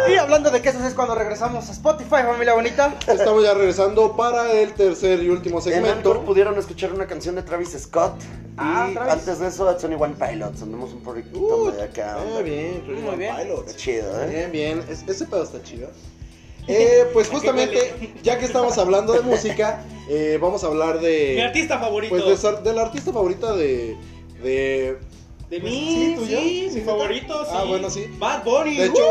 Speaker 1: Y hablando de quesos es cuando regresamos a Spotify, familia bonita.
Speaker 3: Estamos ya regresando para el tercer y último
Speaker 2: En Anchor
Speaker 3: segmento.
Speaker 2: pudieron escuchar una canción de Travis Scott.
Speaker 1: Ah,
Speaker 2: y
Speaker 1: Travis.
Speaker 2: antes de eso, Sony One Pilots. Andamos un poquito
Speaker 3: Uh,
Speaker 2: de acá.
Speaker 3: Ah,
Speaker 2: onda.
Speaker 3: bien,
Speaker 5: Muy bien.
Speaker 2: Está chido, ¿eh?
Speaker 3: Bien, bien. Es- ese pedo está chido. Eh, pues justamente, ya que estamos hablando de música, eh, vamos a hablar
Speaker 5: Mi
Speaker 3: de.
Speaker 5: artista favorito.
Speaker 3: Pues de, sar- de la artista favorita de. de pues,
Speaker 5: de
Speaker 3: ¿Sí,
Speaker 5: mí, sí,
Speaker 3: tuyo? ¿Sí,
Speaker 5: mi
Speaker 3: neta?
Speaker 5: favorito, sí.
Speaker 3: Ah, bueno, sí.
Speaker 5: Bad Bunny.
Speaker 3: de hecho,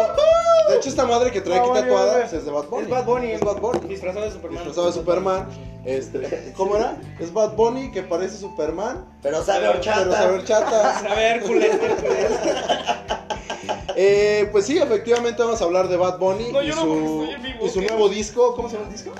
Speaker 3: de hecho, esta madre que trae aquí
Speaker 5: Bad Bunny,
Speaker 3: tatuada
Speaker 5: bebé.
Speaker 3: pues, es de Bad Bunny.
Speaker 5: Ah, Es Bad Bunny.
Speaker 3: Es Bad Bunny.
Speaker 5: uh, Disfrazado de Superman.
Speaker 3: Disfrazado de Superman. Este, ¿Cómo era? Es Bad Bunny que parece Superman,
Speaker 2: Pero sabe a horchata.
Speaker 3: pero sabe horchata.
Speaker 5: A ver, culés,
Speaker 3: Eh, pues sí, efectivamente vamos a hablar de Bad Bunny
Speaker 5: No,
Speaker 3: y,
Speaker 5: yo no,
Speaker 3: su,
Speaker 5: porque estoy en vivo.
Speaker 3: y su nuevo disco. ¿Cómo se llama el disco?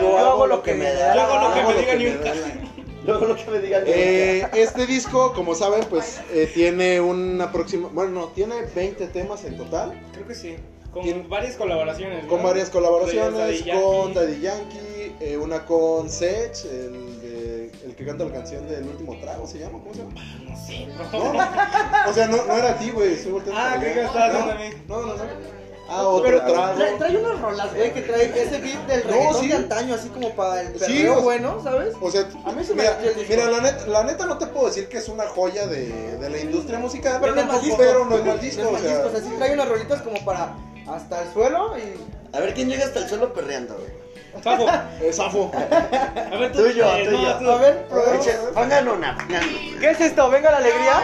Speaker 2: Yo hago lo que me da.
Speaker 5: Yo hago lo que
Speaker 3: Hago
Speaker 5: me
Speaker 3: lo
Speaker 5: diga
Speaker 3: que
Speaker 5: ni
Speaker 3: me
Speaker 5: un
Speaker 3: da
Speaker 5: ca-
Speaker 3: la-
Speaker 2: Luego lo que me digan.
Speaker 3: Eh, este disco, como saben, pues eh, tiene una próxima. Bueno, no, tiene 20 temas en total.
Speaker 5: Creo que sí. Con
Speaker 3: ¿Quién?
Speaker 5: varias colaboraciones.
Speaker 3: Con
Speaker 5: ¿no?
Speaker 3: varias colaboraciones:
Speaker 5: De Daddy
Speaker 3: con
Speaker 5: Yankee.
Speaker 3: Daddy Yankee, eh, una con Sech, el, de- el que canta la canción del último trago, ¿se llama? ¿Cómo se llama?
Speaker 5: No sé,
Speaker 3: No,
Speaker 5: bro.
Speaker 3: no. O sea, no, no era a ti, güey. estoy volteando
Speaker 5: Ah,
Speaker 3: para allá.
Speaker 5: creo que estaba
Speaker 3: No,
Speaker 5: hablando de mí.
Speaker 3: No, no, no. Ah, otro
Speaker 2: Pero
Speaker 3: trago.
Speaker 1: Trae, trae unas rolas, güey, que trae ese beat del
Speaker 3: No,
Speaker 1: reggaetón
Speaker 3: sí.
Speaker 1: de antaño, así como para el
Speaker 3: Sí,
Speaker 1: perreo
Speaker 3: o sea-
Speaker 1: bueno, ¿sabes?
Speaker 3: O sea,
Speaker 1: A mí se me
Speaker 3: mira,
Speaker 1: latió el disco.
Speaker 3: mira, la, neta, la neta no te puedo decir que es una joya de, de la industria musical,
Speaker 1: Pero no es mal disco.
Speaker 3: pero no es mal disco,
Speaker 1: No es
Speaker 3: o
Speaker 1: mal
Speaker 3: sea,
Speaker 1: disco, o sea, sí trae unas rolitas como para hasta el suelo y...
Speaker 2: A ver quién llega hasta el suelo perreando, güey.
Speaker 5: Fafo,
Speaker 3: es afo.
Speaker 5: A ver, tú.
Speaker 2: Tuyo,
Speaker 5: eh, no,
Speaker 2: tuyo.
Speaker 5: tú.
Speaker 1: A ver, probemos.
Speaker 2: Eche- Pongan una. pongan una.
Speaker 1: ¿Qué es esto? ¿Venga la alegría?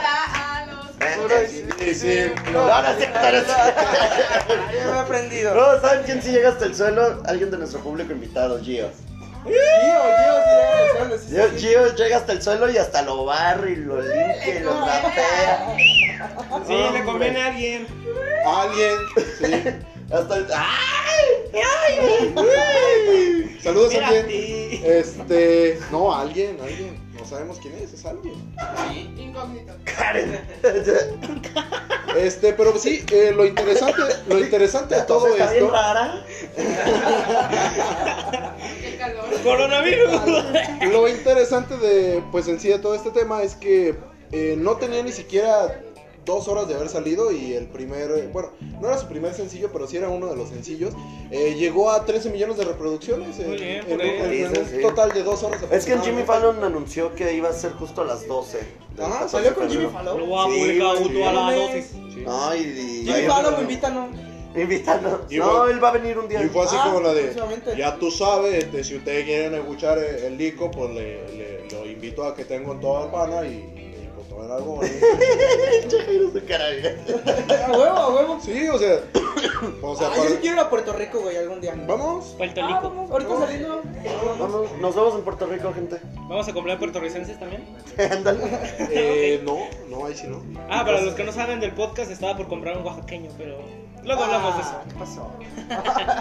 Speaker 7: Hola a los
Speaker 2: Sí, sí. Ahora sí, ahora sí.
Speaker 1: Ya me he aprendido.
Speaker 2: No, ¿saben quién sí llega hasta el suelo? Alguien de nuestro público invitado, Gio.
Speaker 1: Gio, Gio, sí,
Speaker 2: Gio,
Speaker 1: sí, sí.
Speaker 2: Gio llega hasta el suelo y hasta lo barre y lo limpia y lo rapea.
Speaker 5: Sí, le conviene a alguien.
Speaker 3: Alguien.
Speaker 2: Hasta el. ¡Ah!
Speaker 3: Saludos a
Speaker 5: Mira a
Speaker 3: alguien.
Speaker 5: ti.
Speaker 3: Este. No, alguien, alguien. No sabemos quién es, es alguien.
Speaker 7: Incógnito.
Speaker 3: Este, pero sí, eh, lo interesante, lo interesante de todo
Speaker 2: Está bien
Speaker 3: esto.
Speaker 2: rara.
Speaker 7: Qué calor.
Speaker 5: Coronavirus.
Speaker 3: Lo interesante de, pues en sí de todo este tema es que eh, no tenía ni siquiera dos horas de haber salido y el primer, eh, bueno, no era su primer sencillo, pero sí era uno de los sencillos. eh, llegó a 13 millones de reproducciones en,
Speaker 5: Muy bien,
Speaker 3: en
Speaker 5: por
Speaker 3: un-
Speaker 5: ahí.
Speaker 3: en un
Speaker 2: Sí, sí, sí.
Speaker 3: total de dos horas.
Speaker 2: Es que en Jimmy
Speaker 3: aproximadamente.
Speaker 2: Fallon anunció que iba a ser justo a las 12.
Speaker 1: Ah,
Speaker 2: del
Speaker 3: Ajá,
Speaker 2: 14
Speaker 3: salió con
Speaker 2: de
Speaker 3: Jimmy
Speaker 2: febrero.
Speaker 5: Lo
Speaker 1: Hello.
Speaker 5: voy a
Speaker 2: Sí,
Speaker 5: publicar
Speaker 2: sí.
Speaker 5: junto a la dosis.
Speaker 2: No, y. y-
Speaker 1: Jimmy
Speaker 2: y-
Speaker 1: Fallon me invita, ¿no?
Speaker 2: Invítalo.
Speaker 3: Y
Speaker 2: No,
Speaker 3: fue-
Speaker 2: él va a venir un día.
Speaker 3: Y fue así
Speaker 1: Ah,
Speaker 3: como la de,
Speaker 1: próximamente.
Speaker 3: ya tú sabes, este, si ustedes eh, quieren escuchar el, el disco, pues le, le- lo invito a que tengan toda la pana y, y, pues, todo poner algo bonito.
Speaker 2: Pinche Jairo su cara, güey.
Speaker 1: A huevo, a huevo.
Speaker 3: Sí, o sea. O sea,
Speaker 1: Ah,
Speaker 3: para-
Speaker 1: yo sí quiero ir a Puerto Rico, güey, algún día.
Speaker 3: Vamos.
Speaker 5: Para el
Speaker 1: Ah,
Speaker 5: tolico.
Speaker 1: vamos, ahorita saliendo.
Speaker 2: Vamos, nos vemos en Puerto Rico, gente.
Speaker 5: ¿Vamos a comprar puertorricenses también?
Speaker 2: Ándale.
Speaker 3: Eh, no, no, ahí sí no.
Speaker 5: Ah, para los que no saben del podcast, estaba por comprar un oaxaqueño, pero luego hablamos de eso.
Speaker 1: Ah, ¿Qué pasó?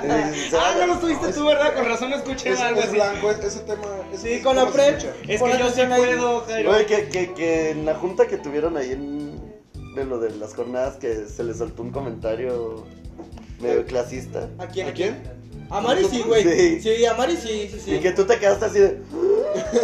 Speaker 2: Eh, se
Speaker 5: Ah,
Speaker 2: va-
Speaker 5: no lo estuviste tú, ¿verdad? Con razón escuché
Speaker 3: Es,
Speaker 5: algo
Speaker 3: es
Speaker 5: así.
Speaker 3: blanco, es- ese tema. ese
Speaker 1: Sí,
Speaker 3: tema
Speaker 1: con la
Speaker 3: se
Speaker 1: Fred.
Speaker 3: escucha.
Speaker 5: Es
Speaker 1: Pon
Speaker 5: que yo sí
Speaker 1: atención ahí.
Speaker 5: puedo, Jairo.
Speaker 2: Güey, que, que, que en la junta que tuvieron ahí en. De lo de las jornadas que se les soltó un comentario medio clasista.
Speaker 1: ¿A quién?
Speaker 3: ¿A quién?
Speaker 1: A Mari sí, güey.
Speaker 2: Sí.
Speaker 1: Sí. a Mari sí, sí, sí.
Speaker 2: Y que tú te quedaste así de.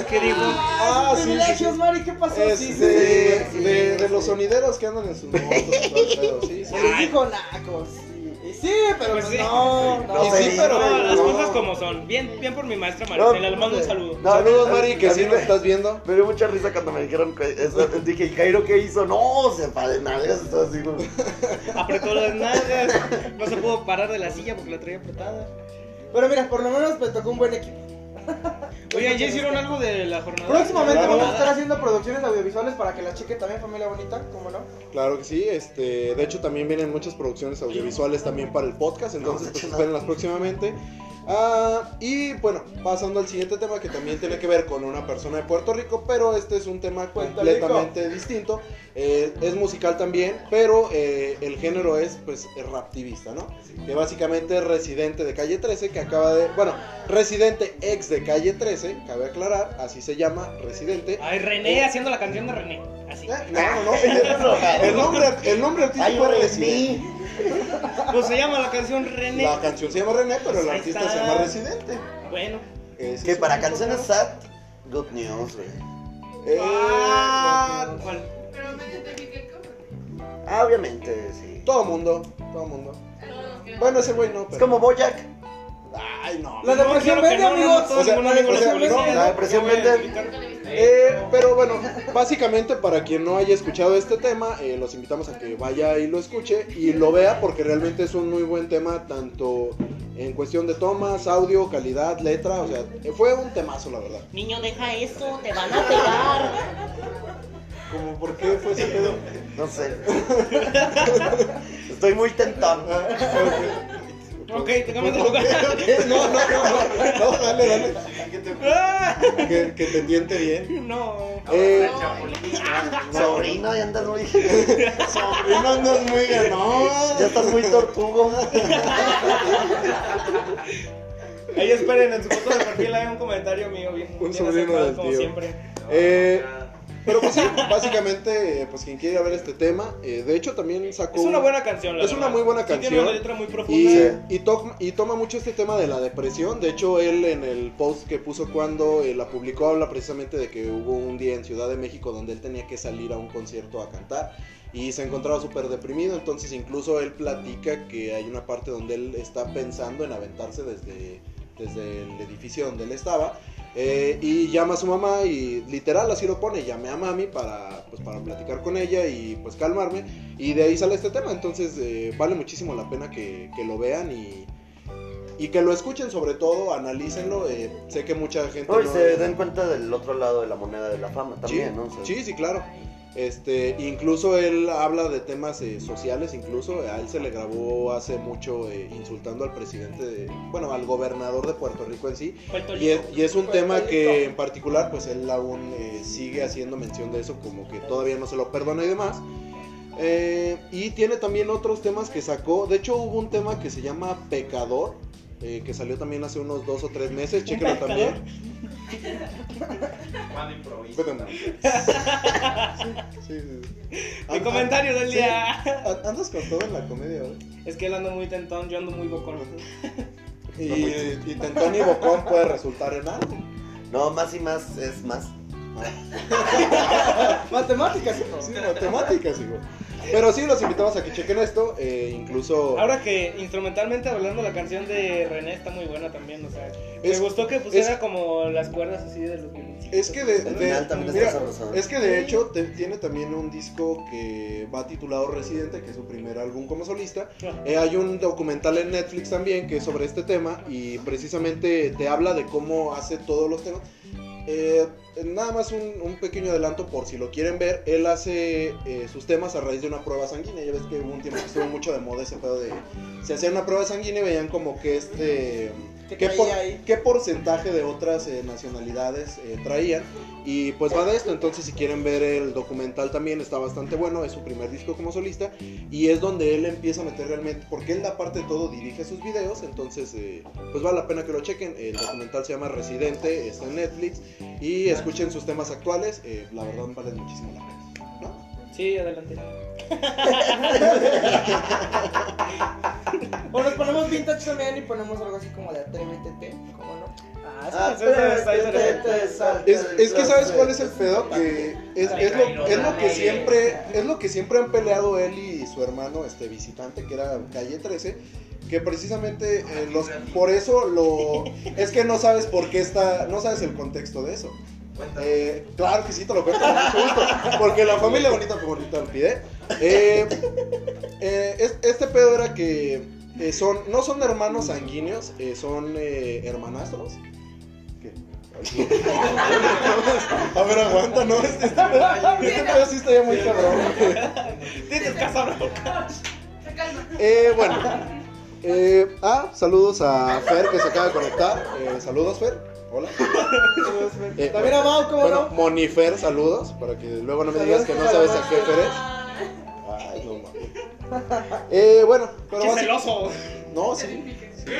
Speaker 5: ¿Qué digo?
Speaker 1: Ah,
Speaker 3: sí, sí,
Speaker 1: privilegios,
Speaker 3: Eh, sí.
Speaker 1: Mari, ¿qué pasó?
Speaker 3: Es
Speaker 1: sí, sí.
Speaker 3: de,
Speaker 1: sí,
Speaker 3: de- de
Speaker 1: sí.
Speaker 3: los sonideros que andan en sus motos. y todo el pedo, sí, sí.
Speaker 1: Sí, dijo nacos. Sí, Y sí, pero
Speaker 5: Pues
Speaker 1: pues
Speaker 5: sí.
Speaker 1: no,
Speaker 2: No,
Speaker 1: no.
Speaker 2: sí, pero-
Speaker 5: No, las
Speaker 2: no.
Speaker 5: cosas como son. Bien, bien por mi maestra Maricela, le mando un saludo.
Speaker 2: No,
Speaker 3: Saludos,
Speaker 2: a-
Speaker 3: Mari, que
Speaker 2: a
Speaker 3: sí
Speaker 2: mí
Speaker 3: lo
Speaker 2: me-
Speaker 3: estás viendo.
Speaker 2: Me dio mucha risa cuando me dijeron que eso. Dije, "¿Y Jairo qué hizo? No, se pa' de nalgas. Todo así, güey.
Speaker 5: Apretó las nalgas, no se pudo parar de la silla porque la traía apretada.
Speaker 1: Pero mira, por lo menos me tocó un buen equipo.
Speaker 5: Oye, ¿ya hicieron algo de la jornada?
Speaker 1: Próximamente
Speaker 3: Claro.
Speaker 1: vamos a estar haciendo producciones audiovisuales para que la cheque también, familia bonita, ¿cómo no?
Speaker 3: Claro que sí, este, de hecho también vienen muchas producciones audiovisuales también para el podcast, entonces pues espérenlas próximamente. Ah, y bueno, pasando al siguiente tema que también tiene que ver con una persona de Puerto Rico, pero este es un tema
Speaker 1: Puerto
Speaker 3: completamente distinto. Eh, es musical también, pero eh, el género es pues raptivista, ¿no? Que básicamente es residente de calle 13 que acaba de, bueno, residente ex de calle 13, cabe aclarar, así se llama, residente.
Speaker 5: Ay, René haciendo la canción de René. Así.
Speaker 3: Eh, No, no, no, el nombre, el nombre
Speaker 2: Ay,
Speaker 3: artístico
Speaker 2: por
Speaker 3: es
Speaker 2: el
Speaker 3: residente.
Speaker 2: mí.
Speaker 5: Pues se llama la canción René.
Speaker 3: La canción se llama René, pero el
Speaker 5: Ahí
Speaker 3: artista
Speaker 5: está.
Speaker 3: se llama Residente.
Speaker 5: Bueno,
Speaker 3: Es
Speaker 2: Que para canciones sad, good news, güey.
Speaker 3: Eh,
Speaker 5: Ah, ¿cuál?
Speaker 7: Pero me identifiqué con.
Speaker 2: Ah, obviamente, sí.
Speaker 3: Todo mundo, todo mundo.
Speaker 7: Todos nos queremos.
Speaker 3: Bueno, ese güey no,
Speaker 2: Es
Speaker 3: pero.
Speaker 2: como Bojack.
Speaker 3: Ay, no.
Speaker 1: La
Speaker 5: No,
Speaker 1: depresión
Speaker 5: claro que
Speaker 1: vende,
Speaker 5: no, no,
Speaker 1: amigos.
Speaker 5: todo
Speaker 3: O sea, no,
Speaker 5: ninguna ninguna
Speaker 3: o sea,
Speaker 5: depresión
Speaker 3: no,
Speaker 5: vende.
Speaker 2: la depresión
Speaker 5: Voy a
Speaker 2: vende.
Speaker 5: explicar.
Speaker 7: Nunca le viste.
Speaker 3: Eh, pero bueno, básicamente para quien no haya escuchado este tema, eh, los invitamos a que vaya y lo escuche y lo vea porque realmente es un muy buen tema, tanto en cuestión de tomas, audio, calidad, letra, o sea, eh, fue un temazo la verdad.
Speaker 10: Niño, deja eso, te van a pegar.
Speaker 3: Como por qué fue ese pedo.
Speaker 2: No sé. Estoy muy tentado.
Speaker 5: Ok, tengamos el lugar.
Speaker 3: No, no, no, no, no, dale, dale.
Speaker 5: Ah,
Speaker 3: Que, que te entiende bien.
Speaker 5: No.
Speaker 3: Eh,
Speaker 2: Sobrino, ya andas muy.
Speaker 3: no andas muy ganón.
Speaker 2: Ya estás muy tortugo.
Speaker 5: Ahí esperen, en su foto de perfil hay un comentario mío bien.
Speaker 3: Un
Speaker 5: bien
Speaker 3: sobrino
Speaker 5: acertado,
Speaker 3: del
Speaker 5: como
Speaker 3: tío.
Speaker 5: siempre.
Speaker 3: Eh, pero pues sí, básicamente, eh, pues quien quiera ver este tema, eh, de hecho también sacó...
Speaker 5: Es una
Speaker 3: un-
Speaker 5: buena canción, la
Speaker 3: Es una
Speaker 5: verdad.
Speaker 3: muy buena
Speaker 5: Sí, tiene una
Speaker 3: canción.
Speaker 5: letra muy
Speaker 3: Y,
Speaker 5: profunda.
Speaker 3: y to- y toma mucho este tema de la depresión. De hecho, él en el post que puso cuando eh, la publicó habla precisamente de que hubo un día en Ciudad de México donde él tenía que salir a un concierto a cantar y se encontraba súper deprimido. Entonces, incluso él platica que hay una parte donde él está pensando en aventarse desde, desde el edificio donde él estaba. eh, y llama a su mamá y literal así lo pone, llamé a mami para, pues, para platicar con ella y pues calmarme. Y de ahí sale este tema, entonces eh, vale muchísimo la pena que, que lo vean y, y que lo escuchen sobre todo, analícenlo. eh, sé que mucha gente...
Speaker 2: Hoy
Speaker 3: no-
Speaker 2: se den cuenta del otro lado de la moneda de la fama también,
Speaker 3: sí,
Speaker 2: ¿no? O sea,
Speaker 3: sí, sí, claro. Este, incluso él habla de temas eh, sociales, incluso eh, a él se le grabó hace mucho eh, insultando al presidente, de- bueno, al gobernador de Puerto Rico en sí,
Speaker 5: Fue el
Speaker 3: y es, y es un
Speaker 5: Pues,
Speaker 1: Puerto
Speaker 3: tema que
Speaker 1: Rico.
Speaker 3: en particular, pues él aún eh, sigue haciendo mención de eso, como que todavía no se lo perdona y demás. Eh, y tiene también otros temas que sacó. De hecho, hubo un tema que se llama Pecador, eh, que salió también hace unos dos o tres meses. Chéquenlo
Speaker 5: pecador?
Speaker 3: también.
Speaker 8: Mano improviso.
Speaker 3: Espérame. Sí, sí, sí.
Speaker 5: Mi comentario del
Speaker 3: sí.
Speaker 5: día.
Speaker 3: An- Andas con todo en la comedia, ¿verdad?
Speaker 5: Es que él anda muy tentón, yo ando muy bocón.
Speaker 3: Y, y Tentón y Bocón puede resultar en algo.
Speaker 2: No, más y más es más.
Speaker 1: Matemáticas, hijo.
Speaker 3: Sí, matemáticas, hijo. Pero sí, los invitamos a que chequen esto. eh, incluso.
Speaker 5: Ahora que instrumentalmente hablando, la canción de René está muy buena también. O sea,
Speaker 3: Es-
Speaker 5: me gustó que pusiera
Speaker 3: es-
Speaker 5: como las cuerdas así de los violincitos.
Speaker 3: Es que de,
Speaker 2: El
Speaker 3: de-
Speaker 2: final también
Speaker 3: mira,
Speaker 2: está sabroso.
Speaker 3: es que de hecho te- tiene también un disco que va titulado Residente, que es su primer álbum como solista.
Speaker 5: Ajá.
Speaker 3: Eh, hay un documental en Netflix también que es sobre este tema y precisamente te habla de cómo hace todos los temas. eh, nada más un, un pequeño adelanto por si lo quieren ver. Él hace eh, sus temas a raíz de una prueba sanguínea. Ya ves que hubo un tiempo que estuvo mucho de moda ese pedo de. Se hacían una prueba sanguínea y veían como que este.
Speaker 1: ¿Qué
Speaker 3: ¿Qué,
Speaker 1: traía
Speaker 3: por-
Speaker 1: ahí?
Speaker 3: qué porcentaje de otras eh, nacionalidades eh, traían? Y pues va de esto, entonces si quieren ver el documental también está bastante bueno, es su primer disco como solista y es donde él empieza a meter realmente, porque él aparte de todo dirige sus videos, entonces eh, pues vale la pena que lo chequen, el documental se llama Residente, está en Netflix y escuchen sus temas actuales, eh, la verdad vale muchísimo la pena. ¿no?
Speaker 4: Sí, adelante.
Speaker 1: O nos ponemos vintage también y ponemos algo así como de atrévete, ¿cómo no?
Speaker 4: Ah, sí, sí, sí, sí, sí, sí.
Speaker 3: Es, es que sabes cuál es el pedo que es, es lo, es lo que siempre es lo que siempre han peleado él y su hermano este visitante que era calle 13 que precisamente eh, los por eso lo es que no sabes por qué está no sabes el contexto de eso Eh, claro que sí te lo cuento con mucho gusto porque la familia bonita bonita lo pide Eh, eh, es- este pedo era que eh, son no son hermanos sanguíneos eh, son eh, hermanastros ¿Qué? a ver aguanta no este, este este pedo sí está ya muy cabrón
Speaker 4: Tienes casa, bro.
Speaker 7: Se calma.
Speaker 3: Eh, bueno. Eh, ah, saludos a Fer que se acaba de conectar. Eh, saludos, Fer. Hola. Eh,
Speaker 1: También a Mau, ¿cómo
Speaker 3: Bueno,
Speaker 1: no?
Speaker 3: Monifer, saludos. Para que luego no me digas que no sabes a qué Fer es. Ay, no mames. Eh, bueno, pero
Speaker 4: Qué
Speaker 3: basi-
Speaker 4: celoso.
Speaker 3: No, sí.
Speaker 4: Sí,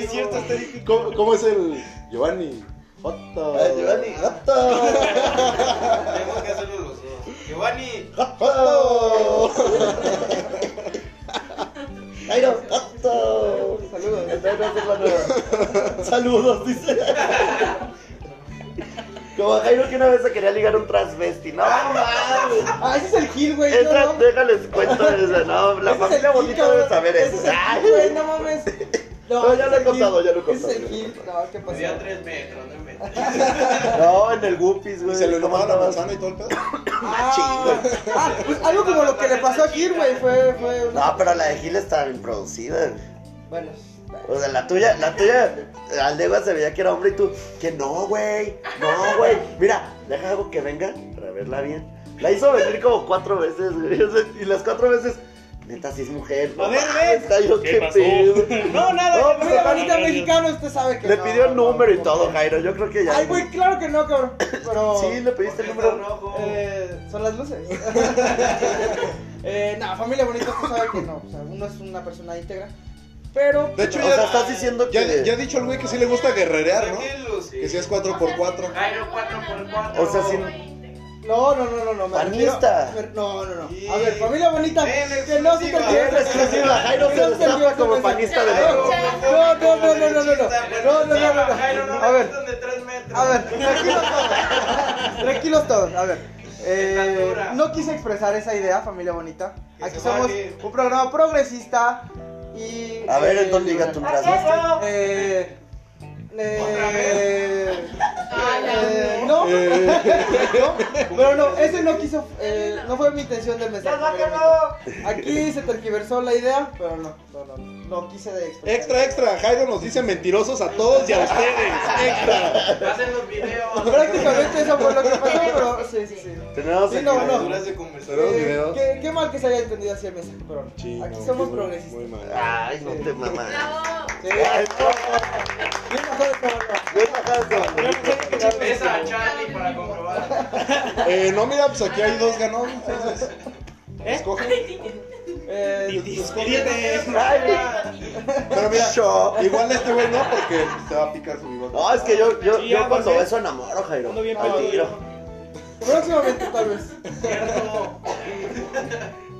Speaker 4: es cierto, está difícil.
Speaker 3: ¿Cómo, cómo es el Giovanni? Joto.
Speaker 1: Ah,
Speaker 2: Ay, Giovanni, gato.
Speaker 8: Tenemos que hacerlo los dos. Giovanni.
Speaker 3: Joto.
Speaker 2: Jairo, gato.
Speaker 1: Saludos.
Speaker 2: Entonces, hermano, Saludos, dice. Como a Jairo que una vez se quería ligar un transvesti. No mames.
Speaker 1: Ah, ese es el Gil, güey.
Speaker 2: El
Speaker 1: no,
Speaker 2: tras-
Speaker 1: no.
Speaker 2: Déjales cuento de eso. No, la
Speaker 1: Ese es el
Speaker 2: familia
Speaker 1: Gil,
Speaker 2: bonita
Speaker 1: cabrón.
Speaker 2: debe saber
Speaker 1: Ese
Speaker 2: eso.
Speaker 1: es el Gil,
Speaker 2: Ay,
Speaker 1: güey, no mames.
Speaker 2: No,
Speaker 1: ese
Speaker 2: ya lo he
Speaker 1: es el Gil.
Speaker 2: contado, ya lo he
Speaker 1: Ese es
Speaker 2: contado,
Speaker 1: el
Speaker 2: ya lo he
Speaker 1: Gil. No, ¿qué pasó?
Speaker 8: Medía 3 pues, metros, no metros.
Speaker 2: No, en el Guppies,
Speaker 3: Y
Speaker 2: güey.
Speaker 3: se le
Speaker 2: ¿Cómo
Speaker 3: nombraba la
Speaker 2: andabas?
Speaker 3: manzana y todo el pedo.
Speaker 1: Ah, ah, pues algo como lo que le pasó a Gil, güey. Fue, fue una-
Speaker 2: No, pero la de Gil está bien producida.
Speaker 1: Bueno,
Speaker 2: O sea, la tuya, la tuya, al de se veía que era hombre y tú, que no, güey, no, güey. Mira, deja algo que venga para verla bien. La hizo venir como cuatro veces, güey. o sea, Y las cuatro veces, neta, sí es mujer.
Speaker 4: A ver,
Speaker 2: mames,
Speaker 4: ve.
Speaker 2: está yo,
Speaker 5: ¿Qué
Speaker 2: qué
Speaker 5: pasó?
Speaker 2: pedo.
Speaker 4: No,
Speaker 2: No,
Speaker 4: nada.
Speaker 2: pues,
Speaker 4: no,
Speaker 1: mira,
Speaker 4: nada.
Speaker 1: bonita mexicano, usted sabe que
Speaker 2: Le
Speaker 1: no,
Speaker 2: pidió el
Speaker 1: no,
Speaker 2: número y
Speaker 1: no,
Speaker 2: todo,
Speaker 1: no.
Speaker 2: Jairo. Yo creo que ya.
Speaker 1: Ay, güey, claro que no, cabrón. Pero.
Speaker 2: Sí, le
Speaker 8: ¿Por
Speaker 2: pediste
Speaker 8: qué
Speaker 2: el
Speaker 8: está
Speaker 2: número.
Speaker 8: rojo?
Speaker 1: Eh, son las luces. eh, no, familia bonita, usted sabe que no. O sea, uno es una persona íntegra. Pero.
Speaker 3: De hecho,
Speaker 2: O sea,
Speaker 3: ya,
Speaker 2: estás diciendo que.
Speaker 3: ya, ya ha dicho el güey que sí le gusta guerrerear, ¿no?
Speaker 8: Tranquilos.
Speaker 3: Que si es 4x4.
Speaker 1: Ah,
Speaker 8: Jairo 4x4.
Speaker 2: O sea, sí.
Speaker 1: No, no, no, no, no. me
Speaker 2: Panista.
Speaker 1: refiero- me- No, no, no.
Speaker 8: Sí.
Speaker 1: A ver, familia bonita.
Speaker 8: En
Speaker 1: Que no se te
Speaker 8: exclusiva.
Speaker 1: olvide.
Speaker 2: En exclusiva, Jairo
Speaker 1: Que
Speaker 2: se
Speaker 1: no te
Speaker 2: destapa
Speaker 1: olvide
Speaker 2: como
Speaker 1: ese
Speaker 2: panista
Speaker 1: mensaje.
Speaker 2: de
Speaker 1: No,
Speaker 8: Veracruz.
Speaker 1: No, no, no, no, no, no. No, no, no, no,
Speaker 8: Jairo, no
Speaker 1: no. A
Speaker 8: le
Speaker 1: ver,
Speaker 8: gustan de 3 metros.
Speaker 1: a ver, tranquilos todos. Tranquilos todos, a ver. Eh,
Speaker 8: Estatura.
Speaker 1: no quise expresar esa idea, familia bonita.
Speaker 8: Que
Speaker 1: Aquí
Speaker 8: se
Speaker 1: somos
Speaker 8: vale.
Speaker 1: un programa progresista y.
Speaker 2: A ver,
Speaker 1: eh,
Speaker 2: entonces diga tu
Speaker 1: liberal.
Speaker 2: transvesti.
Speaker 1: Eh. Eh.
Speaker 8: Ah,
Speaker 1: eh,
Speaker 7: Ay,
Speaker 1: No.
Speaker 3: Eh,
Speaker 1: ¿No? Pero no, ese no quiso, eh, no fue mi intención del mensaje. obviamente. Aquí se tergiversó la idea, pero no, no, no, no quise de expresar.
Speaker 3: extra, extra. Jairo nos dice mentirosos a todos y a ustedes. Extra.
Speaker 8: Hacen los videos.
Speaker 1: Prácticamente eso fue lo que pasó, pero sí, sí, sí.
Speaker 2: Tenemos
Speaker 1: Sí,
Speaker 2: aquí-
Speaker 1: no, no.
Speaker 8: Duras de conversación.
Speaker 3: Pero los
Speaker 1: Eh,
Speaker 3: videos.
Speaker 1: qué, qué mal que se haya entendido así el mensaje, pero no.
Speaker 3: Sí,
Speaker 1: aquí
Speaker 3: no,
Speaker 1: somos
Speaker 3: muy-
Speaker 1: progresistas.
Speaker 3: Muy mal.
Speaker 2: Ay, no te mamas.
Speaker 7: Bravo.
Speaker 1: Sí.
Speaker 2: Ay,
Speaker 1: Bien bajado, cabrón.
Speaker 2: Yo he bajado ese bandolín.
Speaker 8: Besa a Charlie para comprobar.
Speaker 3: Eh, no, mira, pues aquí hay dos ganados. Entonces, escoge.
Speaker 1: Eh,
Speaker 2: Ay, mira.
Speaker 3: Pero mira,
Speaker 2: Shock.
Speaker 3: igual este güey no, porque se va a picar su bigote.
Speaker 2: No, es que yo, yo,
Speaker 4: Sí,
Speaker 2: yo
Speaker 4: ya,
Speaker 2: cuando
Speaker 4: volví.
Speaker 2: beso enamoro, Jairo.
Speaker 4: Ando bien
Speaker 2: Al
Speaker 4: pedo.
Speaker 2: tiro.
Speaker 1: próximamente tal vez.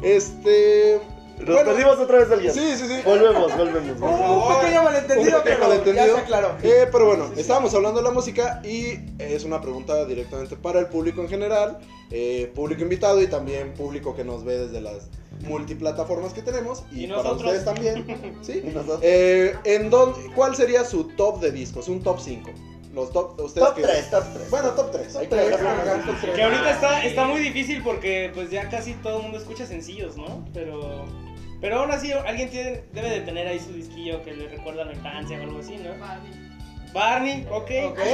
Speaker 3: Este.
Speaker 2: Nos
Speaker 3: bueno,
Speaker 2: perdimos otra vez del guión.
Speaker 3: Sí, sí, sí.
Speaker 2: Volvemos, volvemos. volvemos.
Speaker 1: Un pequeño malentendido,
Speaker 3: Un pequeño
Speaker 1: pero ya
Speaker 3: malentendido.
Speaker 1: se aclaró.
Speaker 3: Eh, pero bueno, estábamos hablando de la música y es una pregunta directamente para el público en general, eh, público invitado y también público que nos ve desde las multiplataformas que tenemos y,
Speaker 4: Y
Speaker 3: para
Speaker 4: nosotros.
Speaker 3: ustedes también.
Speaker 2: Y
Speaker 3: ¿sí?
Speaker 2: nosotros-
Speaker 3: Eh, ¿en dónde, ¿Cuál sería su top de discos? Un top 5. Los top, ustedes
Speaker 2: Top
Speaker 3: que-
Speaker 2: 3, top 3.
Speaker 3: Bueno, top 3.
Speaker 2: Hay que dejarlo en el-
Speaker 4: Que ahorita está, está muy difícil porque pues ya casi todo el mundo escucha sencillos, ¿no? Pero pero aún así alguien tiene- debe de tener ahí su disquillo que le recuerda la infancia o algo así, ¿no?
Speaker 5: Barney, ok.
Speaker 11: Hay uno de-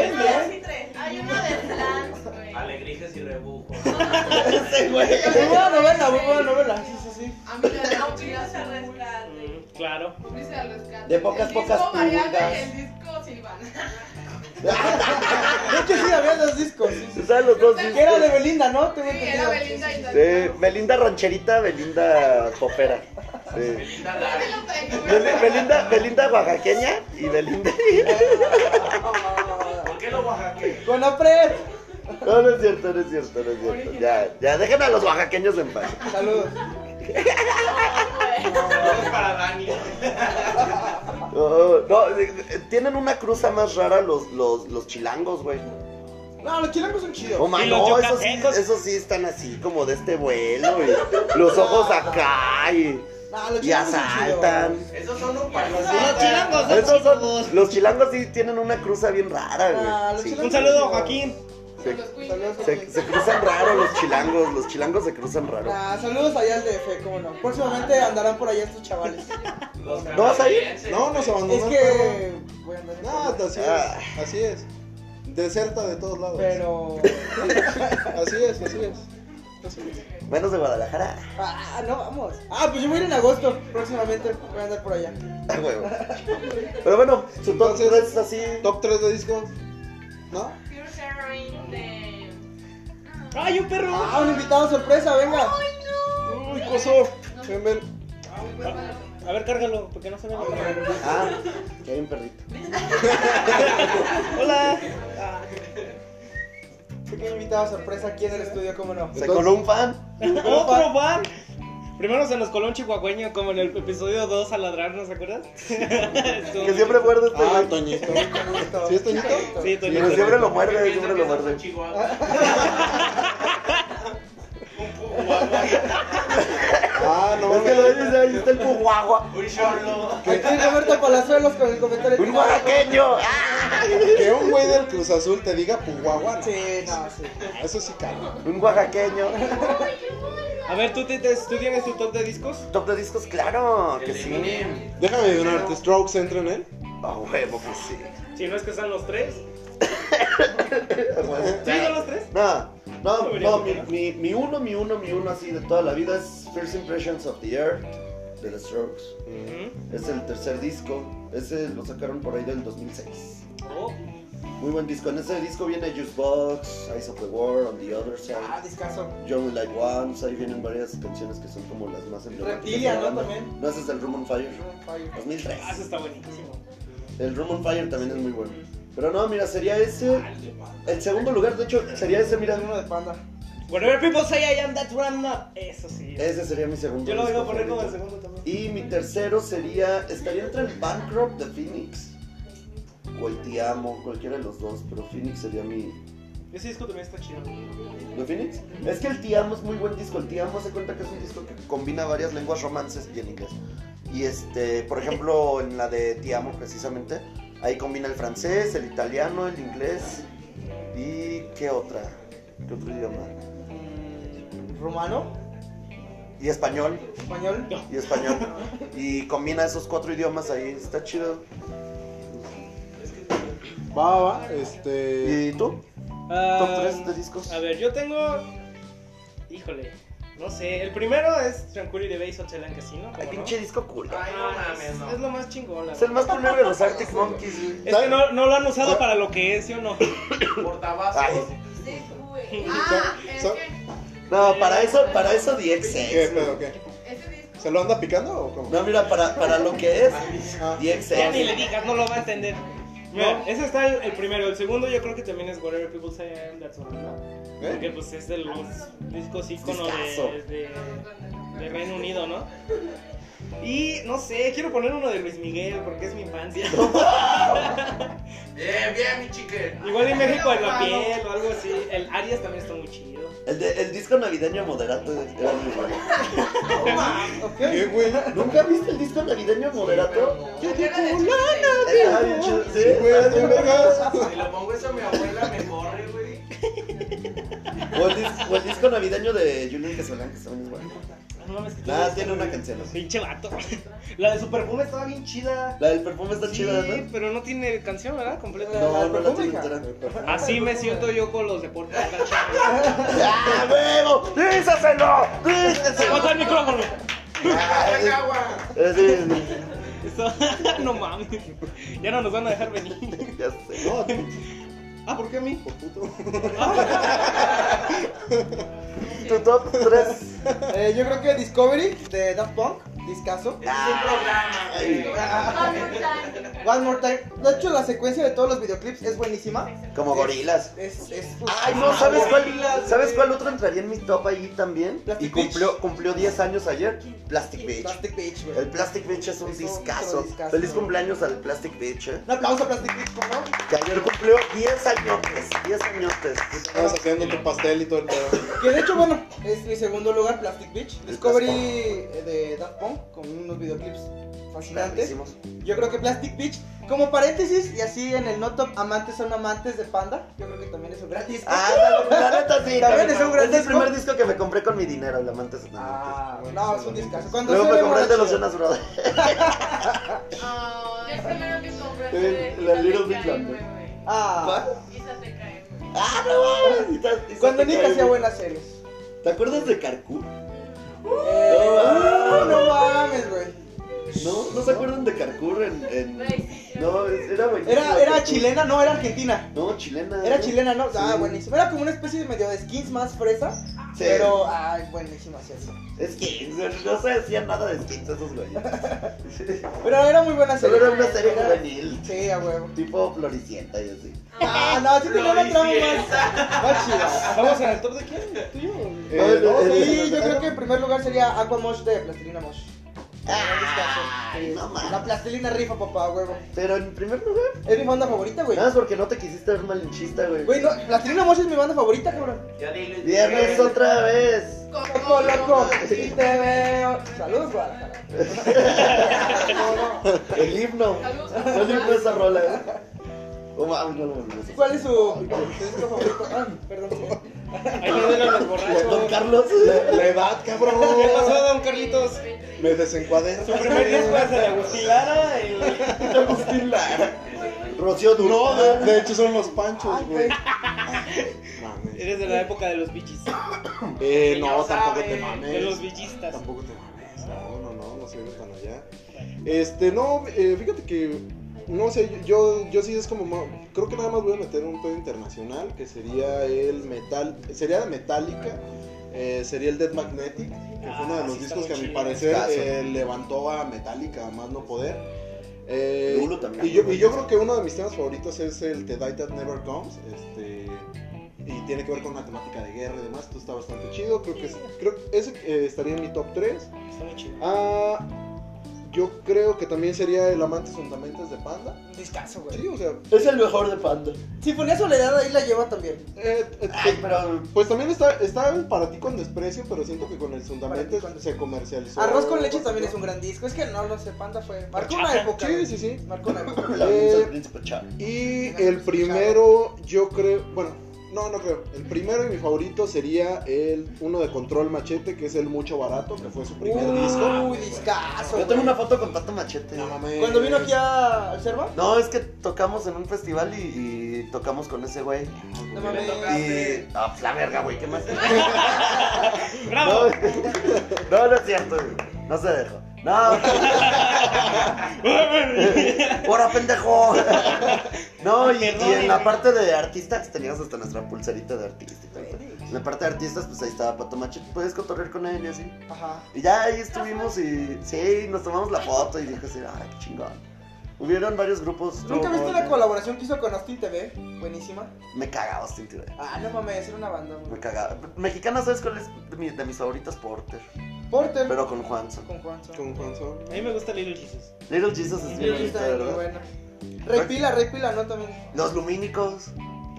Speaker 11: Hay uno de Flans, güey.
Speaker 8: Alegrijes y rebujos.
Speaker 2: Ese güey.
Speaker 1: Muy buena novela, muy buena novela. Sí, sí, sí.
Speaker 7: A mí la
Speaker 11: Aunque no se rescate.
Speaker 12: Mm, Claro.
Speaker 7: Cómplice al rescate.
Speaker 2: De pocas,
Speaker 7: el
Speaker 2: pocas
Speaker 7: disco Mariana y
Speaker 2: pulgas.
Speaker 7: el disco Silvana.
Speaker 1: De hecho, sí, había dos discos. sí, sí.
Speaker 2: ¿Se saben los dos
Speaker 1: Que era de
Speaker 2: discos?
Speaker 1: Belinda, ¿no?
Speaker 7: Sí,
Speaker 1: Tengo
Speaker 7: era
Speaker 1: entendido.
Speaker 7: Belinda y
Speaker 2: Sí, Belinda rancherita, Belinda popera. Sí.
Speaker 8: Belinda
Speaker 7: Yo sí
Speaker 8: Larry.
Speaker 7: lo tengo, güey.
Speaker 2: Bel- Belinda, Belinda oaxaqueña y Belinda.
Speaker 1: Ah,
Speaker 8: ¿Por qué lo oaxaque?
Speaker 1: Con Apret.
Speaker 2: No, no es cierto, no es cierto, no es cierto. Ya, ya, dejen a los oaxaqueños en paz.
Speaker 1: Saludos.
Speaker 8: Saludos para Dani.
Speaker 2: Oh, no, eh, eh, tienen una cruza más rara los, los, los chilangos, güey.
Speaker 1: No, los chilangos son
Speaker 2: No,
Speaker 1: chidos.
Speaker 2: man,
Speaker 12: Y los
Speaker 2: Oh, no, esos sí,
Speaker 12: yucatecos.
Speaker 2: esos sí están así como de este vuelo y los ojos acá y,
Speaker 1: No, los
Speaker 2: y
Speaker 1: chilangos son
Speaker 2: asaltan.
Speaker 1: chidos.
Speaker 8: Esos son un palo.
Speaker 5: Los chilangos son
Speaker 2: Esos
Speaker 5: chicos.
Speaker 2: son, los chilangos sí tienen una cruza bien rara,
Speaker 1: Ah, los
Speaker 2: güey. Sí.
Speaker 1: chilangos-
Speaker 5: Un saludo a Joaquín.
Speaker 2: Se,
Speaker 7: Los Queens.
Speaker 1: Saludos.
Speaker 2: se- se cruzan raro los chilangos, los chilangos se cruzan raro.
Speaker 1: Ah, saludos allá al DF, cómo no. Próximamente andarán por allá estos chavales.
Speaker 8: Los
Speaker 2: ¿No vas a ir?
Speaker 8: canadienses,
Speaker 3: No, nos
Speaker 8: güey.
Speaker 3: abandonó.
Speaker 1: Es
Speaker 3: el
Speaker 1: que. Voy a andar en
Speaker 3: perro. No, así
Speaker 2: Ah.
Speaker 3: es. Así es. Deserta de todos lados.
Speaker 1: Pero.
Speaker 3: Así es, así es. Así es.
Speaker 2: Menos de Guadalajara.
Speaker 1: Ah, no vamos. Ah, pues yo voy a ir en agosto. Próximamente voy a andar por allá.
Speaker 2: Ah, huevo. Pero bueno, su top
Speaker 3: Entonces,
Speaker 2: tres es así.
Speaker 3: Top 3 de disco. ¿No?
Speaker 11: Pure Heroin de.
Speaker 5: ¡Ay, un perro!
Speaker 1: Ah, un invitado sorpresa, venga.
Speaker 5: ¡Uy, coso!
Speaker 3: Ven, ven.
Speaker 5: A ver, cárgalo, porque no se ve la cara.
Speaker 2: Ah, que hay un perrito.
Speaker 5: ¡Hola!
Speaker 1: Pequeño invitado sorpresa aquí en el estudio, cómo no.
Speaker 2: Se
Speaker 3: Entonces-
Speaker 2: coló un fan.
Speaker 5: ¡Otro van! Primero se nos coló un chihuahueño como en el episodio 2 a ladrar, ¿no se acuerdas? Estuvo-
Speaker 2: Que siempre muerde este
Speaker 3: Ah,
Speaker 2: güey.
Speaker 3: Toñito.
Speaker 1: Con gusto.
Speaker 3: ¿Sí es Toñito?
Speaker 5: Sí,
Speaker 2: Que
Speaker 5: Toñito.
Speaker 2: siempre lo
Speaker 8: Porque
Speaker 2: muerde,
Speaker 8: piensan
Speaker 2: siempre
Speaker 8: que
Speaker 2: lo
Speaker 8: son
Speaker 2: muerde.
Speaker 8: chihuahuas. Un poco
Speaker 3: Ah, no
Speaker 2: Es que lo ves
Speaker 3: mames.
Speaker 2: y dice, ahí está el puguagua.
Speaker 8: Un cholo.
Speaker 1: Aquí Roberto Palazuelos con el comentario.
Speaker 2: Un oaxaqueño. ¡Ah!
Speaker 3: Que un güey del Cruz Azul te diga Puguagua. no.
Speaker 1: Sí, no, sí.
Speaker 3: Eso sí, caro.
Speaker 2: Un oaxaqueño.
Speaker 7: Eh,
Speaker 5: A ver, ¿tú, te- te- ¿tú tienes tu top de discos?
Speaker 2: Top de discos, claro. Que
Speaker 8: El
Speaker 2: sí.
Speaker 8: Eminem.
Speaker 3: Déjame adivinarte. Strokes entra en él.
Speaker 2: Ah, huevo, que sí.
Speaker 12: Si no es que están los tres.
Speaker 2: Ah, huevo.
Speaker 5: ¿Sí son los tres?
Speaker 2: Nada, no,
Speaker 5: Debería
Speaker 2: no, mi,
Speaker 5: ser, ¿no?
Speaker 2: mi, mi uno, mi uno, mi uno así de toda la vida es First Impressions of the Earth de The Strokes.
Speaker 5: Ujú.
Speaker 2: Es el tercer disco, ese lo sacaron por ahí del 2006.
Speaker 5: Oh.
Speaker 2: Muy buen disco, en ese disco viene Juice Box, Eyes of the War, On the Other
Speaker 1: Ah,
Speaker 2: Side,
Speaker 1: discaso.
Speaker 2: You're We Like Once, ahí vienen varias canciones que son como las más emblemáticas. de la
Speaker 1: Reptilia, ¿no?
Speaker 2: banda.
Speaker 1: También.
Speaker 2: No, ese es el Room on Fire, 2003.
Speaker 5: Ah, eso está buenísimo.
Speaker 2: El Room on Fire también es muy bueno. Pero no, mira, sería ese, el segundo lugar, de hecho, sería ese, mira,
Speaker 1: Uno de panda.
Speaker 5: Whatever people say I am, that's what I'm not. Eso sí.
Speaker 2: ese sería mi segundo
Speaker 5: Yo lo vengo
Speaker 2: disco
Speaker 5: a poner como el
Speaker 2: favorito.
Speaker 5: segundo también.
Speaker 2: Y mi tercero sería. Estaría entre el Bankrupt de Phoenix. O el Te Amo, cualquiera de los dos, pero Phoenix sería mi.
Speaker 5: Ese disco también está chido.
Speaker 2: ¿De Phoenix? Es que el Te Amo es muy buen disco. El Te Amo se cuenta que es un disco que combina varias lenguas romances y en inglés. Y este, por ejemplo, en la de Te Amo, precisamente, ahí combina el francés, el italiano, el inglés. ¿Y qué otra? ¿Qué otro idioma?
Speaker 1: ¿Rumano?
Speaker 2: Y español.
Speaker 1: Mm, ¿Español?
Speaker 2: y español. Y combina esos cuatro idiomas ahí, está chido.
Speaker 3: Va, va, va, Este.
Speaker 2: ¿Y tú?
Speaker 5: Ah,
Speaker 2: Top tres de discos.
Speaker 5: A ver, yo tengo. Híjole, no sé. El primero es Tranquility Base Hotel and Casino.
Speaker 2: El
Speaker 5: ¿cómo no? Ah,
Speaker 2: pinche disco cool.
Speaker 8: Ay, no mames,
Speaker 5: es,
Speaker 8: no.
Speaker 5: es lo más chingón, la
Speaker 2: Es el
Speaker 5: verdad.
Speaker 2: más culero de los Arctic Monkeys. güey.
Speaker 5: Es que no, no lo han usado para lo que es, ¿sí o no?
Speaker 2: Ay,
Speaker 8: Portavasos.
Speaker 11: Sí, güey.
Speaker 7: Ah, es
Speaker 3: So-
Speaker 7: que
Speaker 2: no, para eso, para eso
Speaker 3: ¿Qué
Speaker 2: DXX. güey.
Speaker 3: pedo, qué?
Speaker 7: ese disco.
Speaker 3: ¿Se lo anda picando o cómo?
Speaker 2: No, mira, para, para lo que
Speaker 1: Ah,
Speaker 2: es
Speaker 5: Ya ni le
Speaker 2: DXX.
Speaker 5: digas, no lo va a entender. Mira, ese está el, el primero. El segundo yo creo que también es Whatever People Say I Am, That's What I'm Not. Porque
Speaker 3: ¿Eh?
Speaker 5: pues es de los discos ícono
Speaker 2: Discazo.
Speaker 5: de, de, de Reino Unido, ¿no? Y no sé, quiero poner uno de Luis Miguel porque es mi infancia.
Speaker 8: Bien, bien, mi chique.
Speaker 5: Igual en México en la piel o algo así. El Arias también está muy chido.
Speaker 2: El, de- el disco navideño moderato era muy bueno.
Speaker 3: ¿Qué,
Speaker 1: Ok.
Speaker 3: güey?
Speaker 2: ¿Nunca viste el disco navideño moderato?
Speaker 8: Yo
Speaker 7: Era de
Speaker 2: Estaba bien chido, sí.
Speaker 3: Sí, güey, está bien vergas.
Speaker 8: Si lo pongo eso a mi abuela me corre, güey.
Speaker 2: O el, dis- o el disco navideño de Julian Casablancas también es bueno.
Speaker 5: Ah, No mames. que
Speaker 2: Nada, tiene una canción así.
Speaker 5: Pinche vato. La de su perfume estaba bien chida.
Speaker 2: La del perfume está
Speaker 5: Sí,
Speaker 2: chida, ¿no?
Speaker 5: pero no tiene canción, ¿verdad? Completa.
Speaker 2: No, no la
Speaker 1: perfume,
Speaker 2: tiene
Speaker 1: hija.
Speaker 2: entera.
Speaker 5: Así me siento yo con los deportes.
Speaker 2: ¡Ah, huevo! ¡Díseselo!
Speaker 5: Se
Speaker 2: ¡Díseselo!
Speaker 5: bota el micrófono.
Speaker 2: Eh, sí,
Speaker 5: Eso- no mames. Ya no nos van a dejar venir.
Speaker 2: sí, Ya sé.
Speaker 3: No,
Speaker 5: Ah, ¿por qué a mí?
Speaker 2: Tu top 3.
Speaker 1: Eh, yo creo que Discovery de Daft Punk, discaso. One More Time. De hecho, la secuencia de todos los videoclips es buenísima.
Speaker 2: Como gorilas. Ah,
Speaker 1: Es, es,
Speaker 2: Ay, no, ¿sabes cuál? ¿Sabes cuál otro entraría en mi top ahí también?
Speaker 1: Plastic
Speaker 2: y cumplió, cumplió 10 años ayer. Plastic Beach.
Speaker 1: Plastic Beach, güey.
Speaker 2: El Plastic Beach es un
Speaker 1: Es un
Speaker 2: discazo.
Speaker 1: discazo.
Speaker 2: Feliz cumpleaños al Plastic Beach, eh.
Speaker 1: Un aplauso a Plastic Beach, por favor.
Speaker 2: Que ayer cumplió 10 añotes. 10 añotes.
Speaker 3: estabas sacando tu pastel y todo el pedo.
Speaker 1: Que de hecho, bueno, es mi segundo lugar, Plastic Beach. Discovery eh, de Daft Punk con unos videoclips fascinantes.
Speaker 2: Hicimos.
Speaker 1: Yo creo que Plastic Beach, como paréntesis, y así en el no top, amantes son amantes de Panda. Yo creo que también es un gran disco.
Speaker 2: Ah, la, la neta sí.
Speaker 1: También es un gran
Speaker 2: el
Speaker 1: disco.
Speaker 2: primer disco que me compré con mi dinero, el amante es
Speaker 1: Ah, no, es un discazo. Cuando
Speaker 2: Luego
Speaker 1: se
Speaker 2: me
Speaker 1: ve
Speaker 2: compré el de los
Speaker 1: borracho.
Speaker 2: Jonas Brothers.
Speaker 7: Yo el primero que compré
Speaker 2: El-
Speaker 7: fue
Speaker 2: la
Speaker 7: Isa
Speaker 2: Little
Speaker 7: te
Speaker 2: Big
Speaker 7: cae,
Speaker 2: Band.
Speaker 7: güey.
Speaker 1: Ah,
Speaker 7: Isa te cae, güey.
Speaker 2: ¡Ah, no mames! Y ta- y
Speaker 1: cuando
Speaker 2: se te
Speaker 1: Nick
Speaker 2: cae,
Speaker 1: hacía
Speaker 2: güey.
Speaker 1: buenas series.
Speaker 2: ¿Te acuerdas de Carcú?
Speaker 1: Eh,
Speaker 2: mames.
Speaker 1: uh, no mames, güey.
Speaker 2: No, no se acuerdan de Carcú en. en-
Speaker 7: Güey, sí, yo-
Speaker 2: No, es- era buenísimo.
Speaker 1: Era, era
Speaker 2: Carcú.
Speaker 1: chilena, no, era argentina.
Speaker 2: No, chilena.
Speaker 1: Era
Speaker 2: ¿no?
Speaker 1: chilena, no, ah,
Speaker 2: Sí.
Speaker 1: buenísimo. Era como una especie de medio de skins más fresa,
Speaker 2: Sí.
Speaker 1: pero, ay, buenísima, sí, sí.
Speaker 2: Es que no se decían nada de skins esos güeyes.
Speaker 1: Pero era muy buena
Speaker 2: Solo
Speaker 1: serie.
Speaker 2: era una serie
Speaker 1: Era-
Speaker 2: juvenil.
Speaker 1: Sí, a huevo.
Speaker 2: Tipo Floricienta y así.
Speaker 1: Ah, no, sí tenía una trama más, más chida.
Speaker 4: Vamos al top de quién? ¿Tuyo?
Speaker 2: Eh, no,
Speaker 1: Sí, yo creo que en primer lugar sería Aquamosh de Plastilina Mosh.
Speaker 2: Ay, Ah, no mames.
Speaker 1: La plastilina rifa, papá, a huevo.
Speaker 2: Pero en primer lugar, pues,
Speaker 1: Es mi banda favorita, güey.
Speaker 2: nada más porque no te quisiste ver malinchista, güey.
Speaker 1: Güey, no, Plastilina Mosh es mi banda favorita, cabrón.
Speaker 8: Ya dile.
Speaker 2: Viernes otra vez.
Speaker 1: Loco, loco, sí te veo. Saludos, Guadalajara.
Speaker 2: El himno.
Speaker 13: Saludos.
Speaker 2: El himno de esa rola, eh. Oh, mames, no lo volvemos a hacer.
Speaker 1: ¿Cuál es su su disco favorito? Ah, perdón.
Speaker 4: Ahí perdieron los
Speaker 2: Don
Speaker 4: borrachos.
Speaker 2: Carlos.
Speaker 3: La, la edad, cabrón.
Speaker 4: ¿Qué pasó, don Carlitos?
Speaker 3: Me desencuadré.
Speaker 4: Su primer disco es el de Agustín Lara. El...
Speaker 2: Agustín Lara. Rocío Duró.
Speaker 3: No, de, de hecho son los panchos, güey. Mames.
Speaker 5: Eres de la época de los bichis.
Speaker 3: Eh,
Speaker 4: Que
Speaker 3: no,
Speaker 4: ya
Speaker 3: tampoco
Speaker 4: sabe,
Speaker 3: te
Speaker 5: De los
Speaker 3: mames.
Speaker 5: villistas.
Speaker 3: Tampoco te mames. No, no, no, no se ve tan allá. Este, no, eh, fíjate que. No sé, yo, yo sí es como. ma- Creo que nada más voy a meter un pedo internacional que sería el metal. Sería la Metallica. eh, sería el Dead Magnetic, que fue uno de
Speaker 5: Ah,
Speaker 3: los
Speaker 5: sí, está
Speaker 3: discos que a
Speaker 5: muy
Speaker 3: mi
Speaker 5: chido.
Speaker 3: parecer
Speaker 2: Discazo.
Speaker 3: eh, levantó a Metallica a más no poder. Eh,
Speaker 2: Lulu también.
Speaker 3: y, yo, y yo creo que uno de mis temas favoritos es el The Night That Never Comes. Este, y tiene que ver con una temática de guerra y demás. Esto está bastante chido. Creo que, es- creo, que ese eh, estaría en mi top 3.
Speaker 5: Está muy chido.
Speaker 3: Ah, yo creo que también sería El Amante Fundamentos de Panda.
Speaker 1: Descanso, güey.
Speaker 3: Sí, o sea,
Speaker 2: Es el mejor de Panda.
Speaker 1: Sinfonía Soledad ahí la lleva también.
Speaker 3: eh, eh,
Speaker 2: Ay, pero.
Speaker 3: pues también está, está el para ti con desprecio, pero siento que con el Fundamentos
Speaker 1: Para ti con-
Speaker 3: se comercializó.
Speaker 1: Arroz con leche también es un gran disco. Es que no lo sé, Panda fue. Marcó una época.
Speaker 3: Sí,
Speaker 1: güey.
Speaker 3: sí, sí.
Speaker 1: Marcó una época.
Speaker 2: La venganza del
Speaker 3: Eh,
Speaker 2: príncipe Charles.
Speaker 3: Y el primero, yo creo, bueno, no, no creo. El primero y mi favorito sería el uno de Control Machete, que es el Mucho Barato, que fue su primer
Speaker 5: Uh.
Speaker 3: disco.
Speaker 1: Uy, discazo.
Speaker 2: Yo tengo
Speaker 1: güey.
Speaker 2: una foto con Tato Machete.
Speaker 3: No mames.
Speaker 1: Cuando vino aquí a al Cerva,
Speaker 2: No, es que tocamos en un festival y, y tocamos con ese güey.
Speaker 1: no mames.
Speaker 2: Y. Ah, pues, la verga, güey, ¿qué más?
Speaker 5: ¡Bravo!
Speaker 2: No, no es cierto, güey. No se dejó. No. ¡Hora, pendejo! No, y, y en la parte de artistas teníamos hasta nuestra pulserita de artista. y todo eso. En la parte de artistas, pues ahí estaba Pato Machete. Puedes cotorrear con él y así.
Speaker 1: Ajá.
Speaker 2: Y ya ahí estuvimos y sí, nos tomamos la foto y dije así, ay, qué chingón. Hubieron varios grupos.
Speaker 1: ¿Nunca
Speaker 2: Hubo-
Speaker 1: viste la colaboración que hizo con Austin TV? Buenísima.
Speaker 2: Me cagaba Austin Theory.
Speaker 1: Ah, no mames, era una banda, güey.
Speaker 2: Me cagaba. Mexicana, ¿sabes cuál es de, mi- de mis favoritas? Porter.
Speaker 1: Porter.
Speaker 2: Pero con Juanzo.
Speaker 1: Con Juanzo.
Speaker 3: Con Juanzo.
Speaker 5: A mí me gusta Little Jesus.
Speaker 2: Little Jesus es bien
Speaker 1: Sí,
Speaker 2: bonita,
Speaker 1: está muy
Speaker 2: ¿verdad?
Speaker 1: buena. Rey Pila, Rey Pila, ¿no? También.
Speaker 2: Los lumínicos.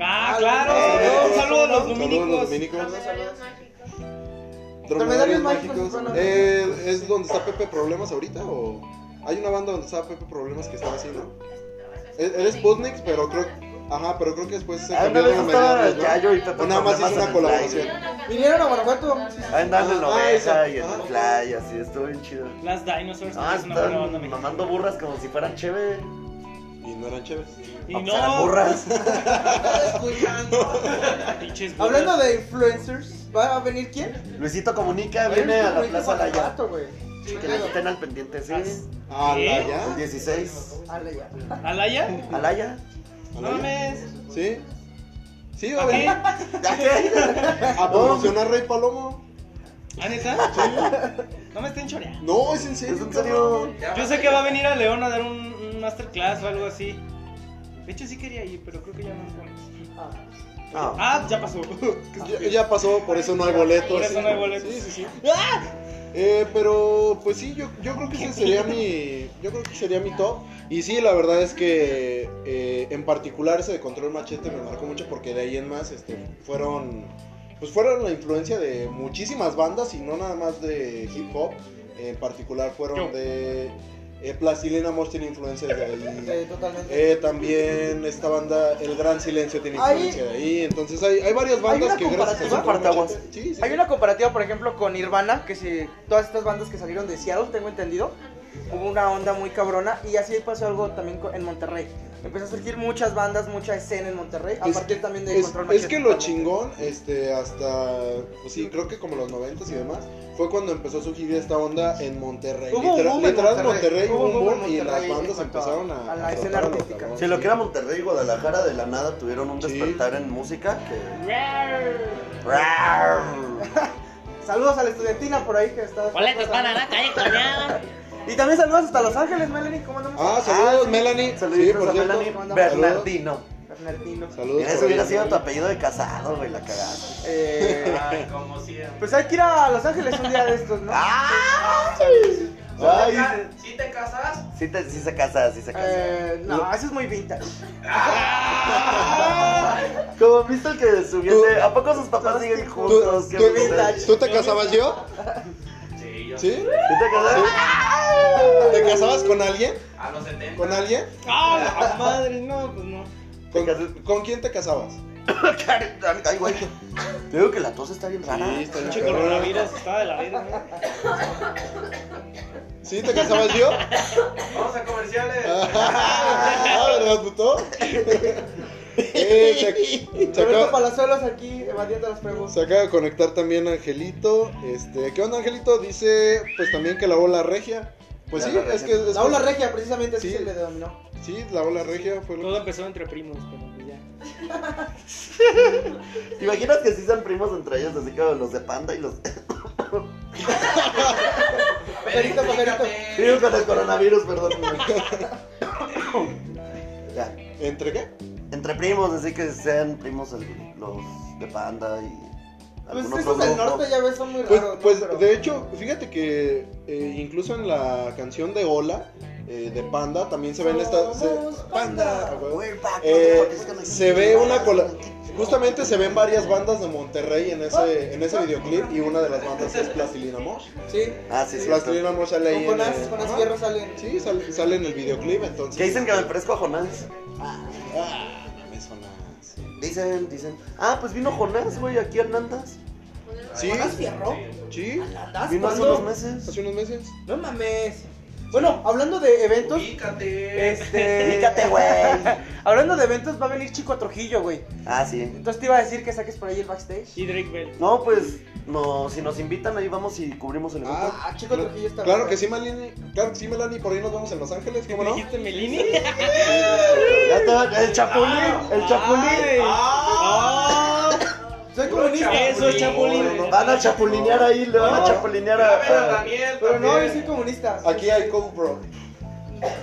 Speaker 5: ¡Ah,
Speaker 1: Ah,
Speaker 5: claro!
Speaker 1: eh,
Speaker 5: un saludo a los
Speaker 3: Saludos
Speaker 5: dominicos.
Speaker 7: Los
Speaker 3: dominicos.
Speaker 7: medallos mágicos.
Speaker 1: Dromedarios mágicos, bueno.
Speaker 3: Eh, ¿Es donde está Pepe Problemas ahorita o...? Hay una banda donde está Pepe Problemas que estaba así, ¿no? E- Eres Sputnik, pero creo, Ajá, pero creo que después se
Speaker 2: Ah, Una vez
Speaker 3: cambiaron a
Speaker 2: estaba
Speaker 3: medianos, ¿no?
Speaker 2: Yayo y Pepe
Speaker 3: O nada
Speaker 2: Problemas
Speaker 3: más hizo una
Speaker 2: en el
Speaker 3: colaboración.
Speaker 2: play.
Speaker 1: Vinieron a Guanajuato.
Speaker 2: Andando en la
Speaker 3: Ah,
Speaker 2: oveja
Speaker 3: esa.
Speaker 2: y en el
Speaker 3: Ah.
Speaker 2: play, así, estuvo bien chido.
Speaker 5: Las Dinosaurs
Speaker 2: Ah,
Speaker 5: es una buena banda
Speaker 2: están
Speaker 5: mexicana.
Speaker 2: mamando burras como si fueran chévere.
Speaker 3: Y no eran chéveres.
Speaker 5: Y
Speaker 2: O sea,
Speaker 5: no,
Speaker 2: burras.
Speaker 5: pinches burras.
Speaker 1: Hablando de influencers, ¿va a venir quién?
Speaker 2: Luisito Comunica
Speaker 1: Va a venir
Speaker 2: viene a
Speaker 1: un
Speaker 2: la
Speaker 1: güey de
Speaker 2: Plaza Laya.
Speaker 1: Guanajuato, güey.
Speaker 2: Que la estén al pendiente, sí.
Speaker 3: Ah, la
Speaker 2: El
Speaker 3: ya.
Speaker 2: 16.
Speaker 1: Alaya.
Speaker 5: Ah, ¿Alaya?
Speaker 2: ¿Alaya?
Speaker 3: ¿A
Speaker 5: No
Speaker 3: la ya?
Speaker 5: mames.
Speaker 3: ¿Sí? Sí, va a
Speaker 5: ¿A qué?
Speaker 3: venir.
Speaker 2: ¿Ya qué?
Speaker 3: A promocionar Ah, Rey Palomo.
Speaker 5: ¿A neta? No me estén choreando.
Speaker 3: No, es en serio.
Speaker 2: ¿Es en serio?
Speaker 5: Yo sé que va a venir a León a dar un, un masterclass o algo así. De hecho, sí quería ir, pero creo que ya no nos vamos.
Speaker 2: No.
Speaker 5: Ah, ya pasó.
Speaker 3: Ya, ya pasó, por eso no hay boletos.
Speaker 5: Por eso no hay boletos.
Speaker 3: Sí, sí, sí. Eh, pero pues sí, yo, yo creo que ese sería mi. Yo creo que sería mi top. Y sí, la verdad es que eh, en particular ese de control machete me marcó mucho porque de ahí en más este, fueron. Pues fueron la influencia de muchísimas bandas y no nada más de hip hop. En particular fueron
Speaker 5: Yo.
Speaker 3: de. Eh, Plastilina Amor tiene influencia de ahí.
Speaker 1: Eh, totalmente.
Speaker 3: Eh, también esta banda El Gran Silencio tiene
Speaker 1: Hay-
Speaker 3: influencia de ahí. Entonces hay, hay varias bandas
Speaker 1: una
Speaker 3: que gracias
Speaker 1: comparativa.
Speaker 3: a Control
Speaker 2: Partaguas.
Speaker 3: Machete- Sí, sí.
Speaker 1: Hay una comparativa, por ejemplo, con Nirvana, que si todas estas bandas que salieron de Seattle, tengo entendido, hubo una onda muy cabrona y así pasó algo también co- en Monterrey. Empezó a surgir muchas bandas, mucha escena en Monterrey, a
Speaker 3: Es-
Speaker 1: partir también de
Speaker 3: Es,
Speaker 1: Control
Speaker 3: es
Speaker 1: Machete.
Speaker 3: que lo chingón, este, hasta, pues sí, creo que como los noventas y demás, fue cuando empezó a surgir esta onda en Monterrey.
Speaker 1: Hubo un
Speaker 3: Literal-
Speaker 1: boom en
Speaker 3: literal,
Speaker 1: Monterrey.
Speaker 3: Monterrey, hubo un boom
Speaker 1: en
Speaker 3: y las
Speaker 1: Monterrey
Speaker 3: bandas
Speaker 1: en cuanto a-
Speaker 3: empezaron a...
Speaker 1: a la escena
Speaker 3: tratarlo,
Speaker 1: artística.
Speaker 3: cabrón,
Speaker 2: Si lo que era Monterrey y Guadalajara de la nada tuvieron un
Speaker 3: Sí.
Speaker 2: despertar en música que.
Speaker 10: Rar.
Speaker 2: ¡Rar!
Speaker 1: Saludos a la estudiantina por ahí que está...
Speaker 10: Boletos van a la calle Cañada.
Speaker 1: Y también saludos hasta Los Ángeles, Melanie, ¿cómo andamos?
Speaker 3: Ah, saludos,
Speaker 2: sí.
Speaker 3: Melanie. Sí,
Speaker 2: Saluditos
Speaker 3: por
Speaker 2: a
Speaker 3: cierto.
Speaker 2: Melanie
Speaker 1: Saludos.
Speaker 2: Bernardino.
Speaker 1: Bernardino.
Speaker 3: Saludos.
Speaker 2: Mira,
Speaker 3: por
Speaker 2: eso hubiera
Speaker 3: ahí,
Speaker 2: sido tu
Speaker 3: Melanie.
Speaker 2: apellido de casado, güey, la cagada.
Speaker 1: Eh,
Speaker 8: Ay, como siempre.
Speaker 1: pues hay que ir a Los Ángeles un día de estos, ¿no?
Speaker 2: ¡Ay! ¡Ay!
Speaker 8: Si te casas,
Speaker 2: Sí, te- sí se casa, sí se casa.
Speaker 1: Eh, no, eso es muy vintage.
Speaker 2: Como viste el que subió ese- ¿A poco sus papás siguen
Speaker 3: ¿Tú,
Speaker 2: juntos? ¿Qué
Speaker 3: tú-
Speaker 2: vintage?
Speaker 3: ¿Tú te casabas yo?
Speaker 8: sí, yo.
Speaker 3: ¿Sí?
Speaker 2: ¿Sí te casas?
Speaker 3: ¿Te casabas con alguien?
Speaker 8: A los 70.
Speaker 3: ¿Con alguien?
Speaker 5: ¡Ah, la madre! No, pues no.
Speaker 2: Te
Speaker 3: ¿Con,
Speaker 2: casas-
Speaker 3: con quién te casabas?
Speaker 2: Ay, ay, güey. Te digo que la tos está bien rara.
Speaker 3: Sí, está bien
Speaker 5: Pinche
Speaker 3: perro.
Speaker 5: coronavirus está de la vida, ¿no?
Speaker 3: ¿Sí te casabas yo?
Speaker 8: Vamos a comerciales.
Speaker 3: Ah, ¿verdad, puto? Eh, se, se
Speaker 1: Roberto
Speaker 3: acaba,
Speaker 1: Palazuelos aquí evadiendo las preguntas.
Speaker 3: se acaba de conectar también Angelito. Este, ¿Qué onda, Angelito? Dice pues también que la ola regia. Pues
Speaker 2: La
Speaker 3: sí,
Speaker 2: ola
Speaker 3: es
Speaker 2: regia.
Speaker 3: que. es
Speaker 1: La ola
Speaker 3: que-
Speaker 1: regia, precisamente, así
Speaker 3: Sí.
Speaker 1: se le denominó.
Speaker 3: Sí, la ola regia fue lo
Speaker 5: Todo empezó entre primos, pero pues ya.
Speaker 2: ¿Te imaginas que sí son primos entre ellos? Así que los de panda y los.
Speaker 8: A ver,
Speaker 1: Pajarito, pajarito.
Speaker 2: Digo con el coronavirus, perdón. ya.
Speaker 3: ¿Entre qué?
Speaker 2: Entre primos, así que sean primos el- los de panda y.
Speaker 1: Pues
Speaker 2: algún
Speaker 1: esos
Speaker 2: otro
Speaker 1: del
Speaker 2: grupo.
Speaker 1: norte, ya ves, son muy
Speaker 3: Pues,
Speaker 1: raros. ¿no?
Speaker 3: pues,
Speaker 1: Pero-
Speaker 3: de hecho, fíjate que eh, incluso en la canción de Ola, eh, de Panda, también se ven estas. se- Panda, a huevo.
Speaker 2: We're back,
Speaker 3: Eh,
Speaker 2: motherfuckers,
Speaker 3: se ve una cola. Justamente se ven varias bandas de Monterrey en ese, en ese videoclip y una de las bandas es Plastilina Mosh.
Speaker 1: Sí.
Speaker 2: Ah, sí, sí.
Speaker 3: Plastilina Mosh sale ahí.
Speaker 1: Con
Speaker 3: en
Speaker 1: Jonás,
Speaker 3: el-
Speaker 1: Jonás
Speaker 3: Ajá.
Speaker 1: Fierro salen.
Speaker 3: Sí, sale, sale en el videoclip, entonces.
Speaker 2: Que dicen que me parezco a Jonás.
Speaker 3: Ah, no me suena. así.
Speaker 2: Dicen, dicen. Ah, pues vino Jonás, güey, aquí a Nandas.
Speaker 3: ¿Sí?
Speaker 1: ¿Jonás Fierro?
Speaker 3: ¿Sí?
Speaker 1: ¿Andas?
Speaker 2: Vino hace
Speaker 1: ¿Cuándo?
Speaker 2: unos meses.
Speaker 3: Ah, Hace unos meses.
Speaker 1: No mames. Bueno, hablando de eventos,
Speaker 8: Ubícate.
Speaker 1: este...
Speaker 2: Ubícate, güey.
Speaker 1: Hablando de eventos, va a venir Chico Trujillo, güey.
Speaker 2: Ah, sí.
Speaker 1: Entonces te iba a decir que saques por ahí el backstage.
Speaker 5: Y Drake Bell.
Speaker 2: No, pues, no, si nos invitan, ahí vamos y cubrimos el evento.
Speaker 3: Ah,
Speaker 1: Ah, Chico
Speaker 3: cl-
Speaker 1: Trujillo está
Speaker 3: Claro
Speaker 1: bueno.
Speaker 3: que sí, Melanie. Claro que sí, Melanie. Por ahí nos vamos en Los Ángeles, ¿cómo no?
Speaker 5: ¿Dijiste Melini?
Speaker 2: Ya te va- el chapulín, el chapulín.
Speaker 5: ¡Ah!
Speaker 1: Soy comunista.
Speaker 5: Eso es
Speaker 3: Chapulín.
Speaker 5: chapulín.
Speaker 2: Van a chapulinear ahí, le van a
Speaker 1: No.
Speaker 2: chapulinear
Speaker 8: A ver, a
Speaker 2: a. a-
Speaker 8: Daniel.
Speaker 1: Pero no, yo soy
Speaker 8: también.
Speaker 1: comunista.
Speaker 3: Aquí hay GoPro.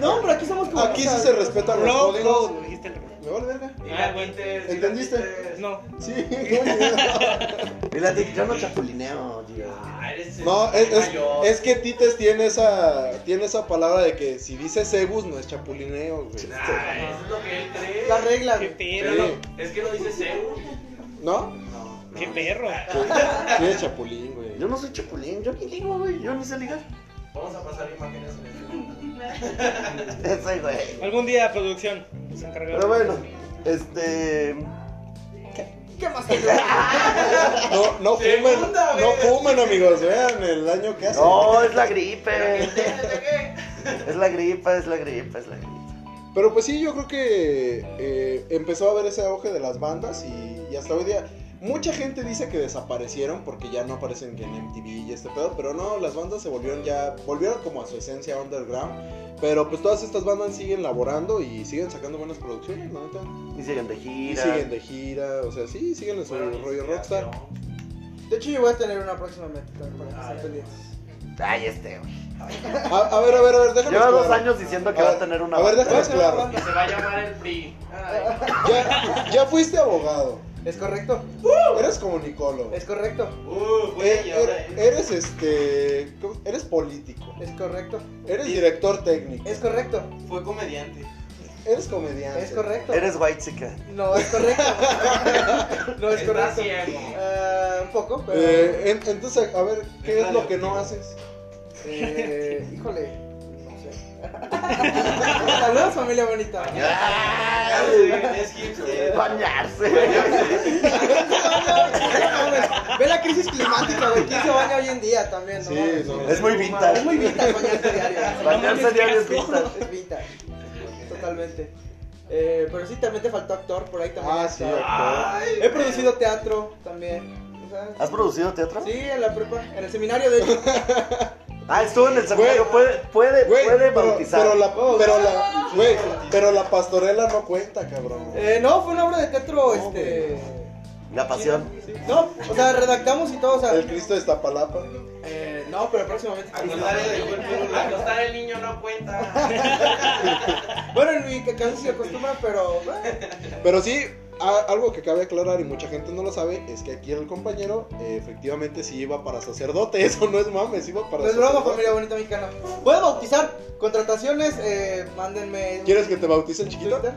Speaker 1: No, pero aquí somos comunistas.
Speaker 3: Aquí sí se respetan los
Speaker 5: Bro,
Speaker 3: códigos.
Speaker 5: bro, dijiste el-
Speaker 3: Me vale verga.
Speaker 8: Y
Speaker 5: Ah,
Speaker 8: la quites, y la
Speaker 3: ¿Entendiste?
Speaker 8: quites.
Speaker 5: No.
Speaker 3: Sí, no,
Speaker 2: Dile a ti, yo no chapulineo, tío.
Speaker 8: Ah, eres
Speaker 3: no, es, es-
Speaker 8: mayor.
Speaker 3: es que Tites tiene esa, tiene esa palabra de que si dice Cebus no es chapulineo, güey.
Speaker 8: Ah, eso es lo que él cree.
Speaker 1: Las reglas.
Speaker 5: ¡Qué
Speaker 1: güey.
Speaker 5: perro!
Speaker 3: Sí.
Speaker 8: Es que no dice seguro.
Speaker 3: ¿No?
Speaker 5: ¡Qué perro!
Speaker 3: Sí, sí es chapulín, güey.
Speaker 2: Yo no soy chapulín, yo ni ligo, güey, yo ni sé ligar.
Speaker 8: Vamos a pasar imágenes en este momento.
Speaker 2: Ese, güey.
Speaker 5: Algún día, producción. Se encargará.
Speaker 2: Pero bueno, Este.
Speaker 1: ¿Qué más que yo?
Speaker 3: No, no fumen,
Speaker 8: Segunda
Speaker 3: no
Speaker 8: vez.
Speaker 3: fumen, amigos. Vean el daño que hace.
Speaker 2: No, es la gripe. Es la gripa, es la gripa, es la gripa.
Speaker 3: Pero pues sí, yo creo que eh, empezó a haber ese auge de las bandas y, y hasta hoy día. Mucha gente dice que desaparecieron porque ya no aparecen en MTV y este pedo, pero no, las bandas se volvieron ya, volvieron como a su esencia underground. Pero pues todas estas bandas siguen laborando y siguen sacando buenas producciones, la neta.
Speaker 2: Y siguen de
Speaker 3: Y
Speaker 2: gira.
Speaker 3: siguen de gira, o sea, sí, siguen en su rollo rockstar.
Speaker 1: De hecho, yo voy a tener una próxima meta para que estén pendientes.
Speaker 2: Ay, este, güey.
Speaker 3: A, a ver, a ver, a ver, déjame.
Speaker 2: Lleva dos
Speaker 3: aclarar.
Speaker 2: años diciendo que
Speaker 3: A
Speaker 2: va a
Speaker 3: ver,
Speaker 2: tener una.
Speaker 3: A ver,
Speaker 2: banda.
Speaker 3: déjame claro.
Speaker 1: banda.
Speaker 5: se va a llamar el PRI.
Speaker 3: Ya, ya fuiste abogado,
Speaker 1: Es correcto,
Speaker 3: eres comunicólogo.
Speaker 1: es correcto,
Speaker 8: Uh,
Speaker 3: Eh,
Speaker 8: güey, ahora
Speaker 3: er- eres este. ¿cómo? Eres político.
Speaker 1: es correcto,
Speaker 3: Eres director técnico.
Speaker 1: es correcto,
Speaker 8: fue comediante.
Speaker 3: Eres comediante.
Speaker 1: es correcto.
Speaker 2: Eres white chica.
Speaker 1: No, es correcto. No es
Speaker 8: Está
Speaker 1: correcto.
Speaker 8: ciego.
Speaker 1: Ah, un poco, pero.
Speaker 3: Eh, en- entonces, a ver, ¿qué
Speaker 8: Está
Speaker 3: es lo que no
Speaker 8: divertido.
Speaker 3: haces?
Speaker 1: Eh, híjole. no sé. Saludos, familia bonita.
Speaker 8: Es hipster.
Speaker 2: Eh, Bañarse.
Speaker 1: Ve la crisis climática, güey. ¿Quién se baña hoy en día también? No
Speaker 3: Sí,
Speaker 1: mames.
Speaker 3: no.
Speaker 2: Es muy vintage.
Speaker 1: Es muy vintage bañarse diario.
Speaker 2: Bañarse diario es vintage.
Speaker 1: Es vintage. Totalmente. Eh, pero sí, también te faltó actor por ahí también.
Speaker 3: Ah, sí,
Speaker 1: Estaba-
Speaker 3: actor.
Speaker 1: He producido teatro también. o sea,
Speaker 2: ¿Has producido teatro?
Speaker 1: Sí, en la prepa, en el seminario de hecho.
Speaker 2: Ah, estuvo en el seminario.
Speaker 3: Güey.
Speaker 2: Puede, puede,
Speaker 3: Güey,
Speaker 2: puede
Speaker 3: pero,
Speaker 2: bautizar.
Speaker 3: pero la, pero la, güey, pero la pastorela no cuenta, cabrón.
Speaker 1: Eh, no, fue una obra de teatro,
Speaker 3: No,
Speaker 1: este.
Speaker 2: La pasión.
Speaker 1: sí, No, o sea, redactamos y todo, o sea.
Speaker 3: El Cristo de Iztapalapa.
Speaker 1: eh, no, pero próximamente.
Speaker 8: Acostar el
Speaker 1: Eh,
Speaker 8: cuerpo. Acostar el niño no cuenta.
Speaker 1: Ah, Bueno, en mi caso se acostumbra, pero. eh,
Speaker 3: Pero sí, a- algo que cabe aclarar y mucha gente no lo sabe es que aquí el compañero eh, efectivamente sí iba para sacerdote. Eso no es mames, iba para
Speaker 1: No es broma,
Speaker 3: sacerdote.
Speaker 1: Pues familia bonita mexicana. Puedo bautizar contrataciones, eh, mándenme.
Speaker 3: ¿Quieres que te bauticen chiquito?
Speaker 1: Twitter.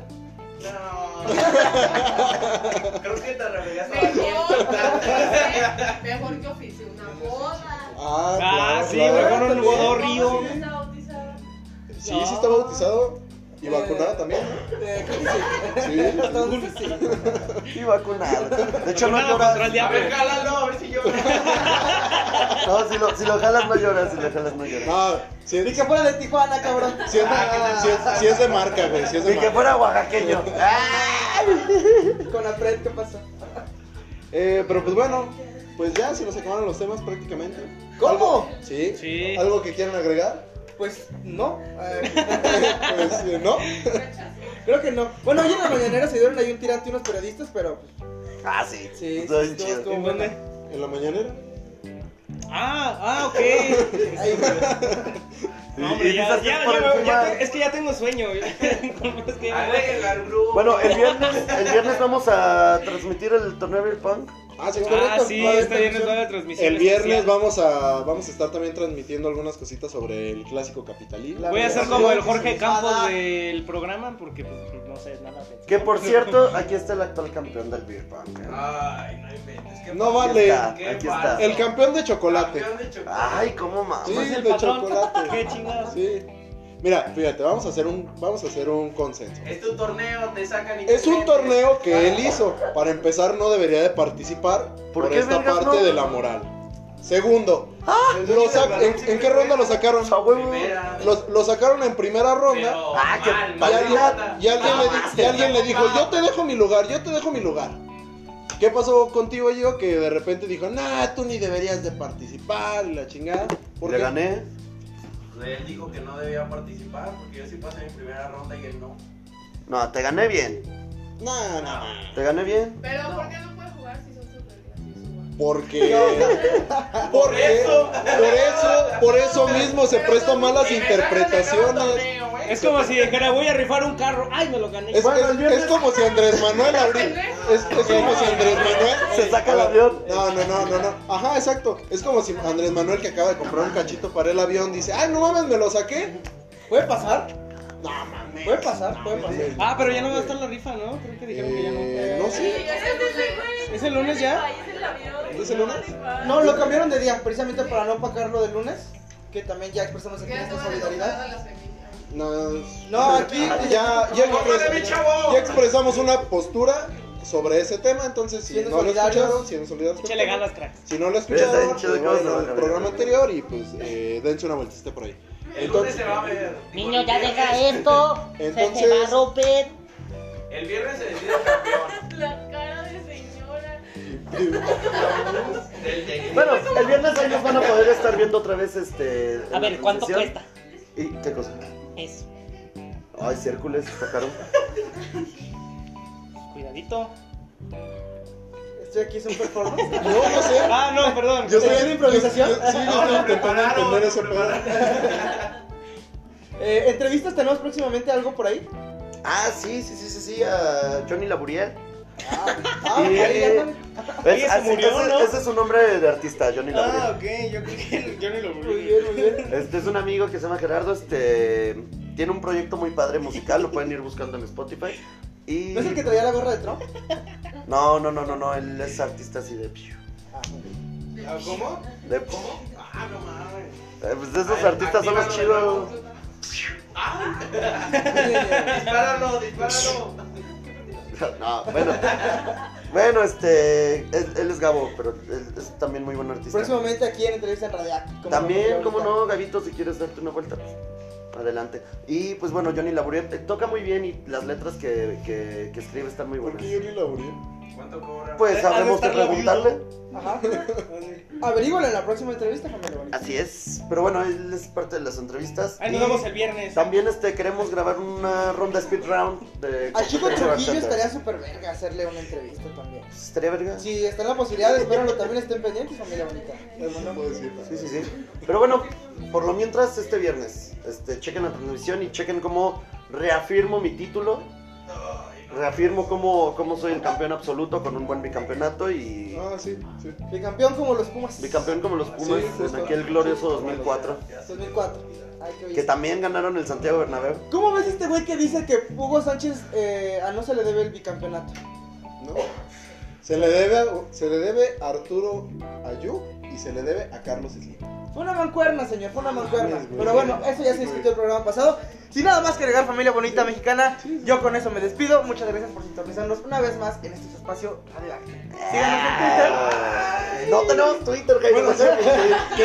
Speaker 8: No. Creo que te revelas.
Speaker 13: Mejor, mejor que oficie una boda.
Speaker 3: Ah,
Speaker 5: Ah, sí,
Speaker 3: claro.
Speaker 5: mejor un
Speaker 3: También.
Speaker 5: lugar río.
Speaker 13: ¿Cómo está bautizada?
Speaker 3: Sí, sí está bautizado y
Speaker 1: Eh.
Speaker 3: vacunado también.
Speaker 1: Eh, creo que sí.
Speaker 3: Sí.
Speaker 1: Entonces, sí.
Speaker 2: Y vacunado. De hecho, no
Speaker 5: Vacunado contra
Speaker 2: lloras.
Speaker 5: el
Speaker 8: A ver,
Speaker 5: diablo.
Speaker 8: jálalo, a ver si yo.
Speaker 2: No, si lo, si lo jalas, no lloras. Si lo jalas, no lloras.
Speaker 3: No, si
Speaker 1: Ni
Speaker 3: es,
Speaker 1: que fuera de Tijuana, cabrón.
Speaker 3: si es, si es- si es de marca, güey. Si es de
Speaker 2: Ni que
Speaker 3: marca.
Speaker 2: fuera oaxaqueño. Ah.
Speaker 1: Con la pred, ¿qué pasó?
Speaker 3: Eh, pero pues bueno, pues ya se nos acabaron los temas prácticamente.
Speaker 1: ¿Cómo?
Speaker 3: ¿Algo- Sí.
Speaker 5: Sí.
Speaker 3: ¿Algo que quieran agregar?
Speaker 1: Pues no. eh,
Speaker 3: pues eh, no.
Speaker 1: creo que no. Bueno, hoy en la mañanera se dieron ahí un tirante unos periodistas, pero. pues,
Speaker 2: Ah, sí.
Speaker 1: Sí,
Speaker 2: Estuvo bien
Speaker 1: estuvo-
Speaker 2: chido.
Speaker 1: estuvo
Speaker 5: ¿En
Speaker 1: buena.
Speaker 5: dónde?
Speaker 3: En la mañanera.
Speaker 5: Ah, ah, ok.
Speaker 1: Ahí, güey.
Speaker 2: Y-
Speaker 5: No,
Speaker 2: y
Speaker 5: hombre, ya,
Speaker 2: dices que
Speaker 5: ya,
Speaker 2: es por
Speaker 5: ya-
Speaker 2: encima-
Speaker 5: ya- es que ya tengo sueño. Es que-
Speaker 3: Ah,
Speaker 8: Agréguenla al grupo.
Speaker 2: Bueno, el viernes, el viernes vamos a transmitir el torneo Beer Punk.
Speaker 3: Ah, sí,
Speaker 5: ah,
Speaker 3: correcto.
Speaker 5: sí,
Speaker 3: Va a haber
Speaker 5: está bien, es
Speaker 3: transmisión.
Speaker 5: la transmisión.
Speaker 3: El viernes
Speaker 5: especial.
Speaker 3: vamos a, vamos a estar también transmitiendo algunas cositas sobre el clásico capitalino.
Speaker 1: La
Speaker 5: Voy a
Speaker 1: hacer
Speaker 5: ser como el
Speaker 1: Sí,
Speaker 5: Jorge
Speaker 1: sí,
Speaker 5: Campos
Speaker 1: nada.
Speaker 5: del programa porque pues, no sé nada. de-
Speaker 2: Que por cierto, aquí está el actual campeón del Beer Punk. ¿eh?
Speaker 8: Ay, no inventes. qué
Speaker 3: No
Speaker 8: padre.
Speaker 3: vale.
Speaker 2: está.
Speaker 8: Qué
Speaker 2: Aquí
Speaker 8: padre.
Speaker 2: está.
Speaker 3: El campeón de chocolate.
Speaker 8: Campeón de chocolate.
Speaker 2: Ay, cómo mamas.
Speaker 3: Sí,
Speaker 5: Pues el
Speaker 3: de
Speaker 5: patrón.
Speaker 3: chocolate.
Speaker 5: Qué chingados.
Speaker 3: Sí. Mira, fíjate, vamos a hacer un, vamos a hacer un consenso.
Speaker 8: Es tu torneo, te sacan y te
Speaker 3: Es un
Speaker 8: meten.
Speaker 3: torneo que él hizo. Para empezar, no debería de participar
Speaker 2: ¿Por
Speaker 3: por,
Speaker 2: qué,
Speaker 3: esta
Speaker 2: vergas,
Speaker 3: parte
Speaker 2: no? Ah,
Speaker 3: de la moral. Segundo, lo
Speaker 8: dueño del
Speaker 3: sac-
Speaker 8: balón
Speaker 3: ¿en,
Speaker 8: siempre
Speaker 3: en qué ronda lo
Speaker 8: juega.
Speaker 3: sacaron?
Speaker 2: Pues A huevo.
Speaker 8: Primera.
Speaker 3: Lo, lo sacaron en primera ronda.
Speaker 8: Pero
Speaker 2: Ah, qué
Speaker 8: mal,
Speaker 3: Y
Speaker 8: mal,
Speaker 3: alguien,
Speaker 8: nota.
Speaker 3: y alguien
Speaker 2: Ah,
Speaker 3: le, di- y alguien le dijo, yo te dejo mi lugar, yo te dejo mi lugar. ¿Qué pasó contigo, yo Que de repente dijo, nah, tú ni deberías de participar, y la chingada. ¿Por
Speaker 2: Le
Speaker 3: qué?
Speaker 2: gané.
Speaker 8: Él dijo que no debía participar porque yo sí pasé mi primera ronda y él no.
Speaker 2: No, te gané bien.
Speaker 3: Nah, nah, nah.
Speaker 2: Te gané bien.
Speaker 13: Pero ¿por qué no puedes jugar si son super graciosos?
Speaker 3: Porque, porque,
Speaker 8: eso.
Speaker 3: por eso, por eso mismo se
Speaker 13: Pero
Speaker 3: presta
Speaker 13: no,
Speaker 3: malas
Speaker 8: Y me sacan de cada
Speaker 3: interpretaciones.
Speaker 8: torneo, güey.
Speaker 5: Es como si dijera, voy a rifar un carro. Ay, me lo gané.
Speaker 3: Es, es- es como si Andrés Manuel ahorita. Es, es como si Andrés Manuel.
Speaker 2: Se saca el avión.
Speaker 3: No, no, no, no, no. Ajá, exacto. Es como si Andrés Manuel que acaba de comprar un cachito para el avión dice, ay, no mames, me lo saqué.
Speaker 1: ¿Puede pasar? No mames. ¿Puede pasar? ¿Puede pasar?
Speaker 5: Ah, pero ya no va a estar la rifa, ¿no? Creo que dijeron que ya no.
Speaker 3: Eh, no sé.
Speaker 5: ¿Es el lunes ya?
Speaker 3: ¿Es el lunes?
Speaker 1: No, lo cambiaron de día, precisamente para no pagarlo del lunes, que también ya expresamos aquí
Speaker 13: Que ya se
Speaker 1: nuestra
Speaker 13: van a enojar
Speaker 1: solidaridad.
Speaker 13: a las feministas.
Speaker 3: No, es-
Speaker 1: No, aquí
Speaker 3: ya, ya,
Speaker 8: ¡Córrele,
Speaker 3: expres-
Speaker 8: mi chavo!
Speaker 3: ya expresamos una postura sobre ese tema, entonces si
Speaker 1: Siendo
Speaker 3: no lo
Speaker 1: solidarios.
Speaker 3: escucharon, si no solidaridad,
Speaker 5: Échale ganas, crack.
Speaker 3: Si no lo
Speaker 2: Está
Speaker 3: escucharon,
Speaker 2: bien chido
Speaker 3: pues,
Speaker 2: cómo se van
Speaker 3: vayan
Speaker 2: a
Speaker 3: al
Speaker 2: ver.
Speaker 3: programa anterior y pues eh, dense una vueltita por ahí.
Speaker 8: El
Speaker 3: Entonces-
Speaker 8: lunes se va a ver.
Speaker 10: Niño, ya
Speaker 8: El viernes-
Speaker 10: deja esto.
Speaker 2: este,
Speaker 10: Se te va
Speaker 3: Entonces-
Speaker 10: a romper.
Speaker 8: El viernes se decide el campeón.
Speaker 13: La cara de señora.
Speaker 8: Del técnico.
Speaker 2: Bueno, el viernes ahí nos van a poder estar viendo otra vez este. en
Speaker 10: A
Speaker 2: la
Speaker 10: ver, ¿cuánto
Speaker 2: transmisión.
Speaker 10: cuesta?
Speaker 2: ¿Y qué cosa?
Speaker 10: Eso.
Speaker 2: Ay, si Hércules está caro.
Speaker 5: Cuidadito.
Speaker 1: Estoy aquí, es un performance.
Speaker 3: No, no sé.
Speaker 5: Ah, no, perdón.
Speaker 3: Yo
Speaker 1: ¿Es una improvisación?
Speaker 3: yo- sí, yo estoy intentando entender ese pedo.
Speaker 1: Eh, entrevistas tenemos próximamente algo por ahí.
Speaker 2: Ah, sí, sí, sí, sí, sí, a Johnny Laburiel.
Speaker 1: Ah,
Speaker 2: Sí.
Speaker 1: ahí ya está.
Speaker 2: ¿Ves?
Speaker 5: Oye, se
Speaker 2: Ah, sí,
Speaker 5: murió,
Speaker 2: ese,
Speaker 5: ¿no?
Speaker 2: ese es un nombre de artista, Johnny Laburiel.
Speaker 5: Ah, ok, yo creo que yo ni lo
Speaker 1: Muy
Speaker 5: voy
Speaker 1: bien, muy bien.
Speaker 2: Este es un amigo que se llama Gerardo, este tiene un proyecto muy padre musical, lo pueden ir buscando en Spotify. Y
Speaker 1: ¿No es el que traía la gorra de Trump?
Speaker 2: No, no, no, no, no, él es artista así de piu,
Speaker 8: Ah, ¿Cómo?
Speaker 2: de piu.
Speaker 8: ¿Cómo? Ah, no mames.
Speaker 2: Eh, pues esos
Speaker 8: Ay,
Speaker 2: artistas son los
Speaker 8: actívalo de
Speaker 2: chidos.
Speaker 1: Eh,
Speaker 8: Dispáralo, dispáralo.
Speaker 2: No, bueno. Bueno, este él, él es Gabo, pero él es también muy buen artista.
Speaker 1: Próximamente aquí en Entrevista en Radiac. como
Speaker 2: También,
Speaker 1: lo
Speaker 2: como
Speaker 1: comenté
Speaker 2: no, Gabito, si quieres darte una vuelta, pues, adelante. Y pues bueno, Johnny Laburiel eh, toca muy bien y las letras que, que- que escribe están muy
Speaker 3: ¿Por
Speaker 2: buenas.
Speaker 3: qué Yuri Laburiel?
Speaker 8: ¿Cuánto cobra? ¿Eh?
Speaker 2: Pues
Speaker 5: Ha de
Speaker 2: habremos que
Speaker 5: estar la
Speaker 2: preguntarle.
Speaker 1: ahorita. Ajá.
Speaker 5: a
Speaker 1: Averígüenlo en la próxima entrevista, Camilo.
Speaker 2: Así es, pero bueno, él es parte de las entrevistas. Y
Speaker 5: Ahí nos vemos el viernes.
Speaker 2: También este, queremos grabar una ronda speed round de...
Speaker 1: A Chico
Speaker 2: competencia
Speaker 1: Trujillo
Speaker 2: bachata.
Speaker 1: estaría súper verga hacerle una entrevista también.
Speaker 2: ¿Estaría verga?
Speaker 1: Si está en la posibilidad, espérenlo también estén pendientes, familia bonita.
Speaker 3: Eso no puedo decir.
Speaker 2: Sí, sí, sí. Pero bueno, por lo mientras, este viernes, este, chequen la transmisión y chequen cómo reafirmo mi título. Reafirmo cómo, cómo soy el campeón absoluto con un buen bicampeonato y
Speaker 3: Ah, sí, sí.
Speaker 1: Bicampeón como los Pumas.
Speaker 2: bicampeón como los Pumas
Speaker 3: Sí, justo.
Speaker 2: en aquel glorioso 2004,
Speaker 1: 2004. Ay, qué
Speaker 2: que
Speaker 1: belleza.
Speaker 2: también ganaron el Santiago Bernabéu.
Speaker 1: ¿Cómo ves este güey que dice que Hugo Sánchez eh, a no se le debe el bicampeonato?
Speaker 3: No. Se le debe a, se le debe a Arturo Ayú y se le debe a Carlos Slim.
Speaker 1: Fue una mancuerna, señor, fue una mancuerna.
Speaker 3: mames, güey.
Speaker 1: Pero bueno, eso ya se discutió el programa pasado. Sin nada más que agregar, familia bonita mexicana, yo con eso me despido. Muchas gracias por sintonizarnos una vez más en este espacio radioactivo.
Speaker 2: Ah, No tenemos Twitter, Jaime. no sé.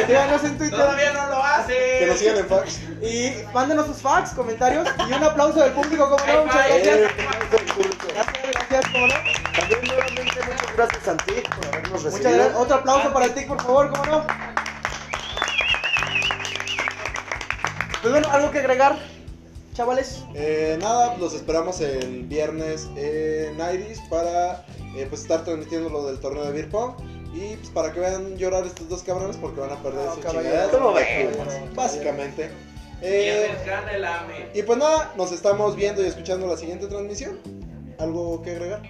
Speaker 1: Síganos en Twitter
Speaker 8: Todavía no lo hace.
Speaker 3: Que nos sigan en fax.
Speaker 1: y mándenos sus fax, comentarios y un aplauso del público, como no, muchas gracias.
Speaker 2: eh.
Speaker 1: Gracias, gracias, como no.
Speaker 2: También nuevamente muchas gracias a ti por habernos
Speaker 1: Muchas gracias.
Speaker 2: recibido.
Speaker 1: Otro aplauso para ti, por favor, cómo no. Pues bueno, algo que agregar, chavales.
Speaker 3: Eh, nada, los esperamos el viernes en Iris para eh, pues estar transmitiendo lo del torneo de Beer Pong. Y pues para que vean llorar estos dos cabrones porque van a perder
Speaker 1: No,
Speaker 3: su
Speaker 1: caballero.
Speaker 3: chingadera.
Speaker 2: ¿Cómo ves?
Speaker 3: Básicamente. Eh,
Speaker 8: Quienes gana el AME.
Speaker 3: y pues nada, nos estamos viendo y escuchando la siguiente transmisión. ¿Algo que agregar?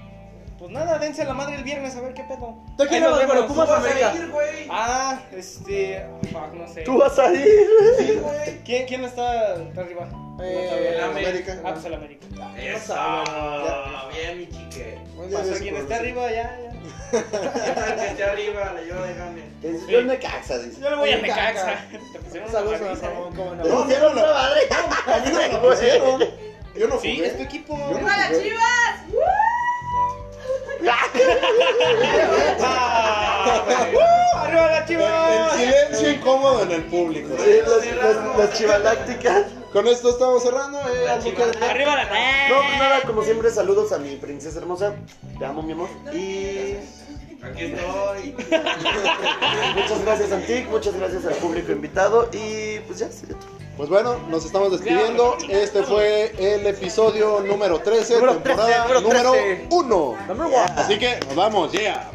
Speaker 5: Pues nada, dense a la madre el viernes a ver qué pedo.
Speaker 1: Tú quién
Speaker 5: Ahí nos
Speaker 1: eres, pero
Speaker 5: vemos.
Speaker 1: Pumas
Speaker 8: ¿Vas
Speaker 1: América.
Speaker 8: a ir, güey?
Speaker 5: Ah, este. fuck, no sé.
Speaker 2: Tú vas a ir.
Speaker 8: Sí, güey.
Speaker 5: ¿Quién, quién está arriba?
Speaker 1: Eh,
Speaker 8: El AME.
Speaker 3: América.
Speaker 5: Ah, pues el América.
Speaker 8: Eso. ah, Bien, mi chique.
Speaker 3: Muy bien,
Speaker 5: Pues a
Speaker 3: eso
Speaker 5: quien
Speaker 3: por decir.
Speaker 5: esté arriba, ya, ya.
Speaker 8: El que esté arriba, le llevo de gane.
Speaker 2: Yo me caxa, dice.
Speaker 5: Yo le voy a
Speaker 1: Sí,
Speaker 5: Necaxa.
Speaker 1: caca.
Speaker 5: Te pusieron una
Speaker 1: Saludos a
Speaker 5: paliza,
Speaker 1: Ramón,
Speaker 5: ¿eh?
Speaker 1: cómo no.
Speaker 3: No, no, no,
Speaker 2: A mí no me
Speaker 3: pusieron. Yo no
Speaker 5: Sí,
Speaker 3: jugué.
Speaker 5: es tu equipo.
Speaker 3: ¿eh? Yo no
Speaker 13: ¡Viva las
Speaker 3: jugué.
Speaker 13: chivas! ¡Woo!
Speaker 8: Ah,
Speaker 5: ¡Uh! ¡Arriba la
Speaker 3: El
Speaker 5: chiva!
Speaker 3: silencio incómodo en el público.
Speaker 2: Sí, las, las- las chivalácticas.
Speaker 3: Con esto estamos cerrando. Eh, algo que-
Speaker 5: ¡Arriba la
Speaker 2: No, pues nada, como siempre, saludos a mi princesa hermosa. Te amo, mi amor. Y
Speaker 8: Aquí estoy.
Speaker 2: muchas gracias a ti, muchas gracias al público invitado. Y pues ya, sería todo.
Speaker 3: Pues bueno, nos estamos despidiendo. Este fue el episodio número 13,
Speaker 2: Número 13,
Speaker 3: temporada
Speaker 2: número
Speaker 3: número
Speaker 2: 13.
Speaker 3: 1. Así que nos vamos, yeah.